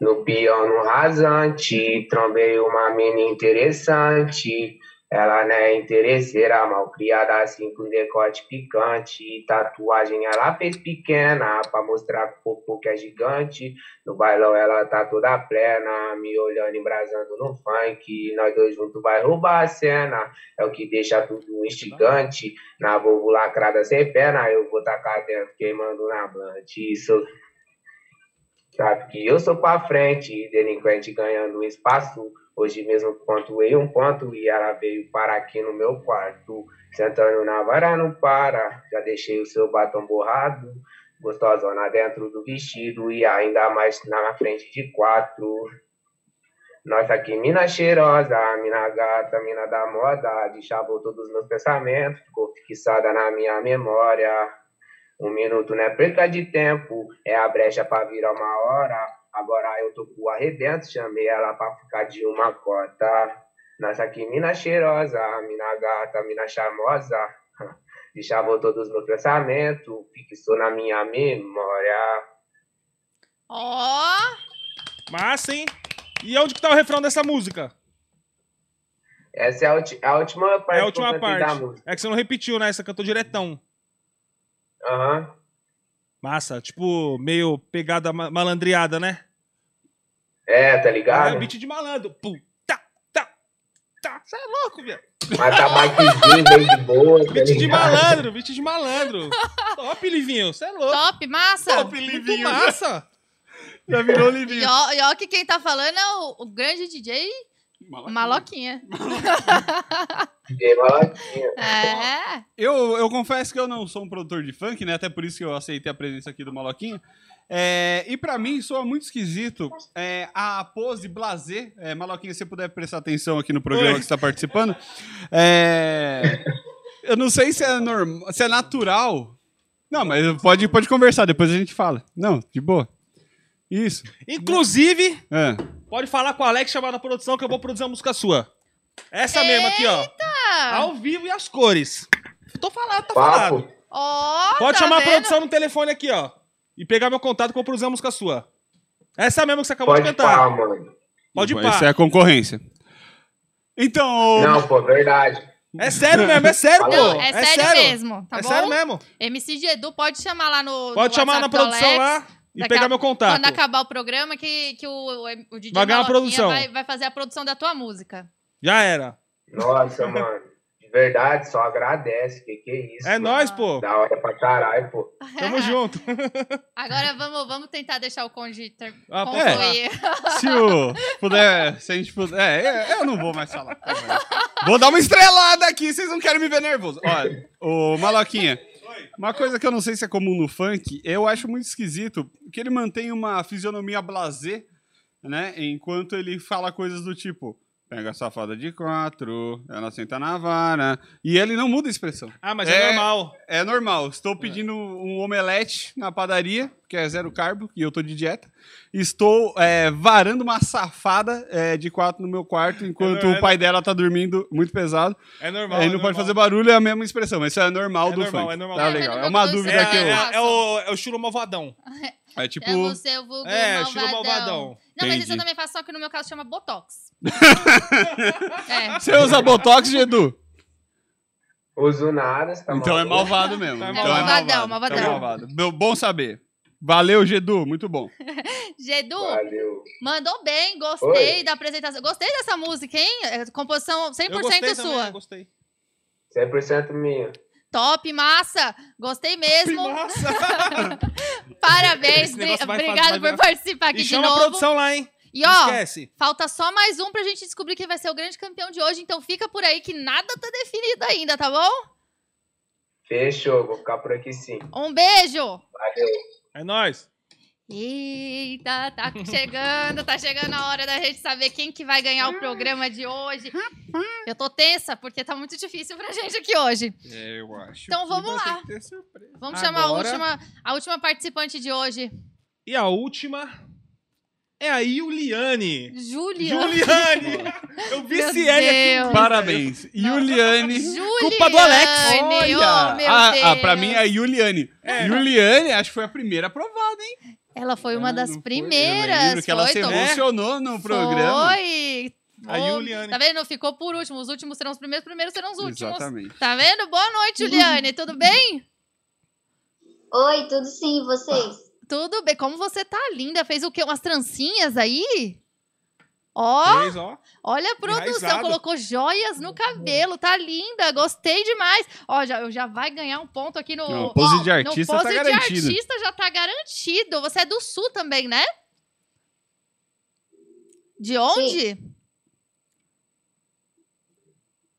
Speaker 15: No piano rasante, trombei uma menina interessante. Ela não é interesseira, mal criada, assim com decote picante. Tatuagem ela fez pequena, pra mostrar pro povo que é gigante. No bailão ela tá toda plena, me olhando, embrasando no funk. Nós dois juntos vai roubar a cena, é o que deixa tudo instigante. Na bobo lacrada sem pena, eu vou tacar dentro, queimando na blante. Isso Sabe que eu sou pra frente, delinquente ganhando espaço. Hoje mesmo pontuei um ponto e ela veio parar aqui no meu quarto. Sentando na vara não para, já deixei o seu batom borrado. Gostosona dentro do vestido e ainda mais na frente de quatro. Nossa, que mina cheirosa, mina gata, mina da moda. Deschavou todos os meus pensamentos, ficou fixada na minha memória. Um minuto não é perca de tempo, é a brecha pra virar uma hora. Agora eu tô com o arrebento, chamei ela pra ficar de uma cota. Nossa, que mina cheirosa, mina gata, mina charmosa. [LAUGHS] E chavou todos os meus pensamentos, fixou na minha memória.
Speaker 2: Ó!
Speaker 3: Massa, hein? E onde que tá o refrão dessa música?
Speaker 15: Essa é a, ulti- a última parte
Speaker 3: É a
Speaker 15: que
Speaker 3: última
Speaker 15: eu cantei da
Speaker 3: parte.
Speaker 15: música.
Speaker 3: É que você não repetiu, né? Você cantou diretão.
Speaker 15: Aham.
Speaker 3: Massa, tipo, meio pegada ma- malandreada, né?
Speaker 15: É, tá ligado?
Speaker 3: É, beat de malandro. Pum, tá, tá, tá. Você é louco, velho.
Speaker 15: Mas tá baquezinho, bem de boa, tá
Speaker 3: Beat de
Speaker 15: ligado?
Speaker 3: malandro, beat de malandro. Top, Livinho, você é louco.
Speaker 2: Top, massa.
Speaker 3: Top, Livinho. Muito massa. Já
Speaker 4: virou
Speaker 2: E
Speaker 4: Livinho.
Speaker 2: ó, e ó que quem tá falando é o, o grande DJ Maloquinha.
Speaker 4: [LAUGHS]
Speaker 15: DJ Maloquinha.
Speaker 2: É.
Speaker 4: Eu, eu confesso que eu não sou um produtor de funk, né? Até por isso que eu aceitei a presença aqui do Maloquinha. É, e pra mim soa muito esquisito é, a pose blazer. É, Maloquinha, se você puder prestar atenção aqui no programa
Speaker 3: Oi.
Speaker 4: que você está participando. É, eu não sei se é, normal, se é natural. Não, mas pode, pode conversar, depois a gente fala. Não, de boa. Isso.
Speaker 3: Inclusive,
Speaker 4: É.
Speaker 3: pode falar com o Alex, chamar na produção, que eu vou produzir a música sua. Essa mesmo aqui, ó. Ao vivo e as cores. Tô falado,
Speaker 15: Papo.
Speaker 3: tá falado.
Speaker 2: Ó,
Speaker 3: Pode
Speaker 2: tá
Speaker 3: chamar
Speaker 2: vendo?
Speaker 3: a produção no telefone aqui, ó. E pegar meu contato que eu vou produzir a música sua. Essa mesmo que você acabou
Speaker 15: Pode
Speaker 3: de cantar.
Speaker 15: pá, mano.
Speaker 3: Pode pá.
Speaker 4: Isso é a concorrência. Então.
Speaker 15: Não, pô, verdade.
Speaker 3: É sério mesmo, é sério, pô.
Speaker 2: Não, é,
Speaker 3: É
Speaker 2: sério,
Speaker 3: sério.
Speaker 2: mesmo, tá
Speaker 3: É
Speaker 2: bom?
Speaker 3: sério mesmo.
Speaker 2: MC de Edu, pode chamar lá no
Speaker 3: Pode
Speaker 2: no
Speaker 3: chamar na
Speaker 2: WhatsApp do
Speaker 3: produção
Speaker 2: Alex.
Speaker 3: lá e
Speaker 2: Daqui
Speaker 3: pegar
Speaker 2: a-
Speaker 3: meu contato.
Speaker 2: Quando acabar o programa, que, que o, o, o DJ
Speaker 3: Vai ganhar a
Speaker 2: Maloquinha
Speaker 3: produção.
Speaker 2: Vai, vai fazer a produção da tua música.
Speaker 3: Já era.
Speaker 15: Nossa, mano. De verdade, só agradece. Que que é isso?
Speaker 3: É nóis, pô.
Speaker 15: Da hora pra caralho, pô.
Speaker 3: Tamo junto. [LAUGHS]
Speaker 2: Agora vamos, vamos tentar deixar o Conde ter,
Speaker 4: Ah, pode
Speaker 2: concluir.
Speaker 3: É.
Speaker 2: [LAUGHS]
Speaker 4: Se o puder, se a gente puder. É, eu- eu não vou mais falar. Tá Vou dar uma estrelada aqui, vocês não querem me ver nervoso. Olha, ô Maloquinha, uma coisa que eu não sei se é comum no funk, eu acho muito esquisito que ele mantém uma fisionomia blasé, né? Enquanto ele fala coisas do tipo. Pega a safada de quatro, ela senta na vara. E ele não muda a expressão.
Speaker 3: Ah, mas é normal.
Speaker 4: É normal. Estou pedindo um omelete na padaria, que é zero carbo, e eu tô de dieta. Estou é, varando uma safada é, de quatro no meu quarto,
Speaker 3: É,
Speaker 4: enquanto
Speaker 3: é,
Speaker 4: o pai dela tá dormindo muito pesado.
Speaker 3: É normal,
Speaker 4: Ele
Speaker 3: é
Speaker 4: não pode
Speaker 3: normal.
Speaker 4: fazer barulho, é a mesma expressão, mas isso é normal do
Speaker 3: normal,
Speaker 4: funk.
Speaker 3: é normal.
Speaker 4: Tá legal. É uma dúvida
Speaker 3: é,
Speaker 4: que eu.
Speaker 3: É, é o, é o estilo malvadão.
Speaker 4: É tipo.
Speaker 2: É você, o vulgo
Speaker 3: É,
Speaker 2: malvadão.
Speaker 3: estilo malvadão.
Speaker 2: Não, mas isso eu
Speaker 4: Entendi.
Speaker 2: também faço, só que no meu caso chama
Speaker 3: [LAUGHS]
Speaker 2: Botox. É.
Speaker 4: Você usa botox, Gedu?
Speaker 15: Uso nada, você tá
Speaker 4: Então é
Speaker 15: maluco?
Speaker 4: malvado mesmo.
Speaker 3: Tá
Speaker 2: É
Speaker 4: então
Speaker 2: malvadão,
Speaker 4: é malvado. Então é
Speaker 2: malvadão.
Speaker 4: malvado. Meu- Bom saber. Valeu, Gedu. Muito bom.
Speaker 2: Gedu,
Speaker 15: Valeu.
Speaker 2: mandou bem, gostei
Speaker 4: Oi.
Speaker 2: da apresentação. Gostei dessa música, hein? É Composição 100%
Speaker 15: gostei
Speaker 2: sua.
Speaker 15: também, eu 100% minha.
Speaker 2: Top, massa! Gostei mesmo. [LAUGHS] Parabéns,
Speaker 3: Esse
Speaker 2: bri-
Speaker 3: negócio vai
Speaker 2: obrigado
Speaker 3: fa-
Speaker 2: por
Speaker 3: vai virar-
Speaker 2: participar aqui
Speaker 3: E
Speaker 2: de
Speaker 3: chama a
Speaker 2: novo.
Speaker 3: produção lá, hein?
Speaker 2: E
Speaker 3: Não
Speaker 2: ó,
Speaker 3: esquece.
Speaker 2: falta só mais um pra gente descobrir quem vai ser o grande campeão de hoje, então fica por aí que nada tá definido ainda, tá bom?
Speaker 15: Fechou, vou ficar por aqui sim.
Speaker 2: Um beijo!
Speaker 15: Valeu.
Speaker 3: É nóis.
Speaker 2: Eita, tá chegando, tá chegando a hora da gente saber quem que vai ganhar o programa de hoje. Eu tô tensa, porque tá muito difícil pra gente aqui hoje.
Speaker 4: É, Eu acho.
Speaker 2: Então vamos lá. Vamos chamar a
Speaker 3: Agora-
Speaker 2: última, a última participante de hoje.
Speaker 3: E a última é a Juliane.
Speaker 2: Juliane.
Speaker 3: Juliane! Eu vi
Speaker 2: Meu
Speaker 3: esse L
Speaker 2: Deus.
Speaker 3: aqui.
Speaker 4: é tipo Parabéns. Juliane.
Speaker 2: Culpa do Alex. Juliane, oh, meu
Speaker 4: ah, ah,
Speaker 2: Deus.
Speaker 4: pra mim é a Juliane.
Speaker 3: É.
Speaker 4: Juliane, acho que foi a primeira aprovada, hein?
Speaker 2: Ela foi uma das
Speaker 4: Ah, Eu
Speaker 2: primeiras.
Speaker 4: lembro que ela
Speaker 2: foi,
Speaker 4: se
Speaker 2: Tom?
Speaker 4: emocionou no um programa.
Speaker 2: Foi.
Speaker 4: A
Speaker 2: Ô,
Speaker 4: Juliane.
Speaker 2: Tá vendo? Ficou por último. Os últimos serão os primeiros, os primeiros serão os últimos.
Speaker 4: Exatamente.
Speaker 2: Tá vendo? Boa noite, Juliane. Tudo bem?
Speaker 5: Oi, tudo sim, e vocês?
Speaker 2: Tudo bem. Como você tá linda? Fez o quê? Umas trancinhas aí? Ó,
Speaker 3: Fez, ó.
Speaker 2: olha a produção,
Speaker 3: Enraizado.
Speaker 2: colocou joias no cabelo, tá linda, gostei demais. Ó, já, eu já vai ganhar um ponto aqui no.
Speaker 4: Não, pose de
Speaker 2: Ó,
Speaker 4: artista
Speaker 2: no
Speaker 4: tá
Speaker 2: pose de
Speaker 4: garantido.
Speaker 2: artista já tá garantido. Você é do sul também, né? De onde?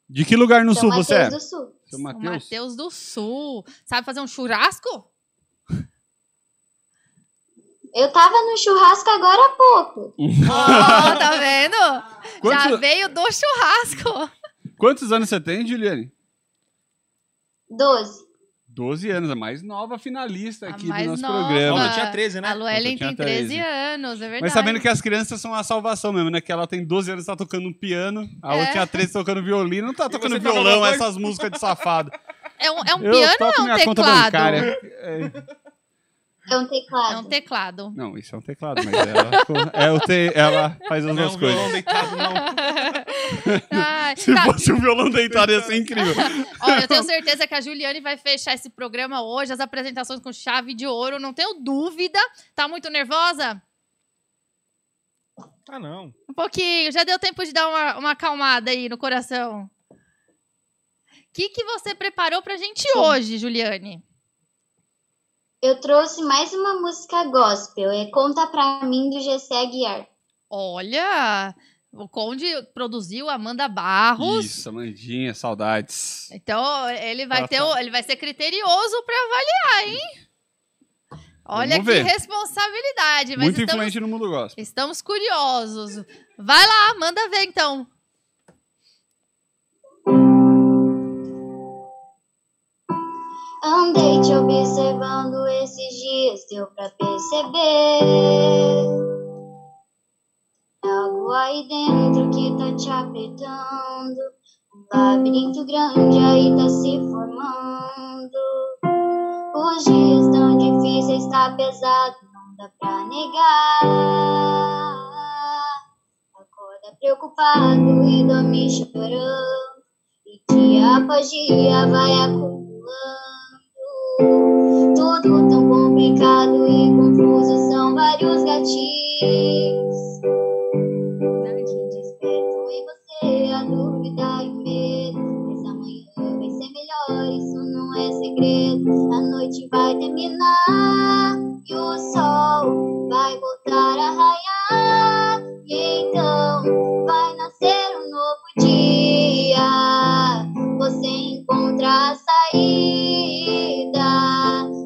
Speaker 4: De que lugar no sul você é?
Speaker 5: Sul.
Speaker 4: Seu
Speaker 2: São
Speaker 4: Mateus?
Speaker 2: Mateus do Sul. Sabe fazer um churrasco?
Speaker 5: Eu tava no churrasco agora há
Speaker 4: [LAUGHS]
Speaker 5: pouco.
Speaker 2: Ó, tá vendo? Já
Speaker 4: Quanto-
Speaker 2: veio do churrasco.
Speaker 4: Quantos anos você tem, Juliane?
Speaker 5: Doze.
Speaker 4: 12 anos, a mais nova finalista aqui
Speaker 2: Mais
Speaker 4: do nosso
Speaker 2: nova.
Speaker 4: programa.
Speaker 3: né?
Speaker 2: A Luellen
Speaker 4: Ela né? tinha
Speaker 2: tem 13
Speaker 4: 13.
Speaker 2: anos, é verdade.
Speaker 4: Mas sabendo que as crianças são a salvação mesmo, né? Que ela tem 12 anos, tá tocando piano, a
Speaker 2: É.
Speaker 4: outra tinha 13 tocando violino, não tá tocando
Speaker 3: você tá
Speaker 4: violão,
Speaker 3: falando
Speaker 4: essas músicas de safado.
Speaker 2: É um, é um
Speaker 4: Eu
Speaker 2: piano ou
Speaker 4: toco
Speaker 2: é um
Speaker 4: minha conta
Speaker 2: teclado?
Speaker 4: bancária. É.
Speaker 5: É um teclado.
Speaker 2: É um teclado.
Speaker 4: Não, isso é um teclado, mas ela, [LAUGHS] co- é o te- ela faz as
Speaker 3: Não é
Speaker 4: duas
Speaker 3: um violão
Speaker 4: coisas.
Speaker 3: deitado, não.
Speaker 2: [LAUGHS] Ai,
Speaker 4: Se
Speaker 2: tá.
Speaker 4: fosse um violão deitado, ia ser incrível.
Speaker 2: Olha, eu tenho certeza que a Juliane vai fechar esse programa hoje, as apresentações com chave de ouro, não tenho dúvida. Tá muito nervosa?
Speaker 3: Ah, não.
Speaker 2: Um pouquinho, já deu tempo de dar uma, uma acalmada aí no coração. O que, que você preparou pra gente hoje, Juliane?
Speaker 5: Eu trouxe mais uma música gospel, é Conta Pra Mim, do GC Aguiar.
Speaker 2: Olha, o Conde produziu Amanda Barros.
Speaker 4: Isso, Tá, Amandinha, saudades.
Speaker 2: Então, ele vai
Speaker 4: Ela
Speaker 2: ter, o- ele vai ser criterioso pra avaliar, hein? Olha
Speaker 4: Vamos
Speaker 2: que
Speaker 4: ver.
Speaker 2: responsabilidade, mas
Speaker 4: Muito
Speaker 2: estamos,
Speaker 4: influente no mundo gospel.
Speaker 2: estamos curiosos. Vai lá, manda ver então.
Speaker 5: Andei te observando esses dias, deu pra perceber. É Algo aí dentro que tá te apertando. Um labirinto grande aí tá se formando. Os dias tão difíceis, tá pesado, não dá pra negar. Acorda preocupado e dorme chorando. E dia após dia vai acumulando. Tudo tão complicado e confuso, são vários gatilhos. Que despertam em você a dúvida e o medo. Mas amanhã vai ser melhor, isso não é segredo. A noite vai terminar e o sol vai voltar a raiar. E então vai nascer um novo dia. Você encontra a saída.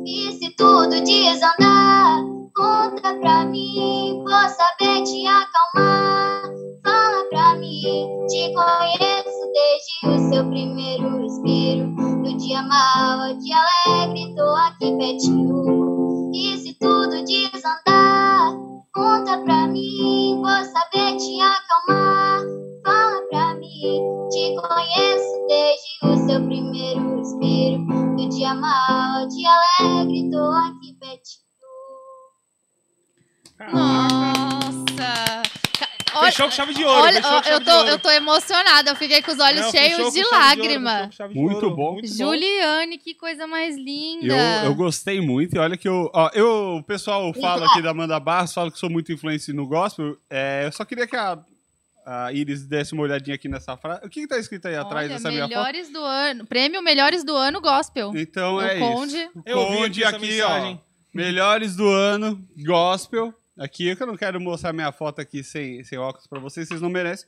Speaker 5: E se tudo desandar, conta pra mim. Vou saber te acalmar. Fala pra mim, te conheço desde o seu primeiro respiro. No dia mau, ao dia alegre, tô aqui pertinho. E se tudo desandar, conta pra mim, vou saber te acalmar. Fala pra mim, te conheço desde o seu primeiro respiro. No dia mau, ao dia alegre, tô aqui pertinho.
Speaker 2: Nossa. Ca-
Speaker 3: Fechou com chave de ouro,
Speaker 2: Olha,
Speaker 3: fechou com
Speaker 2: ó, eu,
Speaker 3: chave de
Speaker 2: tô,
Speaker 3: ouro.
Speaker 2: eu tô emocionada, eu fiquei com os olhos
Speaker 3: Não, fechou com
Speaker 2: cheios de
Speaker 3: chave de ouro, fechou
Speaker 2: lágrima.
Speaker 3: com chave de
Speaker 4: Muito
Speaker 3: ouro.
Speaker 4: bom.
Speaker 2: Juliane, que coisa mais linda.
Speaker 4: Eu, eu gostei muito, e olha que eu, ó, eu. O pessoal fala aqui da Amanda Barros, fala que sou muito influência no gospel. É, eu só queria que a, a Iris desse uma olhadinha aqui nessa frase. O que, que tá escrito aí atrás
Speaker 2: Olha,
Speaker 4: dessa minha foto?
Speaker 2: melhores do ano. Prêmio Melhores do Ano Gospel.
Speaker 4: Então
Speaker 2: O
Speaker 4: é
Speaker 2: Conde.
Speaker 4: isso.
Speaker 3: Eu vi aqui
Speaker 4: Conde
Speaker 3: essa
Speaker 4: aqui,
Speaker 3: mensagem.
Speaker 4: ó. Melhores do ano, gospel. Aqui, é que eu não quero mostrar minha foto aqui sem, sem óculos pra vocês, vocês
Speaker 2: [LAUGHS]
Speaker 4: não merecem.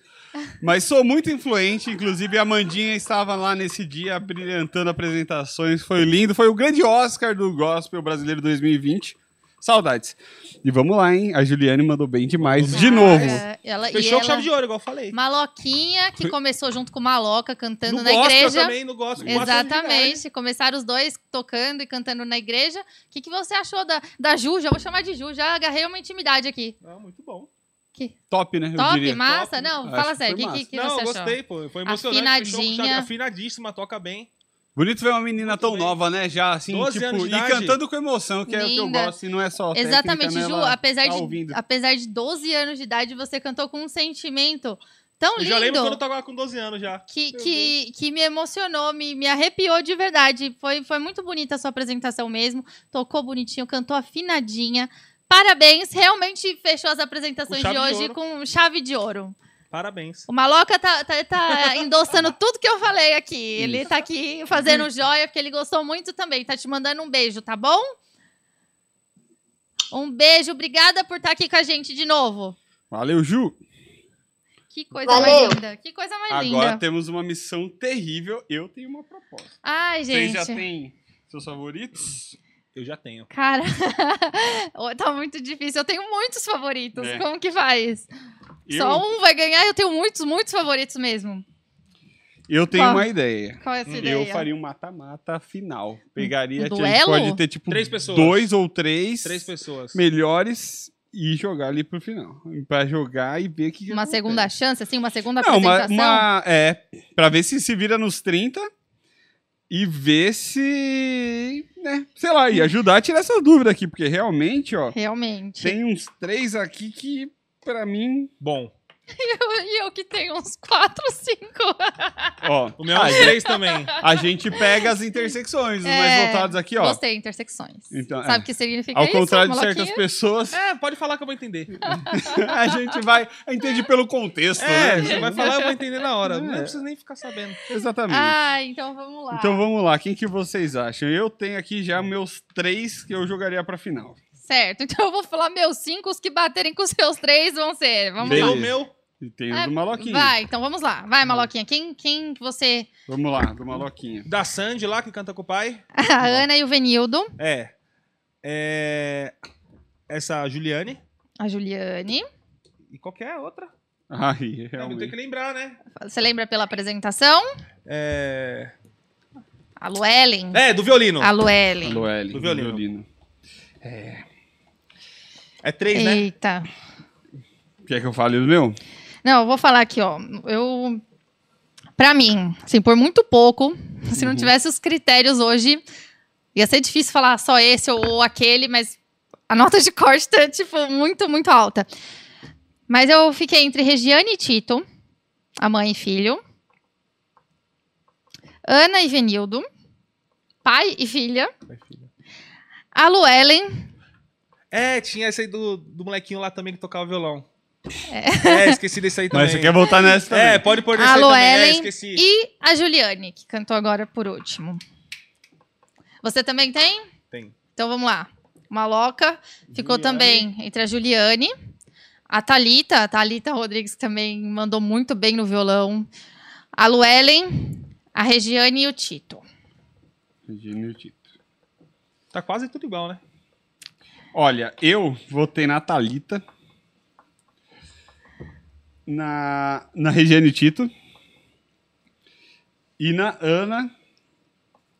Speaker 4: Mas sou muito influente, inclusive a Mandinha estava lá nesse dia brilhantando apresentações, foi lindo, foi o grande Oscar do Gospel Brasileiro 2020. Saudades. E vamos lá, hein? A Juliane mandou bem demais, de novo.
Speaker 2: É, ela- e
Speaker 3: Fechou
Speaker 2: ela-
Speaker 3: com chave de ouro, igual eu falei.
Speaker 2: Maloquinha, que começou junto com Maloca cantando
Speaker 3: No
Speaker 2: na
Speaker 3: gospel
Speaker 2: igreja.
Speaker 3: também, no gospel, quatro
Speaker 2: Exatamente. Começaram os dois tocando e cantando na igreja. O que, que você achou da, da Ju? Já vou chamar de Ju, já agarrei uma intimidade aqui.
Speaker 3: Ah, muito bom.
Speaker 4: Top, né? Eu
Speaker 2: Top,
Speaker 4: diria.
Speaker 2: massa? Não,
Speaker 4: Acho
Speaker 2: fala
Speaker 4: que
Speaker 2: sério,
Speaker 4: foi
Speaker 2: que- que-
Speaker 4: massa.
Speaker 2: que-
Speaker 3: Não,
Speaker 2: você
Speaker 3: eu
Speaker 2: achou?
Speaker 3: gostei, pô. Foi emocionante. fechou com chave-
Speaker 2: Afinadinha.
Speaker 3: Afinadíssima, toca bem.
Speaker 4: Bonito ver uma menina tão nova, né? Já assim,
Speaker 3: 12
Speaker 4: tipo,
Speaker 3: anos de
Speaker 4: e
Speaker 3: idade.
Speaker 4: cantando com emoção, que é o que
Speaker 2: Linda.
Speaker 4: eu gosto, e não é só. técnica,
Speaker 2: Exatamente,
Speaker 4: né?
Speaker 2: Ju,
Speaker 4: Ela
Speaker 2: apesar,
Speaker 4: tá
Speaker 2: de,
Speaker 4: ouvindo.
Speaker 2: apesar de 12 anos de idade, você cantou com um sentimento tão
Speaker 3: Eu
Speaker 2: lindo.
Speaker 3: já lembro quando eu tava com 12 anos já.
Speaker 2: que, que, que me emocionou, me, me arrepiou de verdade. Foi, foi muito bonita a sua apresentação mesmo. Tocou bonitinho, cantou afinadinha. Parabéns, realmente fechou as apresentações
Speaker 3: Com
Speaker 2: de
Speaker 3: chave de
Speaker 2: hoje
Speaker 3: ouro.
Speaker 2: com chave de ouro.
Speaker 3: Parabéns.
Speaker 2: O Maloca tá, tá, tá endossando tudo que eu falei aqui. Ele tá aqui fazendo joia, porque ele gostou muito também. Tá te mandando um beijo, tá bom? Um beijo, obrigada por estar aqui com a gente de novo.
Speaker 4: Valeu, Ju.
Speaker 2: Que coisa
Speaker 4: Valeu.
Speaker 2: mais linda. Que coisa mais
Speaker 4: Agora
Speaker 2: é linda.
Speaker 4: temos uma missão terrível. Eu tenho uma proposta.
Speaker 2: Ai,
Speaker 4: Vocês
Speaker 2: gente.
Speaker 4: já têm seus favoritos?
Speaker 3: Eu já tenho.
Speaker 2: Cara, [LAUGHS] tá muito difícil. Eu tenho muitos favoritos.
Speaker 4: É.
Speaker 2: Como que faz?
Speaker 4: Eu-
Speaker 2: Só um vai ganhar. Eu tenho muitos, muitos favoritos mesmo.
Speaker 4: Eu tenho
Speaker 2: Qual?
Speaker 4: uma ideia.
Speaker 2: Qual é essa
Speaker 4: Eu
Speaker 2: ideia?
Speaker 4: faria um mata-mata final. Pegaria,
Speaker 2: Um
Speaker 4: tipo, a gente
Speaker 2: duelo?
Speaker 4: pode ter tipo
Speaker 3: Três pessoas.
Speaker 4: dois ou três,
Speaker 3: Três pessoas.
Speaker 4: melhores e jogar ali pro final. Pra jogar e ver o que que
Speaker 2: Uma segunda chance, assim, uma segunda
Speaker 4: Não, uma,
Speaker 2: apresentação.
Speaker 4: uma- É, pra ver se se vira nos 30 e ver se. Né, sei lá, e ajudar a tirar essa dúvida aqui, porque realmente, ó.
Speaker 2: Realmente.
Speaker 4: Tem uns três aqui que, pra mim.
Speaker 3: Bom.
Speaker 2: [LAUGHS] E eu, e eu que tenho uns quatro, cinco.
Speaker 4: Ó,
Speaker 3: o meu é uns três também.
Speaker 4: [LAUGHS] A gente pega as intersecções, os mais
Speaker 2: É,
Speaker 4: voltados aqui, ó.
Speaker 2: Gostei, intersecções.
Speaker 4: Então,
Speaker 2: Sabe o
Speaker 4: é.
Speaker 2: que significa
Speaker 4: Ao
Speaker 2: isso,
Speaker 4: contrário de
Speaker 2: Maloquinha?
Speaker 4: certas pessoas,
Speaker 3: É, pode falar que eu vou entender.
Speaker 4: [LAUGHS] a gente vai. Entende pelo contexto,
Speaker 3: É,
Speaker 4: né?
Speaker 3: você vai falar, eu vou entender na hora. né? Não
Speaker 4: É.
Speaker 3: preciso nem ficar sabendo.
Speaker 4: Exatamente.
Speaker 2: Ah, então vamos lá.
Speaker 4: Então vamos lá, quem que vocês acham? Eu tenho aqui já meus três que eu jogaria pra final.
Speaker 2: Certo, então eu vou falar meus cinco, os que baterem com os seus três vão ser. Vamos
Speaker 4: Beleza.
Speaker 2: lá.
Speaker 4: E tem
Speaker 2: Ah,
Speaker 4: o do Maloquinho.
Speaker 2: Vai, então vamos lá. Vai, Maloquinha. Quem, quem você... [LAUGHS]
Speaker 4: Vamos lá, do Maloquinha.
Speaker 3: Da Sandy lá, que canta com o pai.
Speaker 2: A Ana e o Venildo.
Speaker 3: É. É. Essa Juliane.
Speaker 2: A Juliane.
Speaker 3: E qualquer outra.
Speaker 4: Ai,
Speaker 3: Eu Não tem
Speaker 4: realmente.
Speaker 3: que lembrar, né?
Speaker 2: Você lembra pela apresentação?
Speaker 3: É.
Speaker 2: A Luellen.
Speaker 3: É, do violino.
Speaker 2: A Luellen.
Speaker 4: Luellen.
Speaker 3: Do violino.
Speaker 4: É.
Speaker 3: É três, né?
Speaker 2: Eita.
Speaker 4: Quer que eu fale o meu?
Speaker 2: Não, eu vou falar aqui, ó. Eu... Pra mim, assim, por muito pouco, [LAUGHS] se não tivesse os critérios hoje, ia ser difícil falar só esse ou, ou aquele, mas a nota de corte tá, tipo, muito, muito alta. Mas eu fiquei entre Regiane e Tito, a mãe e filho. Ana e Venildo. Pai e filha. A Luellen.
Speaker 3: É, tinha esse aí do, do molequinho lá também que tocava violão. É, esqueci desse aí também.
Speaker 4: Mas você quer voltar nessa também.
Speaker 3: É, pode pôr nesse
Speaker 2: a
Speaker 3: aí também. É,
Speaker 2: Luellen
Speaker 3: esqueci.
Speaker 2: e a Juliane, que cantou agora por último. Você também tem?
Speaker 3: Tem.
Speaker 2: Então vamos lá. Maloca ficou também entre a Juliane, a Thalita, a Thalita Rodrigues que também mandou muito bem no violão, a Luellen, a Regiane e o Tito.
Speaker 4: Regina e o Tito.
Speaker 3: Tá quase tudo igual, né?
Speaker 4: Olha, eu votei na Thalita. Na, na Regiane e Tito. E na Ana.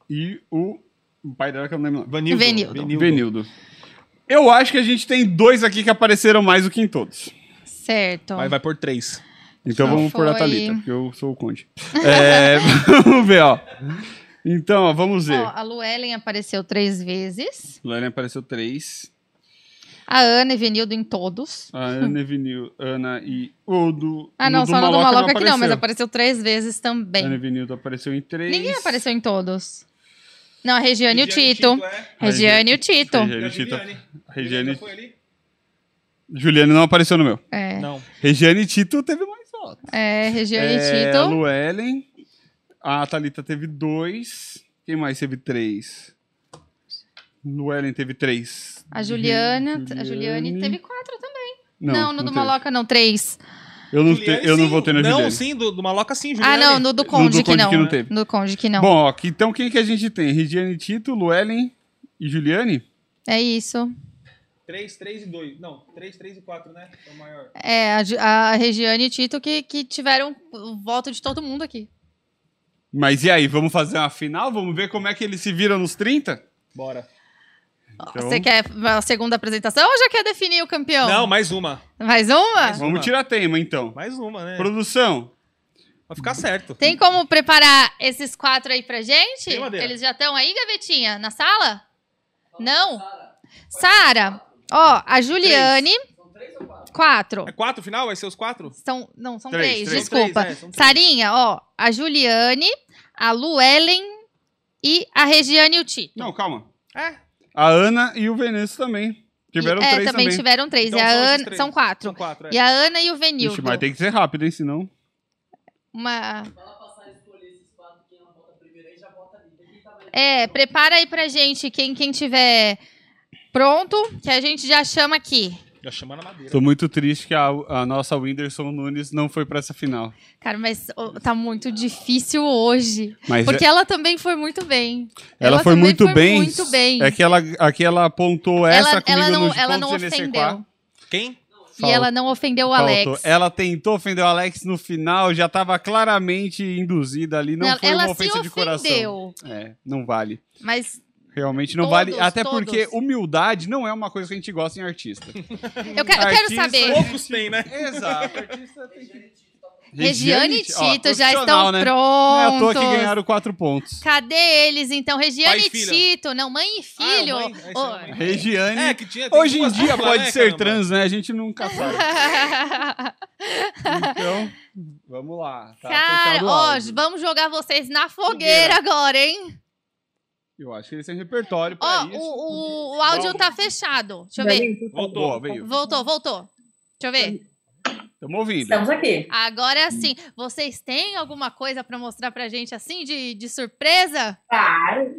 Speaker 4: E o, o pai dela que eu não lembro. o nome.
Speaker 3: Vanildo.
Speaker 2: Venildo.
Speaker 4: Venildo. Eu acho que a gente tem dois aqui que apareceram mais do que em todos.
Speaker 2: Certo.
Speaker 3: Vai, vai por três.
Speaker 4: Então
Speaker 2: Então
Speaker 4: vamos por a
Speaker 2: foi-
Speaker 4: Thalita, porque eu sou o conde. [LAUGHS] É, vamos ver, ó. Então, ó, vamos ver.
Speaker 2: Ó, a Luellen apareceu três vezes,
Speaker 4: Lani apareceu três.
Speaker 2: a Ana e Venildo em todos.
Speaker 4: A Ana, Vinil, Ana e o do.
Speaker 2: Ah,
Speaker 4: no
Speaker 2: não, só no do
Speaker 4: Maloca
Speaker 2: Maloca que não, mas apareceu três vezes também.
Speaker 4: Ana Vinildo apareceu em três.
Speaker 2: Ninguém apareceu em todos. Não, a Regiane e o
Speaker 3: Regiane e
Speaker 2: Tito.
Speaker 3: Tito, é.
Speaker 2: Regiane e o Tito.
Speaker 4: Regiane,
Speaker 3: E a
Speaker 4: e Tito.
Speaker 3: Juliane?
Speaker 4: Regiane.
Speaker 3: Foi ali?
Speaker 4: Juliane não apareceu no meu.
Speaker 2: É,
Speaker 3: Não.
Speaker 4: Regiane e Tito teve mais votos.
Speaker 2: é Regiane
Speaker 4: É,
Speaker 2: e
Speaker 4: A
Speaker 2: Tito.
Speaker 4: Luellen. A Thalita teve dois. Quem mais teve três? Luellen teve três.
Speaker 2: A Juliana, a Juliane teve quatro também. Não, no do Maloca não, três.
Speaker 4: teve. Eu não, te-
Speaker 3: Juliane,
Speaker 4: eu não
Speaker 3: sim.
Speaker 4: votei na
Speaker 3: Não,
Speaker 4: Juliane.
Speaker 3: sim, do, do Maloca sim,
Speaker 2: Ah,
Speaker 3: Juliane.
Speaker 2: não, no do Conde, que, não.
Speaker 4: teve.
Speaker 2: No Conde que não.
Speaker 4: Bom, ó, que- então quem que a gente tem? Regiane Tito, Luellen e Juliane?
Speaker 2: É isso.
Speaker 3: Três, três e dois. Não, três, três e quatro, né? É o maior.
Speaker 2: É, a, Ju- a Regiane e Tito que, que tiveram o voto de todo mundo aqui.
Speaker 4: Mas e aí, vamos fazer uma final? Vamos ver como é que eles se viram nos 30?
Speaker 3: Bora.
Speaker 4: Então-
Speaker 2: Você quer a segunda apresentação ou já quer definir o campeão?
Speaker 3: Não, mais uma.
Speaker 2: Mais uma?
Speaker 4: Vamos tirar tema, então.
Speaker 3: Então. Mais uma, né?
Speaker 4: Produção.
Speaker 3: Vai ficar certo.
Speaker 2: Tem como preparar esses quatro aí pra gente?
Speaker 3: Tem madeira.
Speaker 2: Eles já estão aí, gavetinha? Na sala? Não? Sara, ó, a É Juliane. Quatro.
Speaker 3: É quatro final? Vai ser os quatro?
Speaker 2: São, não, são
Speaker 3: Três,
Speaker 2: três,
Speaker 3: três.
Speaker 2: desculpa.
Speaker 3: São três, é, são três.
Speaker 2: Sarinha, ó, a Juliane, a Luellen e a Regiane e o Tito.
Speaker 4: Não, calma.
Speaker 2: É.
Speaker 4: A Ana e o Venâncio também. Tiveram
Speaker 2: é,
Speaker 4: três
Speaker 2: também
Speaker 4: também.
Speaker 2: tiveram três.
Speaker 4: Então
Speaker 2: e a
Speaker 4: são esses
Speaker 2: Ana,
Speaker 4: três.
Speaker 2: são quatro.
Speaker 4: São quatro, é.
Speaker 2: E a Ana e o Venil.
Speaker 4: Ixi, mas tem que ser rápido, hein? Senão.
Speaker 2: Uma... É, prepara aí pra gente, quem, quem tiver pronto, que a gente já chama aqui.
Speaker 3: Já chamando a madeira.
Speaker 4: Tô muito triste que a, a nossa Whindersson Nunes não foi pra essa final.
Speaker 2: Cara, mas ô, tá muito difícil hoje.
Speaker 4: Mas
Speaker 2: porque
Speaker 4: é-
Speaker 2: ela também foi muito bem.
Speaker 4: Ela, foi
Speaker 2: também
Speaker 4: muito bem.
Speaker 2: muito bem.
Speaker 4: É que ela, aqui ela apontou
Speaker 2: Ela-
Speaker 4: essa comigo
Speaker 2: ela não- é
Speaker 4: nos
Speaker 2: ela
Speaker 4: pontos
Speaker 2: não
Speaker 4: NSC4.
Speaker 2: ofendeu.
Speaker 3: Quem?
Speaker 2: E ela não ofendeu o Alex.
Speaker 4: Ela tentou ofender o Alex no final, já tava claramente induzida ali. Não
Speaker 2: Ela-
Speaker 4: foi
Speaker 2: ela
Speaker 4: uma
Speaker 2: se
Speaker 4: ofensa de coração.
Speaker 2: ofendeu.
Speaker 4: É, não vale.
Speaker 2: Mas
Speaker 4: Realmente não
Speaker 2: Todos,
Speaker 4: vale. Até
Speaker 2: todos.
Speaker 4: porque humildade não é uma coisa que a gente gosta em artista.
Speaker 2: [LAUGHS] eu quero, eu quero
Speaker 4: Artista,
Speaker 2: saber.
Speaker 4: Poucos
Speaker 3: tem, né?
Speaker 4: Exato.
Speaker 2: Regiane e
Speaker 4: ó,
Speaker 2: Tito já
Speaker 4: profissional,
Speaker 2: estão
Speaker 4: né? Não é à
Speaker 2: prontos.
Speaker 4: toa que ganharam quatro pontos.
Speaker 2: Cadê eles, então? Regiane
Speaker 4: Pai
Speaker 2: e
Speaker 4: e filha.
Speaker 2: Tito. Não, mãe e filho. Ô,
Speaker 4: Regiane.
Speaker 3: É, que tinha- tem
Speaker 4: hoje em
Speaker 3: duas
Speaker 4: dia
Speaker 3: dupla,
Speaker 4: pode
Speaker 3: né,
Speaker 4: ser
Speaker 3: caramba?
Speaker 4: trans, né? A gente nunca
Speaker 2: [LAUGHS]
Speaker 4: sabe. Então, vamos lá. Tá
Speaker 2: Cara,
Speaker 4: fechado o
Speaker 2: ó,
Speaker 4: áudio.
Speaker 2: vamos jogar vocês na fogueira agora, hein?
Speaker 4: Eu acho que eles têm repertório pra
Speaker 2: Ó,
Speaker 4: É isso.
Speaker 2: o, o, o áudio
Speaker 4: Vamos.
Speaker 2: tá fechado. Deixa eu ver.
Speaker 16: tá
Speaker 4: Voltou. Boa, veio.
Speaker 2: Voltou, voltou. Deixa eu ver.
Speaker 4: Tamo ouvindo.
Speaker 2: Agora sim. Vocês têm alguma coisa pra mostrar pra gente assim, de, de surpresa?
Speaker 16: Claro.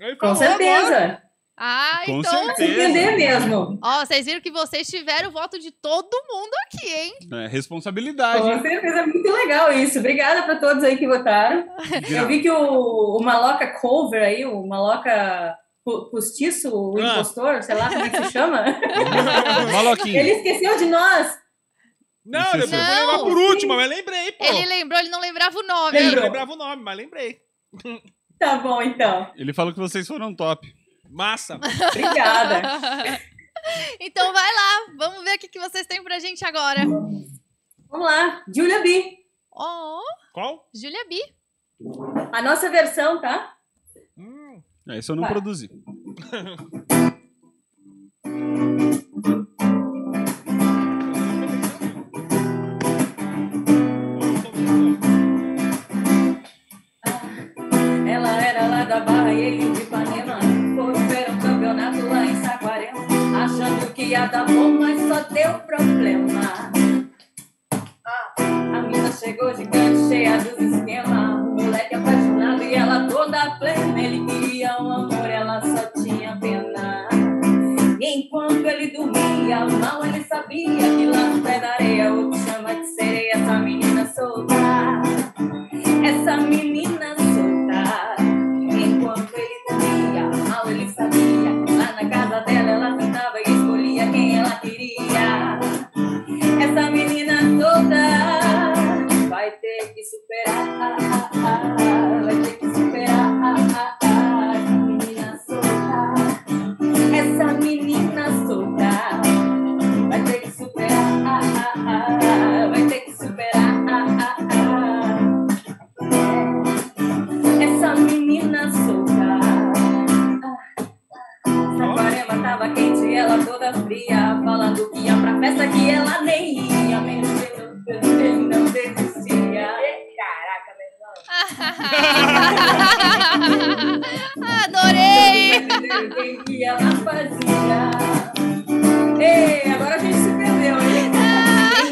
Speaker 3: Ele
Speaker 16: Com
Speaker 2: falou
Speaker 16: certeza.
Speaker 2: agora. Ah,
Speaker 16: Com
Speaker 2: então.
Speaker 16: certeza. Vai entender mesmo.
Speaker 2: Ó, vocês viram que vocês tiveram o voto de todo mundo aqui, hein?
Speaker 4: É responsabilidade.
Speaker 16: Com certeza, é muito legal isso. Obrigada para todos aí que votaram. Eu vi que o, o Maloca Cover aí, o Maloca Pu- Postiço,
Speaker 3: Ah.
Speaker 16: o impostor, sei lá como é que se chama.
Speaker 4: Maloquinho.
Speaker 16: Ele esqueceu de nós.
Speaker 3: Não, eu vou
Speaker 2: é Não.
Speaker 3: levar por última, mas lembrei, pô.
Speaker 2: Ele lembrou, ele não lembrava o nome.
Speaker 3: Eu lembrava o nome, mas lembrei.
Speaker 16: Tá bom, então.
Speaker 4: Ele falou que vocês foram top.
Speaker 3: Massa.
Speaker 2: [LAUGHS] então vai lá, vamos ver o que, que vocês têm pra gente agora.
Speaker 16: Vamos lá, Julia B.
Speaker 2: Oh,
Speaker 3: Qual?
Speaker 2: Julia B.
Speaker 16: A nossa versão, tá?
Speaker 4: É, isso eu não
Speaker 16: Vai.
Speaker 4: produzi.
Speaker 16: Ela era lá da Barra e ele de Ipanema. Foram ver um campeonato lá em Saquarema. Achando que ia dar bom, mas só deu problema. Ah, A mina chegou gigante, cheia dos esquemas. O moleque apaixonado e ela toda plena. Ele queria um amor, ela só tinha pena. Enquanto ele dormia, mal ele sabia que lá no pé da areia o que chama de sereia essa menina solta. Essa menina solta. Enquanto ele dormia, mal ele sabia. Lá na casa dela ela sentava e escolhia quem ela queria. Essa menina solta vai ter que superar. Vai ter que superar. Essa menina solta. Essa menina solta. Vai ter que superar. Vai ter que superar. Essa menina solta. Saquarema tava quente e ela toda fria. Falando que ia pra festa que ela nem ia. Mesmo ele não desistia. Caraca, meu irmão.
Speaker 2: Adorei!
Speaker 16: Quem que ela fazia? Ei, agora a gente se perdeu, hein?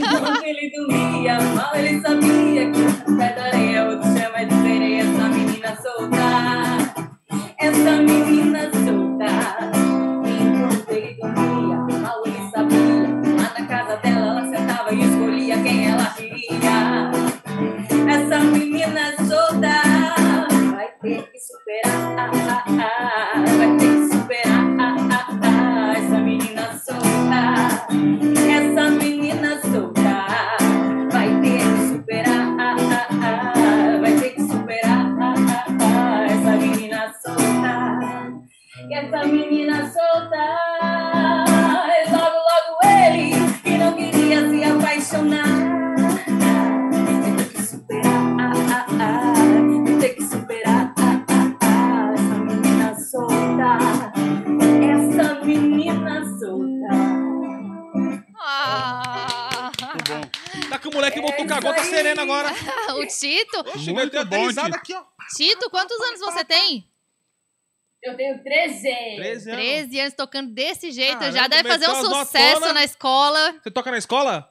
Speaker 16: Enquanto ele dormia, mal ele sabia que o pé da areia o chama de sereia. é Essa menina solta, essa menina solta. um Enquanto ele dormia, mal ele sabia. Lá na casa dela, ela sentava e escolhia quem ela queria. Essa menina solta vai ter que superar. Vai ter que superar. essa menina solta. Logo, logo ele que não queria se apaixonar. Tem que superar, ah, ah, ah. Tem que superar, ah, ah, ah. Essa menina solta. Essa menina solta.
Speaker 2: Ah.
Speaker 3: Tá com o moleque
Speaker 16: É
Speaker 3: voltou com a gota serena agora.
Speaker 2: [LAUGHS] o Tito?
Speaker 3: Chegou a ter até risada aqui, ó.
Speaker 2: Tito, quantos anos você tem?
Speaker 16: Eu tenho 13.
Speaker 3: 13 anos.
Speaker 2: 13 anos tocando desse jeito.
Speaker 3: Caramba,
Speaker 2: já deve fazer um
Speaker 3: meteu as
Speaker 2: sucesso
Speaker 3: notonas.
Speaker 2: na escola.
Speaker 3: Você toca na escola?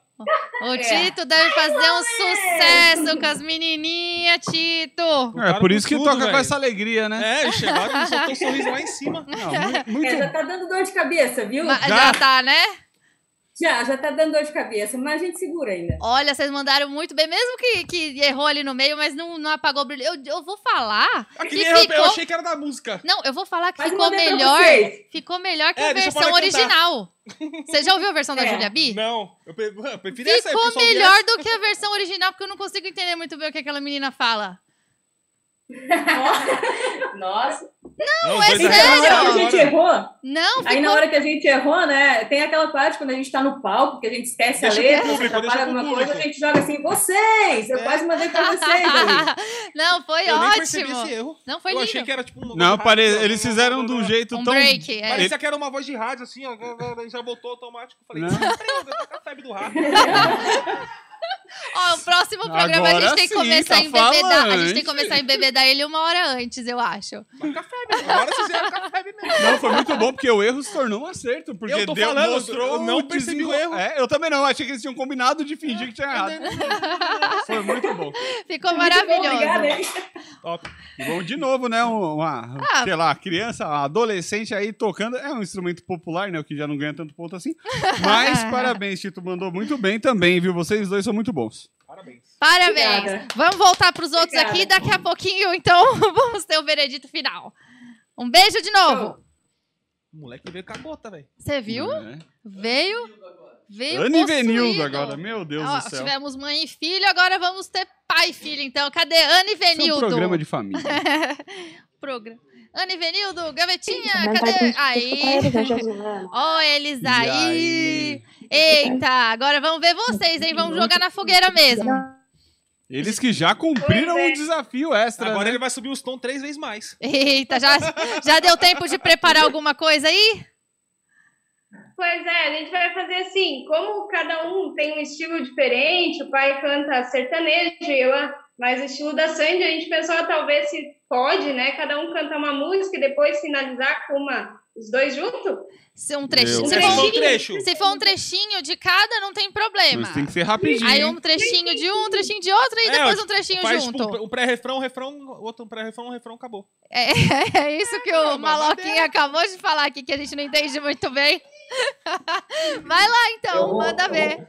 Speaker 2: O
Speaker 16: É.
Speaker 2: Tito deve fazer um sucesso com as menininhas, Tito.
Speaker 4: É, por isso que
Speaker 3: tudo,
Speaker 4: toca
Speaker 3: velho.
Speaker 4: com essa alegria, né?
Speaker 3: É, chegou agora e soltou um sorriso lá em cima.
Speaker 16: É, já tá dando dor de cabeça, viu?
Speaker 2: Ma- Já tá, né?
Speaker 16: Já, já tá dando dor de cabeça, mas a gente segura ainda.
Speaker 2: Olha, vocês mandaram muito bem, mesmo que, que errou ali no meio, mas não, não apagou o brilho. Eu, eu vou falar
Speaker 3: Aqui
Speaker 2: que
Speaker 3: errou,
Speaker 2: ficou...
Speaker 3: eu achei Ah, que era da música.
Speaker 2: Não, eu vou falar que
Speaker 16: Mas
Speaker 2: ficou
Speaker 16: mandei pra
Speaker 2: melhor.
Speaker 16: vocês.
Speaker 2: Ficou melhor que
Speaker 3: É,
Speaker 2: a
Speaker 3: deixa eu
Speaker 2: versão
Speaker 3: parar de cantar.
Speaker 2: original. Você já ouviu a versão da
Speaker 16: É.
Speaker 2: Julia B?
Speaker 3: Não, eu pre- eu prefiro essa aí,
Speaker 2: Ficou
Speaker 3: pessoal, vira-
Speaker 2: melhor do que a versão original, porque eu não consigo entender muito bem o que aquela
Speaker 16: [LAUGHS]
Speaker 2: menina fala.
Speaker 16: Nossa.
Speaker 3: Não,
Speaker 2: é
Speaker 3: os dois
Speaker 2: sério?
Speaker 3: arregaçaram
Speaker 16: então, Na hora que a
Speaker 3: agora.
Speaker 16: gente errou,
Speaker 2: Não,
Speaker 16: aí na
Speaker 2: ficou
Speaker 16: hora que a gente errou, né? Tem aquela parte quando a gente tá no palco, que a gente esquece
Speaker 3: Deixa
Speaker 16: a
Speaker 3: pro
Speaker 16: letra,
Speaker 3: público, deixa
Speaker 16: atrapalha
Speaker 3: pro
Speaker 16: alguma
Speaker 3: público.
Speaker 16: coisa, a gente joga assim, vocês! Eu
Speaker 3: É.
Speaker 16: quase mandei pra vocês ali.
Speaker 2: Não, foi
Speaker 3: Eu nem percebi esse
Speaker 2: ótimo.
Speaker 3: erro.
Speaker 2: Não foi
Speaker 3: eu
Speaker 2: lindo.
Speaker 3: achei que era tipo um.
Speaker 4: Não,
Speaker 3: rápido,
Speaker 4: pare...
Speaker 3: ó,
Speaker 4: eles fizeram de um jeito
Speaker 2: Um
Speaker 4: tão.
Speaker 2: break, é.
Speaker 3: Parecia que era uma voz de rádio, assim, ó. Daí já botou automático. Falei,
Speaker 4: Não.
Speaker 3: "Caramba, eu tô com a febre do rádio.
Speaker 2: Ó, o próximo programa a
Speaker 4: Agora
Speaker 2: gente tem que
Speaker 4: sim,
Speaker 2: começar
Speaker 4: tá
Speaker 2: a embebedar. A gente
Speaker 4: falando,
Speaker 2: tem que começar a embebedar ele uma hora antes, eu acho.
Speaker 3: Mas com a febre. Agora vocês fizeram com a febre mesmo.
Speaker 4: Não, foi muito bom, porque o erro se tornou um acerto. Porque
Speaker 3: Eu tô
Speaker 4: deu-
Speaker 3: falando,
Speaker 4: mostrou
Speaker 3: eu não
Speaker 4: o
Speaker 3: percebi
Speaker 4: desenro-
Speaker 3: o erro.
Speaker 4: É, eu também não, achei que eles tinham combinado de fingir que tinha errado. Foi muito bom.
Speaker 2: [LAUGHS] Ficou
Speaker 16: Muito bom, Obrigada,
Speaker 2: maravilhoso.
Speaker 16: hein?
Speaker 3: Top.
Speaker 4: E Bom, de novo, né? um- Uma,
Speaker 2: Ah.
Speaker 4: sei lá, criança, uma adolescente aí tocando. É um instrumento popular, né? O que já não ganha tanto ponto assim.
Speaker 2: [LAUGHS]
Speaker 4: Mas parabéns, Tito. Mandou muito bem também, viu? Vocês dois são muito bons.
Speaker 3: Parabéns.
Speaker 2: Parabéns.
Speaker 16: Obrigada.
Speaker 2: Vamos voltar pros outros
Speaker 16: Obrigada.
Speaker 2: aqui daqui a pouquinho, então [LAUGHS] vamos ter o veredito final. Um beijo de novo.
Speaker 3: O moleque veio com a gota, velho.
Speaker 2: Você viu?
Speaker 4: É.
Speaker 2: Veio. Veio.
Speaker 4: Anne
Speaker 2: possuído.
Speaker 4: Venildo agora, meu Deus
Speaker 2: Ó,
Speaker 4: do céu.
Speaker 2: Tivemos mãe e filho, agora vamos ter pai e filho, então. Cadê Anne
Speaker 4: Esse é um
Speaker 2: Venildo?
Speaker 4: programa
Speaker 2: [LAUGHS]
Speaker 4: de família.
Speaker 2: Progra- Anne Venildo, gavetinha, Ah,
Speaker 6: tá
Speaker 2: cadê? Aí. [LAUGHS] Ó, eles aí. Eita, agora vamos ver vocês, hein? Vamos jogar na fogueira mesmo.
Speaker 4: Eles que já cumpriram um desafio extra.
Speaker 3: Agora
Speaker 4: né?
Speaker 3: ele vai subir os tons três vezes mais.
Speaker 2: Eita,
Speaker 3: [LAUGHS]
Speaker 2: já, já deu tempo de preparar alguma coisa aí?
Speaker 9: Pois é, a gente vai fazer assim, como cada um tem um estilo diferente, o pai canta sertanejo, eu mais o estilo da Sandy, a gente pensou ah, talvez se pode, né? Cada um cantar uma música e depois finalizar com uma, os dois juntos.
Speaker 2: Se um trechinho.
Speaker 4: Meu
Speaker 2: Se
Speaker 3: Você
Speaker 9: Deus.
Speaker 3: falou
Speaker 2: for,
Speaker 3: um trecho.
Speaker 2: se for um trechinho de cada, não tem problema.
Speaker 4: Mas tem que ser rapidinho.
Speaker 2: Aí
Speaker 4: hein?
Speaker 2: um trechinho de um, um trechinho de outro e
Speaker 3: É,
Speaker 2: depois um trechinho
Speaker 3: Faz tipo,
Speaker 2: junto.
Speaker 3: um pré-refrão, um refrão, outro pré-refrão, um refrão, acabou.
Speaker 2: É, [LAUGHS] é isso que o Maloquinha acabou de falar aqui, que a gente não entende muito bem. [LAUGHS] Vai lá então, manda ver.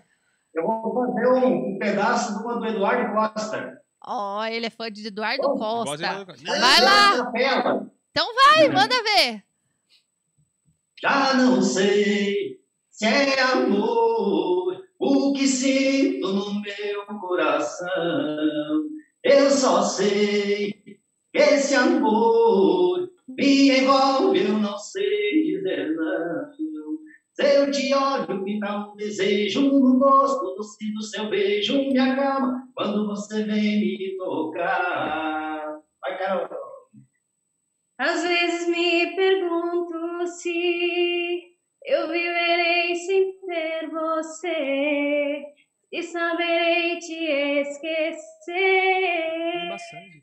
Speaker 13: Eu vou fazer um, um pedaço de uma do Eduardo Costa.
Speaker 2: Ó, ele é fã de Eduardo
Speaker 3: Voz
Speaker 2: Costa.
Speaker 3: de-
Speaker 2: Vai lá.
Speaker 13: Capela.
Speaker 2: Então vai, manda ver.
Speaker 13: Já não sei se é amor o que sinto no meu coração. Eu só sei que esse amor me envolve, eu não sei dizer não. Se eu te olho, me dá um desejo no gosto, no si do seu beijo, me acalma quando você vem me tocar. Vai, Carol.
Speaker 9: Às vezes me pergunto se eu viverei sem ter você e saberei te esquecer.
Speaker 3: Bastante.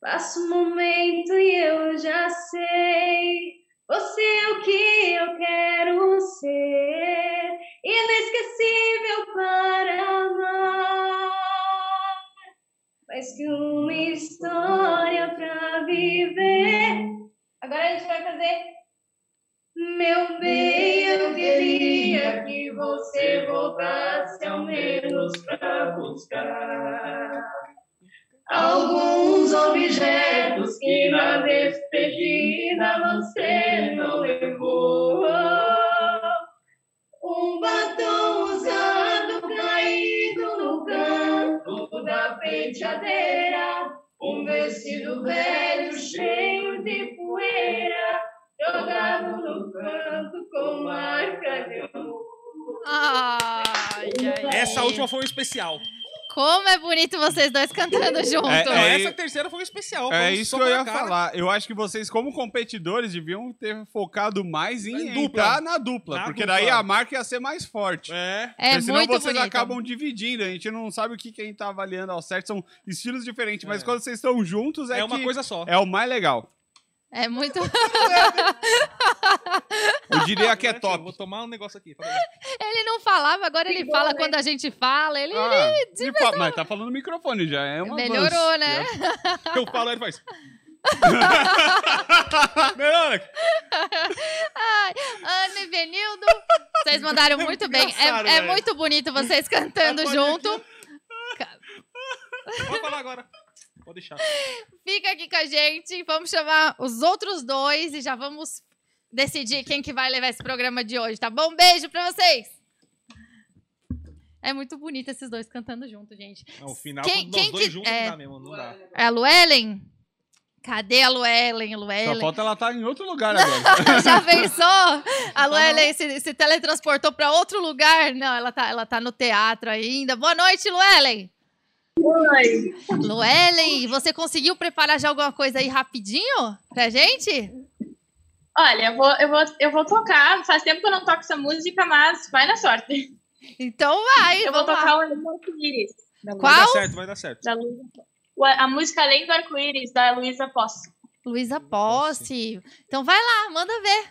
Speaker 9: Passa um momento e eu já sei. Você é o que eu quero ser, inesquecível para amar. Mais que uma história pra viver. Agora a gente vai fazer. Meu bem, eu queria que você voltasse ao menos pra buscar alguns objetos que na despedida você não levou. Um batom usado caído no canto da penteadeira, um vestido velho cheio de poeira,
Speaker 3: Essa última foi um especial.
Speaker 2: Como é bonito vocês dois cantando junto.
Speaker 4: É,
Speaker 3: Não,
Speaker 4: é-
Speaker 3: essa terceira foi um especial.
Speaker 4: É
Speaker 3: foi
Speaker 4: isso
Speaker 3: só
Speaker 4: que eu
Speaker 3: na
Speaker 4: ia
Speaker 3: cara.
Speaker 4: falar. Eu acho que vocês, como competidores, deviam ter focado mais em,
Speaker 3: Em dupla.
Speaker 4: entrar na dupla.
Speaker 3: Na
Speaker 4: porque
Speaker 3: dupla.
Speaker 4: daí a marca ia ser mais forte. né?
Speaker 3: É.
Speaker 2: É
Speaker 4: senão
Speaker 2: muito
Speaker 4: vocês
Speaker 2: bonito.
Speaker 4: acabam dividindo. A gente não sabe o que quem tá avaliando ao certo. São estilos diferentes. Mas quando vocês estão juntos, é,
Speaker 3: É uma
Speaker 4: que
Speaker 3: coisa só.
Speaker 4: É o mais legal.
Speaker 2: É muito. [LAUGHS]
Speaker 4: Eu diria que é top.
Speaker 3: Vou tomar um negócio
Speaker 2: [LAUGHS]
Speaker 3: aqui. peraí.
Speaker 2: ele não falava, agora ele fala quando a gente fala. Ele.
Speaker 4: Ah,
Speaker 2: ele-
Speaker 4: e fa- mas tá falando no microfone já. É um
Speaker 2: Melhorou,
Speaker 4: avanço.
Speaker 2: né?
Speaker 3: Eu falo, ele
Speaker 4: [LAUGHS]
Speaker 3: faz. Melhor.
Speaker 2: Ai, Ana e Benildo, vocês mandaram muito bem.
Speaker 3: Engraçado,
Speaker 2: É, é
Speaker 3: velho.
Speaker 2: muito bonito vocês cantando junto.
Speaker 3: Pode falar agora. Pode deixar.
Speaker 2: Fica aqui com a gente. Vamos chamar os outros dois e já vamos decidir quem que vai levar esse programa de hoje, tá bom? Beijo pra vocês! É muito bonito esses dois cantando junto, gente.
Speaker 3: Não, É, o final
Speaker 2: Quem-
Speaker 3: quem,
Speaker 2: quem
Speaker 3: dois
Speaker 2: que-
Speaker 3: juntos
Speaker 2: é.
Speaker 3: não dá mesmo, não dá.
Speaker 2: É a Luellen? Cadê a Luellen?
Speaker 4: Só
Speaker 2: Luellen.
Speaker 4: falta ela estar em outro lugar agora. [LAUGHS]
Speaker 2: [LAUGHS] Já pensou? A Luellen se, se teletransportou pra outro lugar? Não, ela tá, ela tá no teatro ainda. Boa noite, Luellen!
Speaker 17: Oi.
Speaker 2: Luellen, você conseguiu preparar já alguma coisa aí rapidinho pra gente?
Speaker 12: Olha, eu vou, eu, vou, eu vou tocar. Faz tempo que eu não toco essa música, mas vai na sorte.
Speaker 2: Então vai,
Speaker 12: Eu vou
Speaker 2: vamos
Speaker 12: tocar
Speaker 2: lá.
Speaker 12: o Além do Arco-Íris. da
Speaker 3: Vai dar
Speaker 12: Luísa-
Speaker 3: certo, vai dar certo.
Speaker 12: da Luísa- o- a música Além do Arco-Íris, da Luísa Posse.
Speaker 2: Luísa Posse. Então vai lá, manda ver.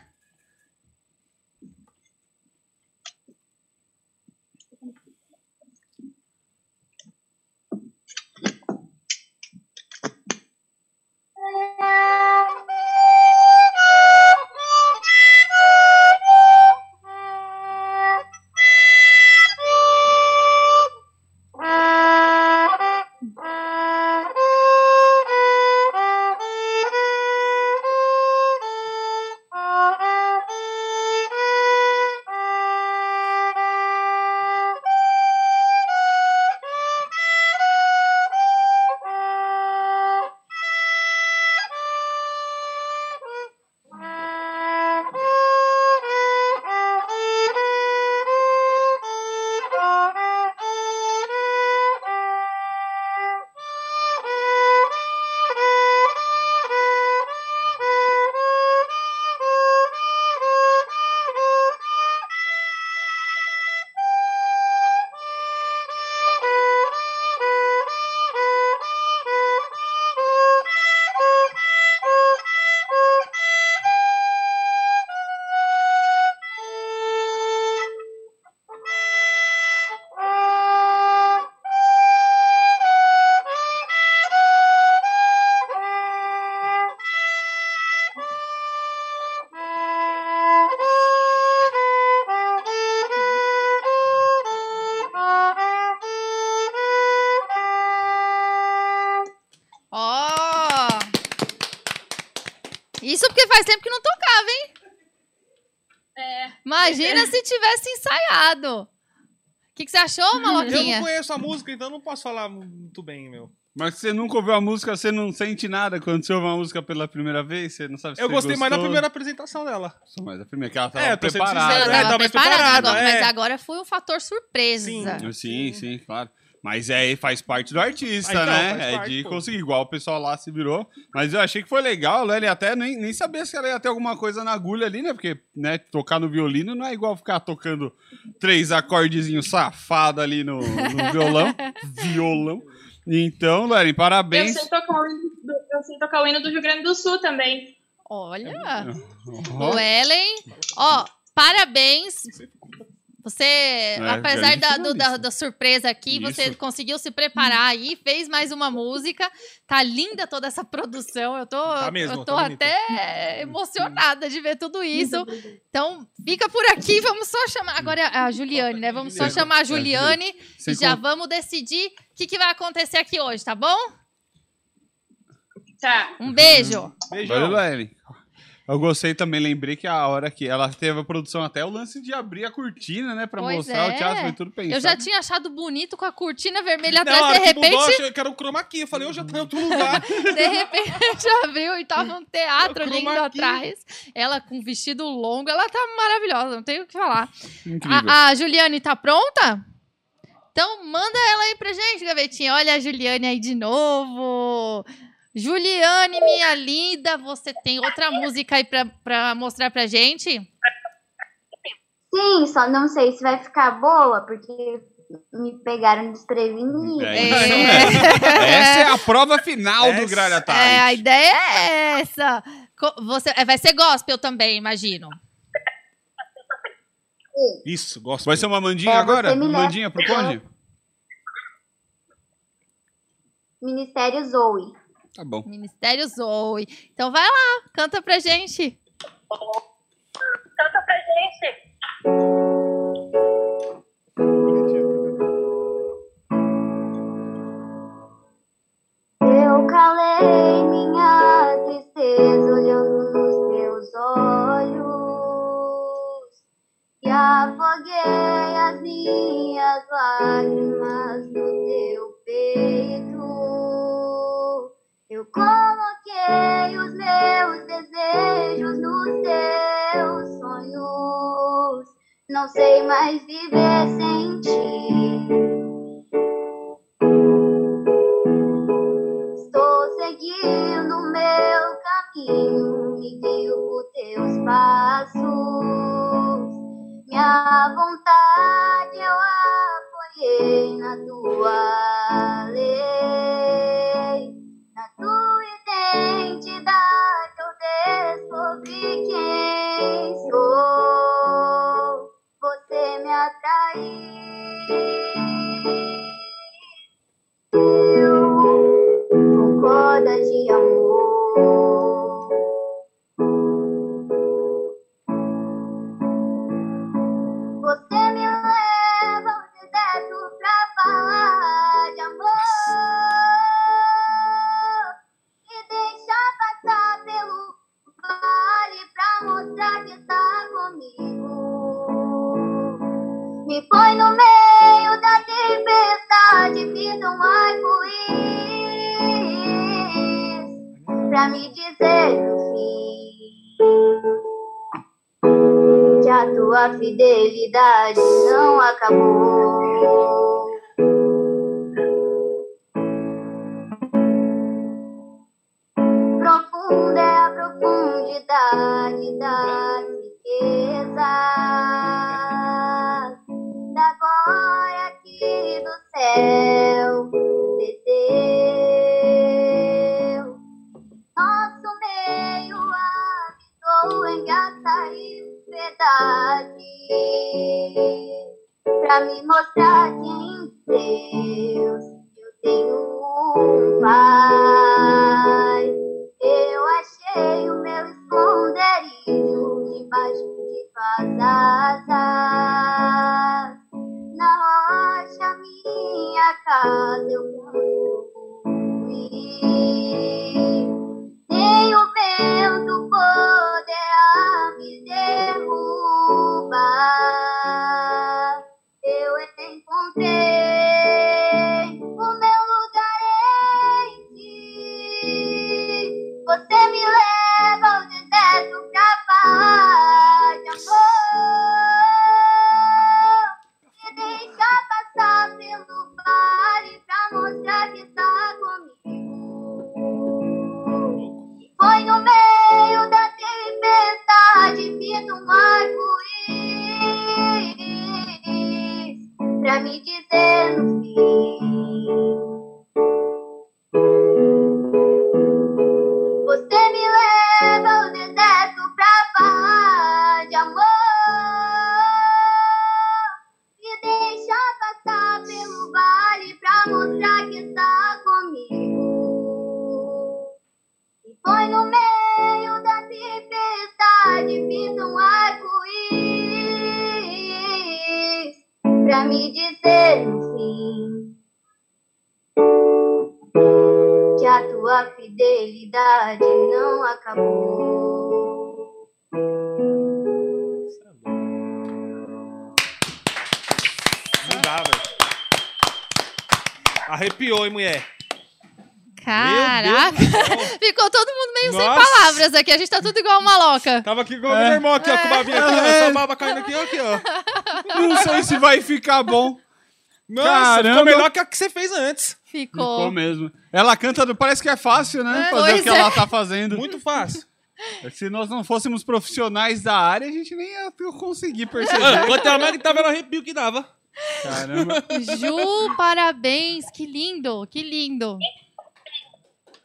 Speaker 2: Ó! Isso porque faz tempo que não tocava, hein?
Speaker 12: É.
Speaker 2: Imagina se tivesse ensaiado. O que, que você achou,
Speaker 3: Eu não
Speaker 2: maloquinha?
Speaker 3: conheço a música, então eu não posso falar muito bem, meu.
Speaker 4: Mas você nunca ouviu a música, você não sente nada quando você ouve uma música pela primeira vez? Você não sabe se
Speaker 3: Eu
Speaker 4: você
Speaker 3: gostei mais da
Speaker 4: gostou.
Speaker 3: primeira apresentação dela.
Speaker 4: Nossa, Mas a primeira que ela tava
Speaker 3: É, tô sendo
Speaker 4: preparada.
Speaker 3: sincero,
Speaker 2: Ela
Speaker 3: É,
Speaker 2: tava
Speaker 3: tava mais preparada,
Speaker 2: agora, mas
Speaker 3: é.
Speaker 2: agora foi um fator surpresa.
Speaker 4: Sim, sim, claro. Mas é, faz parte do artista,
Speaker 3: Ah, então, faz
Speaker 4: né? É
Speaker 3: parte,
Speaker 4: de
Speaker 3: pô.
Speaker 4: conseguir, igual o pessoal lá se virou. Mas eu achei que foi legal, né? Ele até nem, nem sabia se ela ia ter alguma coisa na agulha ali, né? Porque, né, tocar no violino não é igual ficar tocando três acordezinhos safado ali
Speaker 2: [LAUGHS]
Speaker 4: no, no violão. violão. Então, Leren,
Speaker 12: Eu
Speaker 4: parabéns.
Speaker 12: sei, tocar o hino do, eu sei tocar o hino do Rio Grande do Sul também.
Speaker 3: Tá
Speaker 2: Olha!
Speaker 4: Ó.
Speaker 2: O Ellen, ó, parabéns. Você, apesar
Speaker 12: grande
Speaker 2: da, do- da, da surpresa aqui,
Speaker 12: Isso.
Speaker 2: você conseguiu se preparar aí, fez mais uma música. Tá linda toda essa produção. Eu tô,
Speaker 3: mesmo,
Speaker 2: eu tô
Speaker 3: tá bonita.
Speaker 2: até emocionada de ver tudo isso. Então, fica por aqui. Vamos só chamar. Agora é a Juliane, né? Vamos só
Speaker 4: Juliane.
Speaker 2: chamar a
Speaker 4: É, Juliane.
Speaker 2: Juliane e
Speaker 4: Sem
Speaker 2: já
Speaker 4: con-
Speaker 2: vamos decidir o que, que vai acontecer aqui hoje, tá bom?
Speaker 12: Tá.
Speaker 2: Um beijo.
Speaker 4: Valeu, Leren. Eu gostei também, lembrei que a hora que ela teve a produção até o lance de abrir a cortina, né? Pra
Speaker 2: Pois
Speaker 4: mostrar o
Speaker 2: é.
Speaker 4: teatro, foi tudo pensado.
Speaker 2: Eu já tinha achado bonito com a cortina vermelha
Speaker 3: Na
Speaker 2: atrás,
Speaker 3: hora
Speaker 2: de
Speaker 3: que mudou, eu
Speaker 2: repente.
Speaker 3: achei que era o chroma key. Eu falei, eu já tô em outro
Speaker 4: [LAUGHS]
Speaker 3: lugar.
Speaker 2: De repente [LAUGHS] abriu e tava um teatro
Speaker 3: Chroma
Speaker 2: lindo
Speaker 3: key.
Speaker 2: atrás. Ela com um vestido longo, ela tá maravilhosa, não tenho o que falar.
Speaker 14: Incrível.
Speaker 2: A, a Juliane tá pronta? Então manda ela aí pra gente, gavetinha. Olha a Juliane aí de novo. Juliane, minha linda, você tem outra música aí pra, pra mostrar pra gente?
Speaker 5: Sim, só não sei se vai ficar boa, porque me pegaram desprevenida.
Speaker 4: É isso mesmo. Essa é a prova final do Gralha Tarde.
Speaker 2: É, a ideia é essa. Co- Você, é, vai ser gospel também, imagino.
Speaker 3: Isso, gosto.
Speaker 4: Vai ser uma mandinha agora?
Speaker 5: você me leva.
Speaker 4: Mandinha, propõe?
Speaker 5: Ministério Zoe.
Speaker 4: Tá bom.
Speaker 2: Ministério Zoe. Então vai lá, canta pra gente.
Speaker 17: Canta pra gente.
Speaker 5: Eu calei minha tristeza olhando nos teus olhos e afoguei as minhas lágrimas no teu peito. Eu coloquei os meus desejos nos teus sonhos. Não sei mais viver sem ti. Estou seguindo o meu caminho, me guio por teus passos. Minha vontade eu apoiei na tua lei, na tua identidade eu descobri quem sou. Você me atraiu com cordas de amor. Você me leva ao deserto pra falar de amor e deixa passar pelo vale pra mostrar que tá está comigo. Me põe no meio da tempestade, vira um arco-íris pra me dizer no fim que a tua fidelidade não acabou. Profunda é a profundidade das riquezas da glória aqui do céu desceu. Nosso meio habitou em graça e verdade pra me mostrar que em Deus eu tenho um Pai. Eu achei o meu esconderijo debaixo de tuas asas. Na rocha minha casa eu construí. Nem o vento poderá me derrubar. Eu encontrei o meu lugar em ti. Você me leva ao deserto pra falar de amor. E deixa passar pelo vale pra mostrar que está comigo. E Foi no meio da tempestade, vindo um arco-íris pra me dizer no fim. Você me leva ao deserto pra falar de amor. Me deixa passar pelo vale pra mostrar que está comigo. E foi no meio da tempestade, vindo um arco-íris pra me dizer no fim que a tua fidelidade não acabou.
Speaker 3: Arrepiou, hein, mulher?
Speaker 2: Caraca! [LAUGHS] Ficou todo mundo meio sem
Speaker 3: Nossa.
Speaker 2: palavras aqui. A gente tá tudo igual uma louca.
Speaker 3: Tava aqui igual o meu irmão aqui, ó, com o babinho aqui, ó, essa baba caindo aqui, ó, aqui, ó.
Speaker 2: [LAUGHS]
Speaker 4: Não sei se vai ficar bom.
Speaker 3: Nossa, ficou melhor que a que você fez antes.
Speaker 2: Ficou.
Speaker 4: Ficou mesmo. Ela canta, do- parece que é fácil, né?
Speaker 3: É,
Speaker 4: fazer
Speaker 3: pois
Speaker 4: o que
Speaker 3: é.
Speaker 4: ela tá fazendo.
Speaker 3: Muito fácil.
Speaker 4: Se nós não fôssemos profissionais da área, a gente nem ia conseguir perceber.
Speaker 3: Mano, quanto ela mais gritava, era o arrepio que dava.
Speaker 4: Caramba.
Speaker 2: Ju, parabéns. Que lindo, que lindo.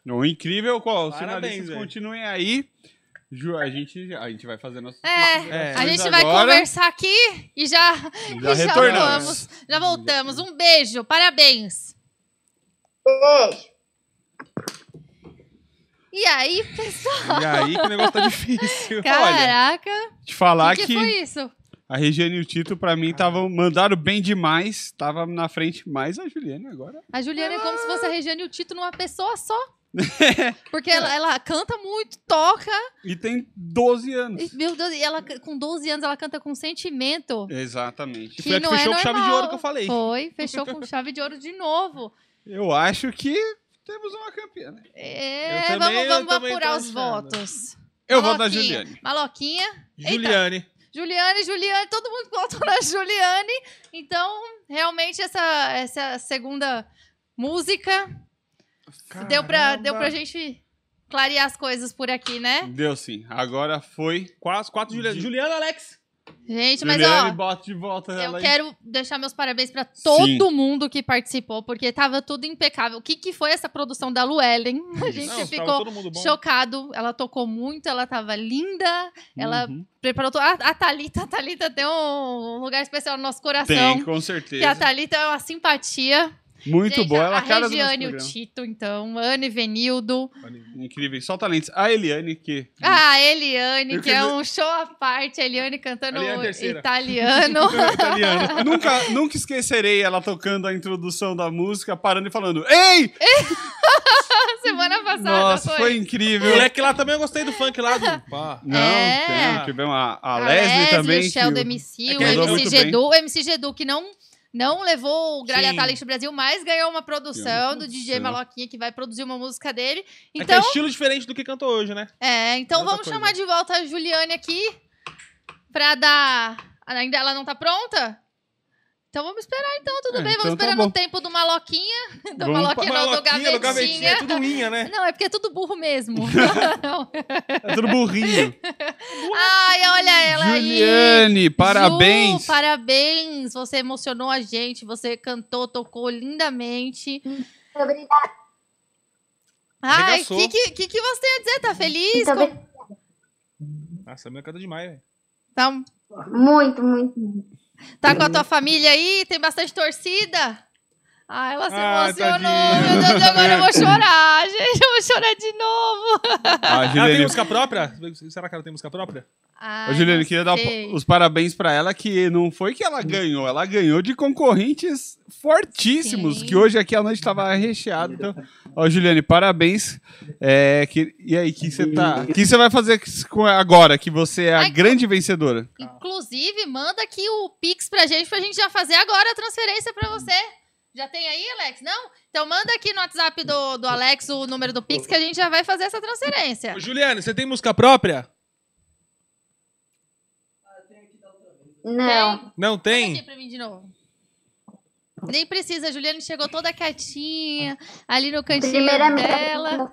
Speaker 4: O incrível qual? Os
Speaker 3: Parabéns,
Speaker 4: finalistas
Speaker 3: velho.
Speaker 4: continuem aí. Ju, a gente, a gente vai fazer nossas
Speaker 2: É, a gente
Speaker 4: considerações
Speaker 2: vai
Speaker 4: agora.
Speaker 2: conversar aqui e já,
Speaker 4: Já
Speaker 2: [LAUGHS] e já
Speaker 4: retornamos.
Speaker 2: voltamos. Já voltamos. Um beijo, parabéns. E aí, pessoal?
Speaker 4: E aí que o negócio tá
Speaker 2: [LAUGHS]
Speaker 3: difícil.
Speaker 2: Caraca.
Speaker 4: Te falar
Speaker 2: O que,
Speaker 4: que-
Speaker 2: foi isso?
Speaker 4: A Regiane e o Tito, pra mim, tavam, mandaram bem demais. Tava na frente, mas a Juliana agora.
Speaker 2: A Juliana é como se fosse a Regiane e o Tito numa pessoa
Speaker 4: [LAUGHS]
Speaker 2: só. Porque ela, ela canta muito, toca.
Speaker 4: E tem 12 anos.
Speaker 2: E, meu Deus, e ela c- com 12 anos ela canta com sentimento.
Speaker 4: Exatamente.
Speaker 2: Que não é normal. Foi, fechou com chave de ouro de novo.
Speaker 4: Eu acho que temos uma campeã, né?
Speaker 2: É,
Speaker 4: Eu também-
Speaker 2: vamos,
Speaker 4: eu
Speaker 2: vamos
Speaker 4: também tô
Speaker 2: apurar os
Speaker 4: achando.
Speaker 2: votos.
Speaker 4: Eu vou da
Speaker 2: Maloquinha.
Speaker 4: Juliane.
Speaker 2: Maloquinha. Eita,
Speaker 3: Juliane.
Speaker 2: Juliane, Juliane, todo mundo votou na Juliane. Então, realmente, essa, essa segunda música deu pra, deu pra gente clarear as coisas por aqui, né?
Speaker 4: Deu sim. Agora foi.
Speaker 3: Quase quatro Juliana. Juliana Alex.
Speaker 2: Gente, mas
Speaker 4: Juliane,
Speaker 2: ó,
Speaker 4: bota de volta
Speaker 2: Eu
Speaker 4: ela é aí.
Speaker 2: quero deixar meus parabéns pra todo mundo que participou, porque tava tudo impecável. O que, que foi essa produção da Luellen? A gente
Speaker 3: tava todo mundo
Speaker 2: ficou
Speaker 3: bom.
Speaker 2: chocado. Ela tocou muito, ela tava linda, ela
Speaker 4: Uhum.
Speaker 2: preparou. to- A, a Thalita, a Thalita tem um, um lugar especial no nosso coração.
Speaker 4: Tem, com
Speaker 2: Que a
Speaker 4: certeza.
Speaker 2: Thalita é uma simpatia.
Speaker 4: Muito
Speaker 2: Gente,
Speaker 4: boa. Ela
Speaker 2: a
Speaker 4: é a cara do nosso
Speaker 2: Regiane, o
Speaker 4: programa.
Speaker 2: Tito, então, Anne Venildo,
Speaker 4: Incrível. Só talentos. A Eliane, que.
Speaker 2: a Eliane,
Speaker 4: Hum. Eu
Speaker 2: que
Speaker 4: quis
Speaker 2: é
Speaker 4: dizer-
Speaker 2: um show à parte, a Eliane cantando
Speaker 4: Eliane é a terceira. [LAUGHS] É,
Speaker 2: italiano.
Speaker 4: Italiano. nunca, nunca esquecerei ela tocando a introdução da música, parando e falando: Ei!
Speaker 2: [LAUGHS] Semana passada
Speaker 4: Nossa, foi,
Speaker 2: foi [LAUGHS]
Speaker 4: incrível.
Speaker 3: Moleque lá também eu gostei do funk lá do. Pá.
Speaker 4: Não,
Speaker 2: É.
Speaker 4: é tem, tivemos a, a,
Speaker 2: A
Speaker 4: Leslie,
Speaker 2: Leslie,
Speaker 4: também.
Speaker 2: o Shell
Speaker 4: que
Speaker 2: do
Speaker 3: É
Speaker 2: MC, o
Speaker 4: mandou
Speaker 2: MC
Speaker 4: muito bem.
Speaker 2: Gedu, o MC Gedu que não, não levou o Gralha
Speaker 3: Sim.
Speaker 2: Talent Brasil, mas ganhou uma
Speaker 3: Ganhou
Speaker 2: produção
Speaker 3: uma
Speaker 2: do DJ
Speaker 3: produção.
Speaker 2: Maloquinha, que vai produzir uma música dele.
Speaker 3: É que
Speaker 2: Então,
Speaker 3: é estilo diferente do que cantou hoje, né?
Speaker 2: é, então
Speaker 3: outra
Speaker 2: vamos
Speaker 3: coisa.
Speaker 2: chamar de volta a Juliane aqui pra dar... Ainda ela não tá pronta? Então vamos esperar então, tudo
Speaker 3: É,
Speaker 2: bem, vamos
Speaker 3: então tá
Speaker 2: esperar
Speaker 3: bom.
Speaker 2: no tempo do Maloquinha, [LAUGHS] do
Speaker 3: Vamos
Speaker 2: Maloquinha,
Speaker 3: pra-
Speaker 2: não, do
Speaker 3: Maloquinha,
Speaker 2: Gavetinha.
Speaker 3: do Gavetinha, é tudo linha, né?
Speaker 2: Não, é porque é tudo burro mesmo.
Speaker 3: [LAUGHS]
Speaker 4: É tudo burrinho.
Speaker 2: Ai, olha ela aí.
Speaker 4: Juliane, parabéns.
Speaker 2: Ju, parabéns. Você emocionou a gente, você cantou, tocou lindamente.
Speaker 5: Obrigada.
Speaker 2: Ai, o
Speaker 3: Arregaçou.
Speaker 2: que, que, que, que você tem a dizer? Tá feliz?
Speaker 5: Muito
Speaker 2: Com-
Speaker 3: Nossa, a minha canta demais, velho.
Speaker 2: Tá...
Speaker 5: Muito, muito.
Speaker 2: Tá com a tua família aí? Tem bastante torcida? Ah, ela se
Speaker 3: Ah,
Speaker 2: emocionou.
Speaker 3: tadinha.
Speaker 2: Meu Deus, agora eu vou chorar, gente. Eu vou chorar de novo.
Speaker 3: ela tem
Speaker 4: Ah, Juliane.
Speaker 3: música própria? Será que ela tem música própria?
Speaker 2: Ai,
Speaker 4: Ô, Juliane,
Speaker 2: não
Speaker 4: queria dar um
Speaker 2: sei.
Speaker 4: os parabéns pra ela, que não foi que ela ganhou, ela ganhou de concorrentes fortíssimos, que hoje aqui a noite estava recheado. Então, ó, Juliane, parabéns. É, que- e aí, o que você tá. O que você vai fazer com- agora, que você é a grande vencedora?
Speaker 2: Inclusive, manda aqui o Pix pra gente, pra gente já fazer agora a transferência pra você. Já tem aí, Alex? Não? Então manda aqui no WhatsApp do, do Alex o número do Pix que a gente já vai fazer essa transferência.
Speaker 3: Ô, Juliane, você tem música própria?
Speaker 5: Não.
Speaker 3: Não
Speaker 2: Aqui
Speaker 3: tem?
Speaker 2: pra mim de novo. Nem precisa, a Juliane chegou toda quietinha, ali no cantinho
Speaker 5: Primeiramente-
Speaker 2: dela.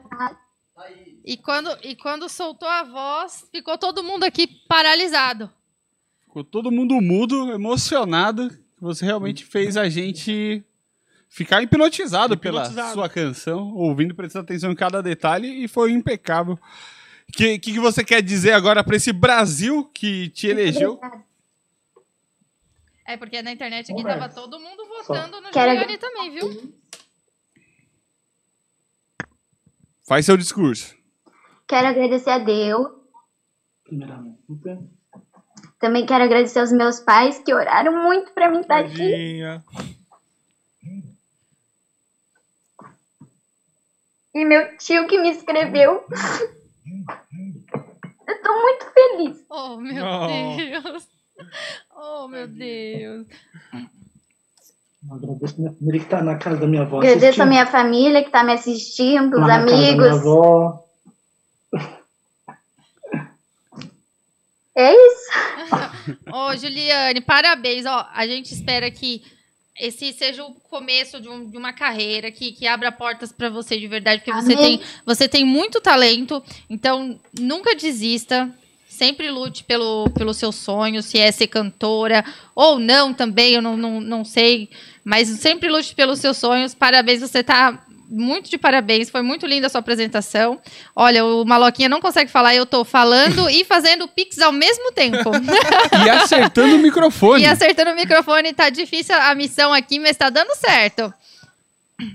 Speaker 2: E quando, e quando soltou a voz, ficou todo mundo aqui paralisado.
Speaker 4: Ficou todo mundo mudo, emocionado. Você realmente fez a gente ficar hipnotizado, pela
Speaker 3: Hipnotizado.
Speaker 4: sua canção, ouvindo, prestando atenção em cada detalhe e foi impecável. O que, que, que você quer dizer agora pra esse Brasil que te
Speaker 2: [LAUGHS]
Speaker 4: elegeu?
Speaker 2: É porque na internet aqui tava todo mundo votando na
Speaker 5: Quero-
Speaker 2: Juliane também, viu?
Speaker 4: Faz seu discurso.
Speaker 5: Quero agradecer a Deus. Também quero agradecer aos meus pais que oraram muito pra mim estar aqui.
Speaker 3: Tadinha.
Speaker 5: E meu tio que me escreveu. Eu tô muito feliz.
Speaker 2: Oh, meu
Speaker 5: Oh.
Speaker 2: Deus. Oh, meu Deus.
Speaker 14: Agradeço minha família que tá na casa da minha avó.
Speaker 5: Agradeço a
Speaker 14: assistindo.
Speaker 5: minha família que tá me assistindo, os
Speaker 14: Lá na casa da minha
Speaker 5: amigos.
Speaker 14: avó.
Speaker 5: É isso.
Speaker 2: Ô, Juliane, parabéns. Ó, a gente espera que esse seja o começo de, um- de uma carreira que, que abra portas para você de verdade, porque
Speaker 12: Ah,
Speaker 2: você
Speaker 5: Amém.
Speaker 2: tem, você tem muito talento. Então, nunca desista. Sempre lute pelo, pelo seu sonho, se é ser cantora ou não também, eu não, não, não sei. Mas sempre lute pelos seus sonhos. Parabéns, você tá muito de parabéns. Foi muito linda a sua apresentação. Olha, o Maloquinha não consegue falar, eu tô falando e fazendo pix ao mesmo tempo.
Speaker 4: E acertando o
Speaker 2: [LAUGHS]
Speaker 4: microfone.
Speaker 2: E acertando o microfone, tá difícil a missão aqui, mas tá dando certo.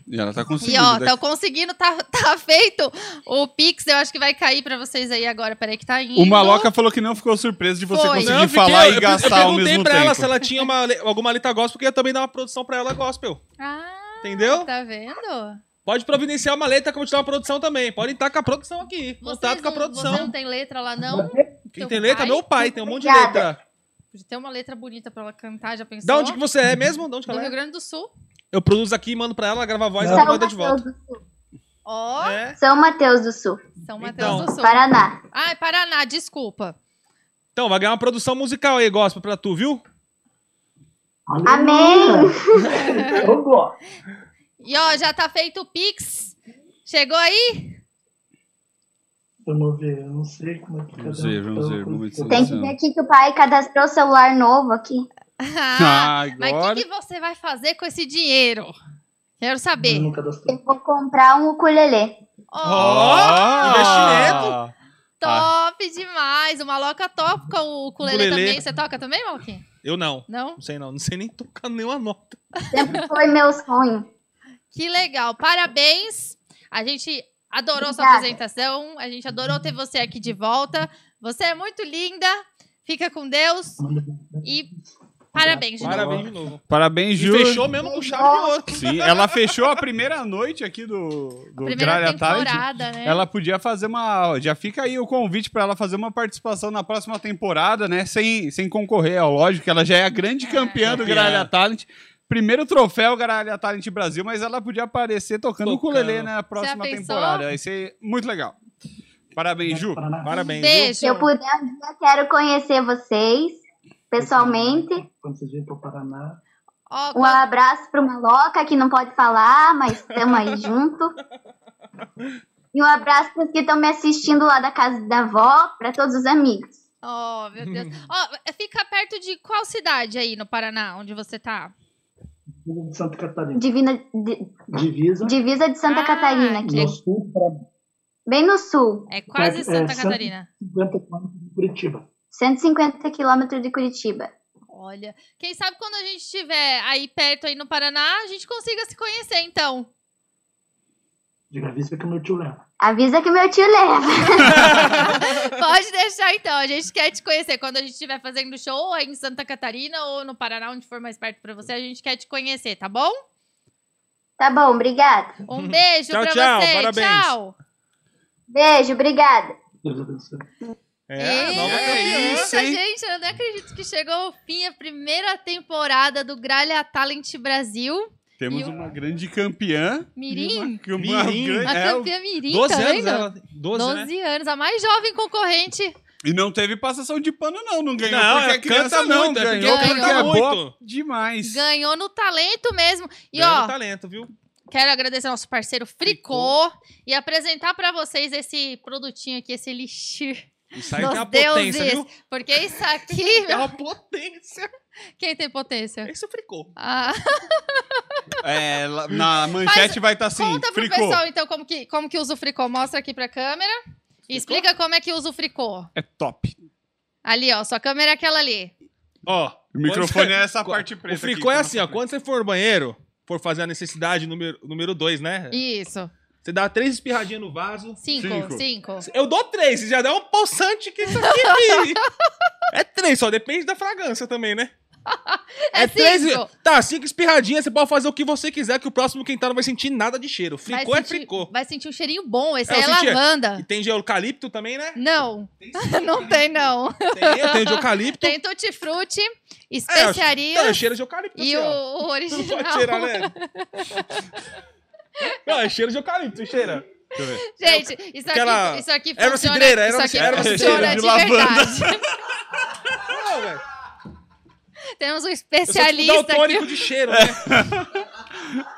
Speaker 4: E ela tá
Speaker 2: E
Speaker 4: conseguindo.
Speaker 2: ó,
Speaker 4: daqui-
Speaker 2: tá conseguindo, tá, [LAUGHS] tá feito o Pix, eu acho que vai cair pra vocês aí agora. Peraí que tá indo.
Speaker 4: O Maloca falou que não ficou surpreso de você
Speaker 2: Foi.
Speaker 4: conseguir
Speaker 3: Não, eu fiquei-
Speaker 4: falar
Speaker 3: eu-
Speaker 4: e gastar
Speaker 3: eu,
Speaker 4: ao mesmo
Speaker 3: perguntei pra
Speaker 4: tempo.
Speaker 3: ela se ela tinha uma le- alguma letra gospel, porque eu ia também dar uma produção pra ela gospel.
Speaker 2: Ah,
Speaker 3: Entendeu?
Speaker 2: Tá vendo?
Speaker 3: Pode providenciar uma letra que eu vou te dar uma produção também. Pode estar com a produção aqui. Contato com a produção.
Speaker 2: Você não tem letra lá, não?
Speaker 3: Quem tem letra? Meu pai, tem um monte de
Speaker 2: Obrigada.
Speaker 3: letra.
Speaker 2: Podia ter uma letra bonita pra ela cantar, já pensou?
Speaker 3: Da onde que você é mesmo? Da onde que
Speaker 2: Do
Speaker 3: ela é?
Speaker 2: Rio Grande do Sul.
Speaker 3: Eu produzo aqui, mando pra ela, grava a voz, ela
Speaker 5: São
Speaker 3: manda de
Speaker 2: Tá
Speaker 5: Mateus
Speaker 3: volta. É,
Speaker 5: do Sul.
Speaker 2: Ó,
Speaker 5: São Mateus do Sul.
Speaker 2: São Mateus
Speaker 3: Então.
Speaker 2: do Sul.
Speaker 5: Paraná.
Speaker 2: Ai, Paraná, desculpa.
Speaker 3: Então, vai ganhar uma produção musical aí, gospel, pra tu, viu? [LAUGHS]
Speaker 5: Amém.
Speaker 2: E ó, já tá feito o Pix. Chegou aí?
Speaker 14: Vamos ver, eu não sei como é que Vamos
Speaker 4: ver, vamos ver, é vamos ver.
Speaker 5: Tem que ver aqui que o pai cadastrou o celular novo aqui.
Speaker 4: Ah,
Speaker 2: Mas o
Speaker 4: agora.
Speaker 2: que, que você vai fazer com esse dinheiro? Quero saber.
Speaker 5: Eu vou comprar um ukulele.
Speaker 2: Oh.
Speaker 3: Ó, investimento.
Speaker 2: Top demais. O Maloca toca o ukulele
Speaker 3: Ukulele.
Speaker 2: também. Você toca também, Maloquinha?
Speaker 3: Eu não.
Speaker 2: Não?
Speaker 3: Não sei não, não sei nem tocar nenhuma nota.
Speaker 5: Foi meu sonho.
Speaker 2: Que legal. Parabéns. A gente adorou sua
Speaker 5: Obrigada.
Speaker 2: apresentação. A gente adorou ter você aqui de volta. Você é muito linda. Fica com Deus. E parabéns de
Speaker 3: Parabéns
Speaker 2: novo.
Speaker 3: de novo.
Speaker 4: Parabéns, Ju.
Speaker 3: fechou mesmo com chave de ouro.
Speaker 4: Sim, ela fechou a primeira noite aqui do, do
Speaker 2: Primeira
Speaker 4: Gralha Talent.
Speaker 2: temporada, né?
Speaker 4: Ela podia fazer uma. Já fica aí o convite pra ela fazer uma participação na próxima temporada, né? Sem, sem concorrer, ó, lógico, que ela já é a grande campeã do
Speaker 3: Campeã.
Speaker 4: Gralha Talent. Primeiro troféu Gralha Talent Brasil, mas ela podia aparecer tocando o ukulele né, na próxima
Speaker 2: pensou?
Speaker 4: temporada. Vai ser muito legal. Parabéns, Ju.
Speaker 3: Parabéns.
Speaker 5: Se eu puder, um dia quero conhecer vocês pessoalmente.
Speaker 14: Quando vocês vêm pro Paraná.
Speaker 5: Um abraço pro Maloca, que não pode falar, mas estamos aí junto. E um abraço para os que estão me assistindo lá da casa da avó, para todos os amigos.
Speaker 2: Oh, meu Deus. Ó, fica perto de qual cidade aí no Paraná, onde você tá?
Speaker 14: Divisa de Santa Catarina.
Speaker 5: Divina, di-
Speaker 14: Divisa.
Speaker 5: divisa de
Speaker 2: Ah,
Speaker 5: Santa Catarina, aqui.
Speaker 14: No sul, pra
Speaker 5: bem no sul.
Speaker 2: É
Speaker 14: quase É, é, Santa Santa- Catarina. 50 quilômetros de Curitiba.
Speaker 5: 150 quilômetros de Curitiba.
Speaker 2: Olha, quem sabe quando a gente estiver aí perto aí no Paraná, a gente consiga se conhecer então.
Speaker 14: Diga avisa que meu tio leva.
Speaker 5: Avisa que meu tio leva. [LAUGHS]
Speaker 2: Pode deixar então, a gente quer te conhecer quando a gente estiver fazendo show ou aí em Santa Catarina ou no Paraná, onde for mais perto pra você, a gente quer te conhecer, tá bom?
Speaker 5: Tá bom, obrigada.
Speaker 2: Um beijo
Speaker 3: Tchau,
Speaker 2: pra
Speaker 3: tchau,
Speaker 2: você.
Speaker 3: parabéns.
Speaker 2: Tchau.
Speaker 5: Beijo, obrigada.
Speaker 3: É, nova campeã.
Speaker 2: Nossa, gente, eu não acredito que chegou ao fim a primeira temporada do Gralha Talent Brasil.
Speaker 4: Temos
Speaker 2: E o-
Speaker 4: uma grande campeã.
Speaker 2: Mirim?
Speaker 4: e Uma,
Speaker 3: Mirim.
Speaker 4: grande-
Speaker 2: A
Speaker 4: é,
Speaker 2: campeã Mirim,
Speaker 4: 12
Speaker 2: tá
Speaker 4: anos
Speaker 2: vendo?
Speaker 4: ela, 12, né?
Speaker 2: anos, a mais jovem concorrente.
Speaker 4: E não teve passação de pano, não. Não ganhou
Speaker 3: Não,
Speaker 4: porque
Speaker 3: é,
Speaker 4: é criança,
Speaker 3: canta
Speaker 4: não.
Speaker 3: muito, é porque
Speaker 4: ganhou
Speaker 2: canta
Speaker 4: porque é
Speaker 3: muito.
Speaker 4: boa demais.
Speaker 2: Ganhou no talento mesmo. E
Speaker 3: Ganhou
Speaker 2: ó,
Speaker 3: no talento, viu?
Speaker 2: quero agradecer ao nosso parceiro Fricô e apresentar pra vocês esse produtinho aqui, esse elixir.
Speaker 3: Isso aí tem
Speaker 2: dos
Speaker 3: uma potência,
Speaker 2: deuses,
Speaker 3: viu?
Speaker 2: Porque isso
Speaker 3: [LAUGHS]
Speaker 2: aqui. [LAUGHS]
Speaker 3: É uma potência.
Speaker 2: Quem tem potência?
Speaker 3: Esse é o Fricô.
Speaker 2: Ah, [LAUGHS]
Speaker 4: É, lá- na manchete vai estar assim,
Speaker 2: conta pro
Speaker 4: fricô.
Speaker 2: pessoal, então, como que, como que usa o Fricô. Mostra aqui pra câmera. E explica como é que usa o Fricô.
Speaker 4: É top.
Speaker 2: Ali, ó, sua câmera é aquela ali.
Speaker 3: Ó,
Speaker 4: O microfone
Speaker 3: quando-
Speaker 4: é essa parte preta
Speaker 3: O Fricô
Speaker 4: aqui, então.
Speaker 3: é assim, ó. Quando você for ao banheiro, for fazer a necessidade número 2, número dois, né?
Speaker 2: Isso.
Speaker 3: Você dá três espirradinhas no vaso.
Speaker 2: Cinco, cinco.
Speaker 3: Eu dou três, você já dá um pulsante que isso
Speaker 2: [LAUGHS]
Speaker 3: aqui, filho. É três, só depende da fragrância também, né?
Speaker 2: É,
Speaker 3: três.
Speaker 2: cinco.
Speaker 3: Tá, cinco espirradinhas, você pode fazer o que você quiser, que o próximo quintal não vai sentir nada de cheiro.
Speaker 2: Vai
Speaker 3: Fricô é
Speaker 2: sentir-
Speaker 3: fricô.
Speaker 2: Vai sentir um cheirinho bom, esse aí
Speaker 3: eu
Speaker 2: é
Speaker 3: senti-
Speaker 2: lavanda.
Speaker 3: E tem de eucalipto também,
Speaker 2: [LAUGHS]
Speaker 3: né?
Speaker 2: Não, não tem não.
Speaker 3: Tem, tem de eucalipto.
Speaker 2: Tem tutti-frutti especiarias.
Speaker 3: É, é cheiro de eucalipto.
Speaker 2: E
Speaker 3: assim,
Speaker 2: o,
Speaker 3: ó.
Speaker 2: o original.
Speaker 3: Não pode cheirar, né? Não, é cheiro de eucalipto, cheira. Deixa eu ver.
Speaker 2: [LAUGHS] Gente, isso aqui,
Speaker 3: Aquela-
Speaker 2: isso aqui
Speaker 3: erva
Speaker 2: funciona.
Speaker 3: cidreira,
Speaker 2: isso
Speaker 3: erva
Speaker 2: aqui
Speaker 3: cidreira.
Speaker 2: funciona de,
Speaker 3: Cheiro de lavanda.
Speaker 2: verdade. [LAUGHS]
Speaker 3: Não, velho.
Speaker 2: Temos um
Speaker 3: Eu sou tipo
Speaker 2: especialista
Speaker 3: daltônico
Speaker 2: aqui.
Speaker 3: de
Speaker 2: [LAUGHS]
Speaker 3: cheiro, né?
Speaker 4: [LAUGHS]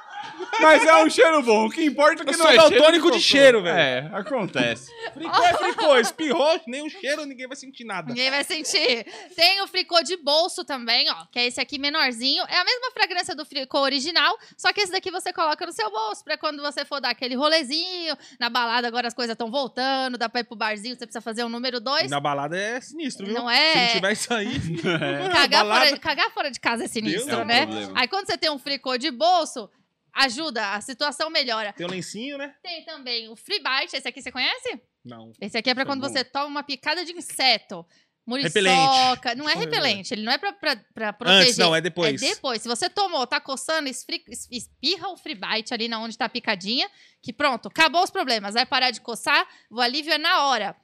Speaker 4: Mas é um cheiro bom. O que importa é que
Speaker 3: Eu
Speaker 4: não
Speaker 3: sou
Speaker 4: é cheiro
Speaker 3: daltônico de né?
Speaker 4: cocô.
Speaker 3: cheiro, velho.
Speaker 4: É, acontece.
Speaker 3: Fricô é fricô, espirrou, nem o cheiro, [LAUGHS] ninguém vai sentir nada.
Speaker 2: Ninguém vai sentir. Tem o fricô de bolso também, ó, que é esse aqui menorzinho. É a mesma fragrância do fricô original, só que esse daqui você coloca no seu bolso pra quando você for dar aquele rolezinho, na balada agora as coisas estão voltando, dá pra ir pro barzinho, você precisa fazer um número
Speaker 3: E
Speaker 2: dois.
Speaker 3: Na balada é sinistro, viu?
Speaker 2: Não é?
Speaker 3: Se não tiver isso aí.
Speaker 2: Cagar,
Speaker 3: É, balada-
Speaker 2: fora, cagar fora de casa é sinistro,
Speaker 3: Deus é um
Speaker 2: né?
Speaker 3: problema.
Speaker 2: Aí quando você tem um fricô de bolso, ajuda, a situação melhora.
Speaker 3: Tem o lencinho, né?
Speaker 2: Tem também o free bite, esse aqui você conhece?
Speaker 3: Não.
Speaker 2: Esse aqui é pra
Speaker 3: Foi
Speaker 2: quando
Speaker 3: bom.
Speaker 2: você toma uma picada de inseto. Muriçoca.
Speaker 3: Repelente.
Speaker 2: Não é repelente, ele não é pra, pra, pra proteger.
Speaker 3: Antes, não, é depois.
Speaker 2: É depois. Se você tomou, tá coçando, esfri- es- espirra o free bite ali na onde tá a picadinha, que pronto, acabou os problemas. Vai parar de coçar, o alívio é na hora.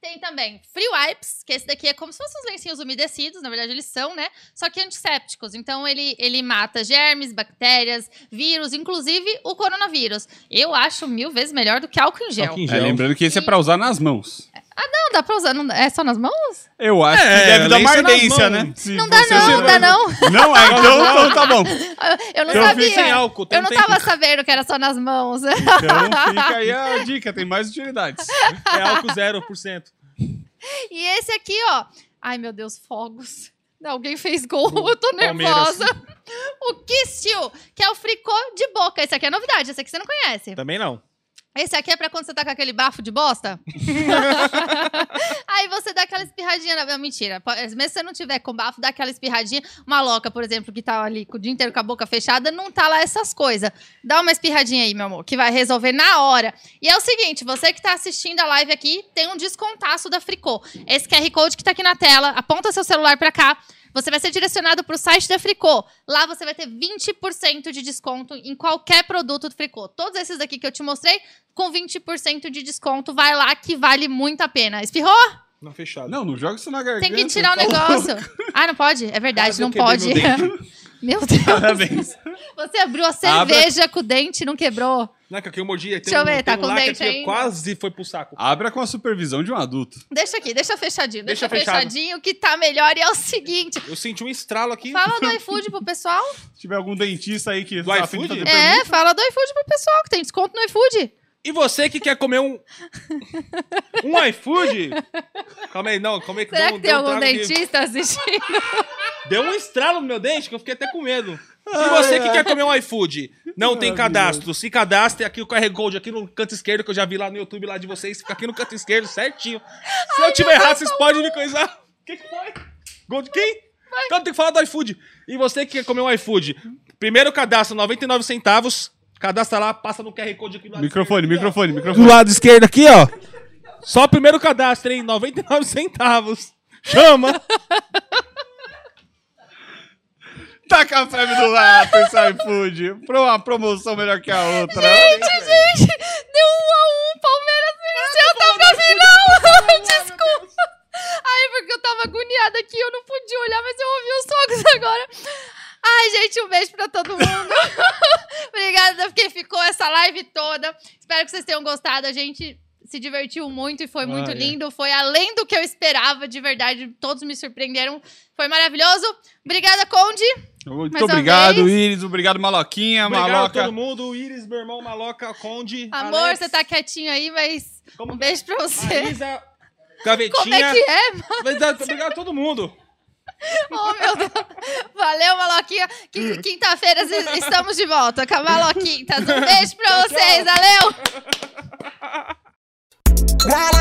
Speaker 2: Tem também free wipes, que esse daqui é como se fossem uns lencinhos umedecidos, na verdade eles são, né? Só que antissépticos. Então ele, ele mata germes, bactérias, vírus, inclusive o coronavírus. Eu acho mil vezes melhor do que álcool em gel.
Speaker 4: É, lembrando que esse é pra usar nas mãos.
Speaker 2: Ah, não, dá pra usar. Não, é só nas mãos?
Speaker 4: Eu acho
Speaker 3: É,
Speaker 4: que deve dar uma
Speaker 3: lenço nas
Speaker 4: ardência,
Speaker 3: mãos.
Speaker 4: né? Se
Speaker 2: Não dá
Speaker 4: você-
Speaker 2: não, não dá não.
Speaker 4: Não, é, então, então tá bom.
Speaker 2: Eu não
Speaker 4: Então
Speaker 2: sabia.
Speaker 4: fica sem álcool, tem-
Speaker 2: eu não
Speaker 4: tem-
Speaker 2: tava sabendo que era só nas mãos.
Speaker 4: [LAUGHS]
Speaker 2: [LAUGHS]
Speaker 4: Então fica aí a dica, tem mais utilidades.
Speaker 3: É álcool 0%.
Speaker 2: E esse aqui, ó. Ai, meu Deus, fogos. Não, Alguém fez gol,
Speaker 4: Hum,
Speaker 2: eu tô
Speaker 3: Palmeiras.
Speaker 2: nervosa. O Kistil, que é o fricô de boca. Esse aqui é novidade, esse aqui você não
Speaker 4: Tá.
Speaker 2: conhece.
Speaker 3: Também não.
Speaker 2: Esse aqui é pra quando você tá com aquele bafo de bosta. Aí você dá aquela espirradinha. Na... Mentira, po- mesmo se você não tiver com bafo, dá aquela espirradinha. Uma loca, por exemplo, que tá ali o dia inteiro com a boca fechada, não tá lá essas coisas. Dá uma espirradinha aí, meu amor, que vai resolver na hora. E é o seguinte, você que tá assistindo a live aqui, tem um descontaço da Fricô. Esse QR Code que tá aqui na tela, aponta seu celular pra cá. Você vai ser direcionado pro site da Fricô. Lá você vai ter 20% de desconto em qualquer produto do Fricô. Todos esses aqui que eu te mostrei, com 20% de desconto. Vai lá que vale muito a pena. Espirrou?
Speaker 3: Não, fechado.
Speaker 4: Não, não joga isso na garganta.
Speaker 2: Tem que tirar o
Speaker 4: tá
Speaker 2: negócio.
Speaker 4: louco.
Speaker 2: Ah, não pode? É verdade,
Speaker 4: Quase eu
Speaker 2: não
Speaker 4: quebrei
Speaker 2: pode.
Speaker 4: meu
Speaker 2: [LAUGHS] Meu Deus,
Speaker 4: Parabéns.
Speaker 2: você abriu a cerveja com o dente e não quebrou.
Speaker 3: Não, que aqui eu mordi. Tem
Speaker 2: Deixa eu
Speaker 3: um-
Speaker 2: ver,
Speaker 3: tem
Speaker 2: tá
Speaker 3: um
Speaker 2: com
Speaker 3: lá que
Speaker 2: dente
Speaker 3: aqui
Speaker 2: ainda?
Speaker 3: Quase foi pro saco.
Speaker 4: Abra com a supervisão de um adulto.
Speaker 2: Deixa aqui, deixa fechadinho. Deixa,
Speaker 3: Deixa fechado.
Speaker 2: fechadinho que tá melhor. E é o seguinte,
Speaker 3: Eu senti um estralo aqui.
Speaker 2: fala
Speaker 3: [LAUGHS]
Speaker 2: do iFood pro pessoal.
Speaker 4: Se tiver algum dentista aí que tá afim de fazer
Speaker 2: É, fala do iFood pro pessoal que tem desconto no iFood.
Speaker 3: E você que quer
Speaker 2: [LAUGHS]
Speaker 3: comer um. Um iFood? Calma aí, não, calma aí.
Speaker 2: Será
Speaker 3: deu um-
Speaker 2: que tem
Speaker 3: deu um
Speaker 2: algum
Speaker 3: trago de-
Speaker 2: dentista assistindo?
Speaker 3: Deu um estralo no meu dente que eu fiquei até com medo.
Speaker 4: Ai,
Speaker 3: E você que
Speaker 4: ai.
Speaker 3: quer comer um iFood, não tem
Speaker 4: Maravilhoso.
Speaker 3: cadastro, se cadastre aqui o QR Code aqui no canto esquerdo, que eu já vi lá no YouTube lá de vocês, fica aqui no canto esquerdo, certinho. Se eu tiver errado, vocês podem me coisar. O que, que foi? Gol de quem? Então tem que falar do iFood. E você que quer comer um iFood, primeiro cadastro, 99 centavos, cadastra lá, passa no QR Code aqui do lado
Speaker 4: Microfone, microfone, microfone.
Speaker 3: do lado esquerdo aqui, ó. Só o primeiro cadastro, hein? 99 centavos. Chama!
Speaker 2: [LAUGHS]
Speaker 4: Taca Tá a febre do lado, esse iFood. Pra uma promoção melhor que a outra.
Speaker 2: Gente, gente, deu um a um, Palmeiras venceu, tá pra [LAUGHS] final. Desculpa. Ai, porque eu tava agoniada aqui, eu não podia olhar, mas eu ouvi os socos [LAUGHS] agora. Ai, gente, um beijo pra todo mundo. [LAUGHS] Obrigada porque ficou essa live toda. Espero que vocês tenham gostado. A gente se divertiu muito e foi muito
Speaker 18: é.
Speaker 2: lindo. Foi além do que eu esperava, de verdade. Todos me surpreenderam. Foi maravilhoso. Obrigada, Conde. Mais
Speaker 4: Muito
Speaker 2: uma
Speaker 4: obrigado,
Speaker 2: vez.
Speaker 4: Iris. Obrigado, Maloquinha,
Speaker 3: Obrigado a
Speaker 4: Maloca.
Speaker 3: todo mundo. Iris, meu irmão, Maloca, Conde.
Speaker 2: Amor,
Speaker 3: Alex,
Speaker 2: você tá quietinho aí, mas um beijo pra você.
Speaker 3: Marisa, Gavetinha.
Speaker 2: Como é que é, mano?
Speaker 3: Obrigado, obrigado a todo mundo.
Speaker 2: Oh, meu Deus. Valeu, Maloquinha. Qui- Quinta-feira es- estamos de volta com a Maloquintas. Um beijo pra vocês. Valeu!
Speaker 1: Galera!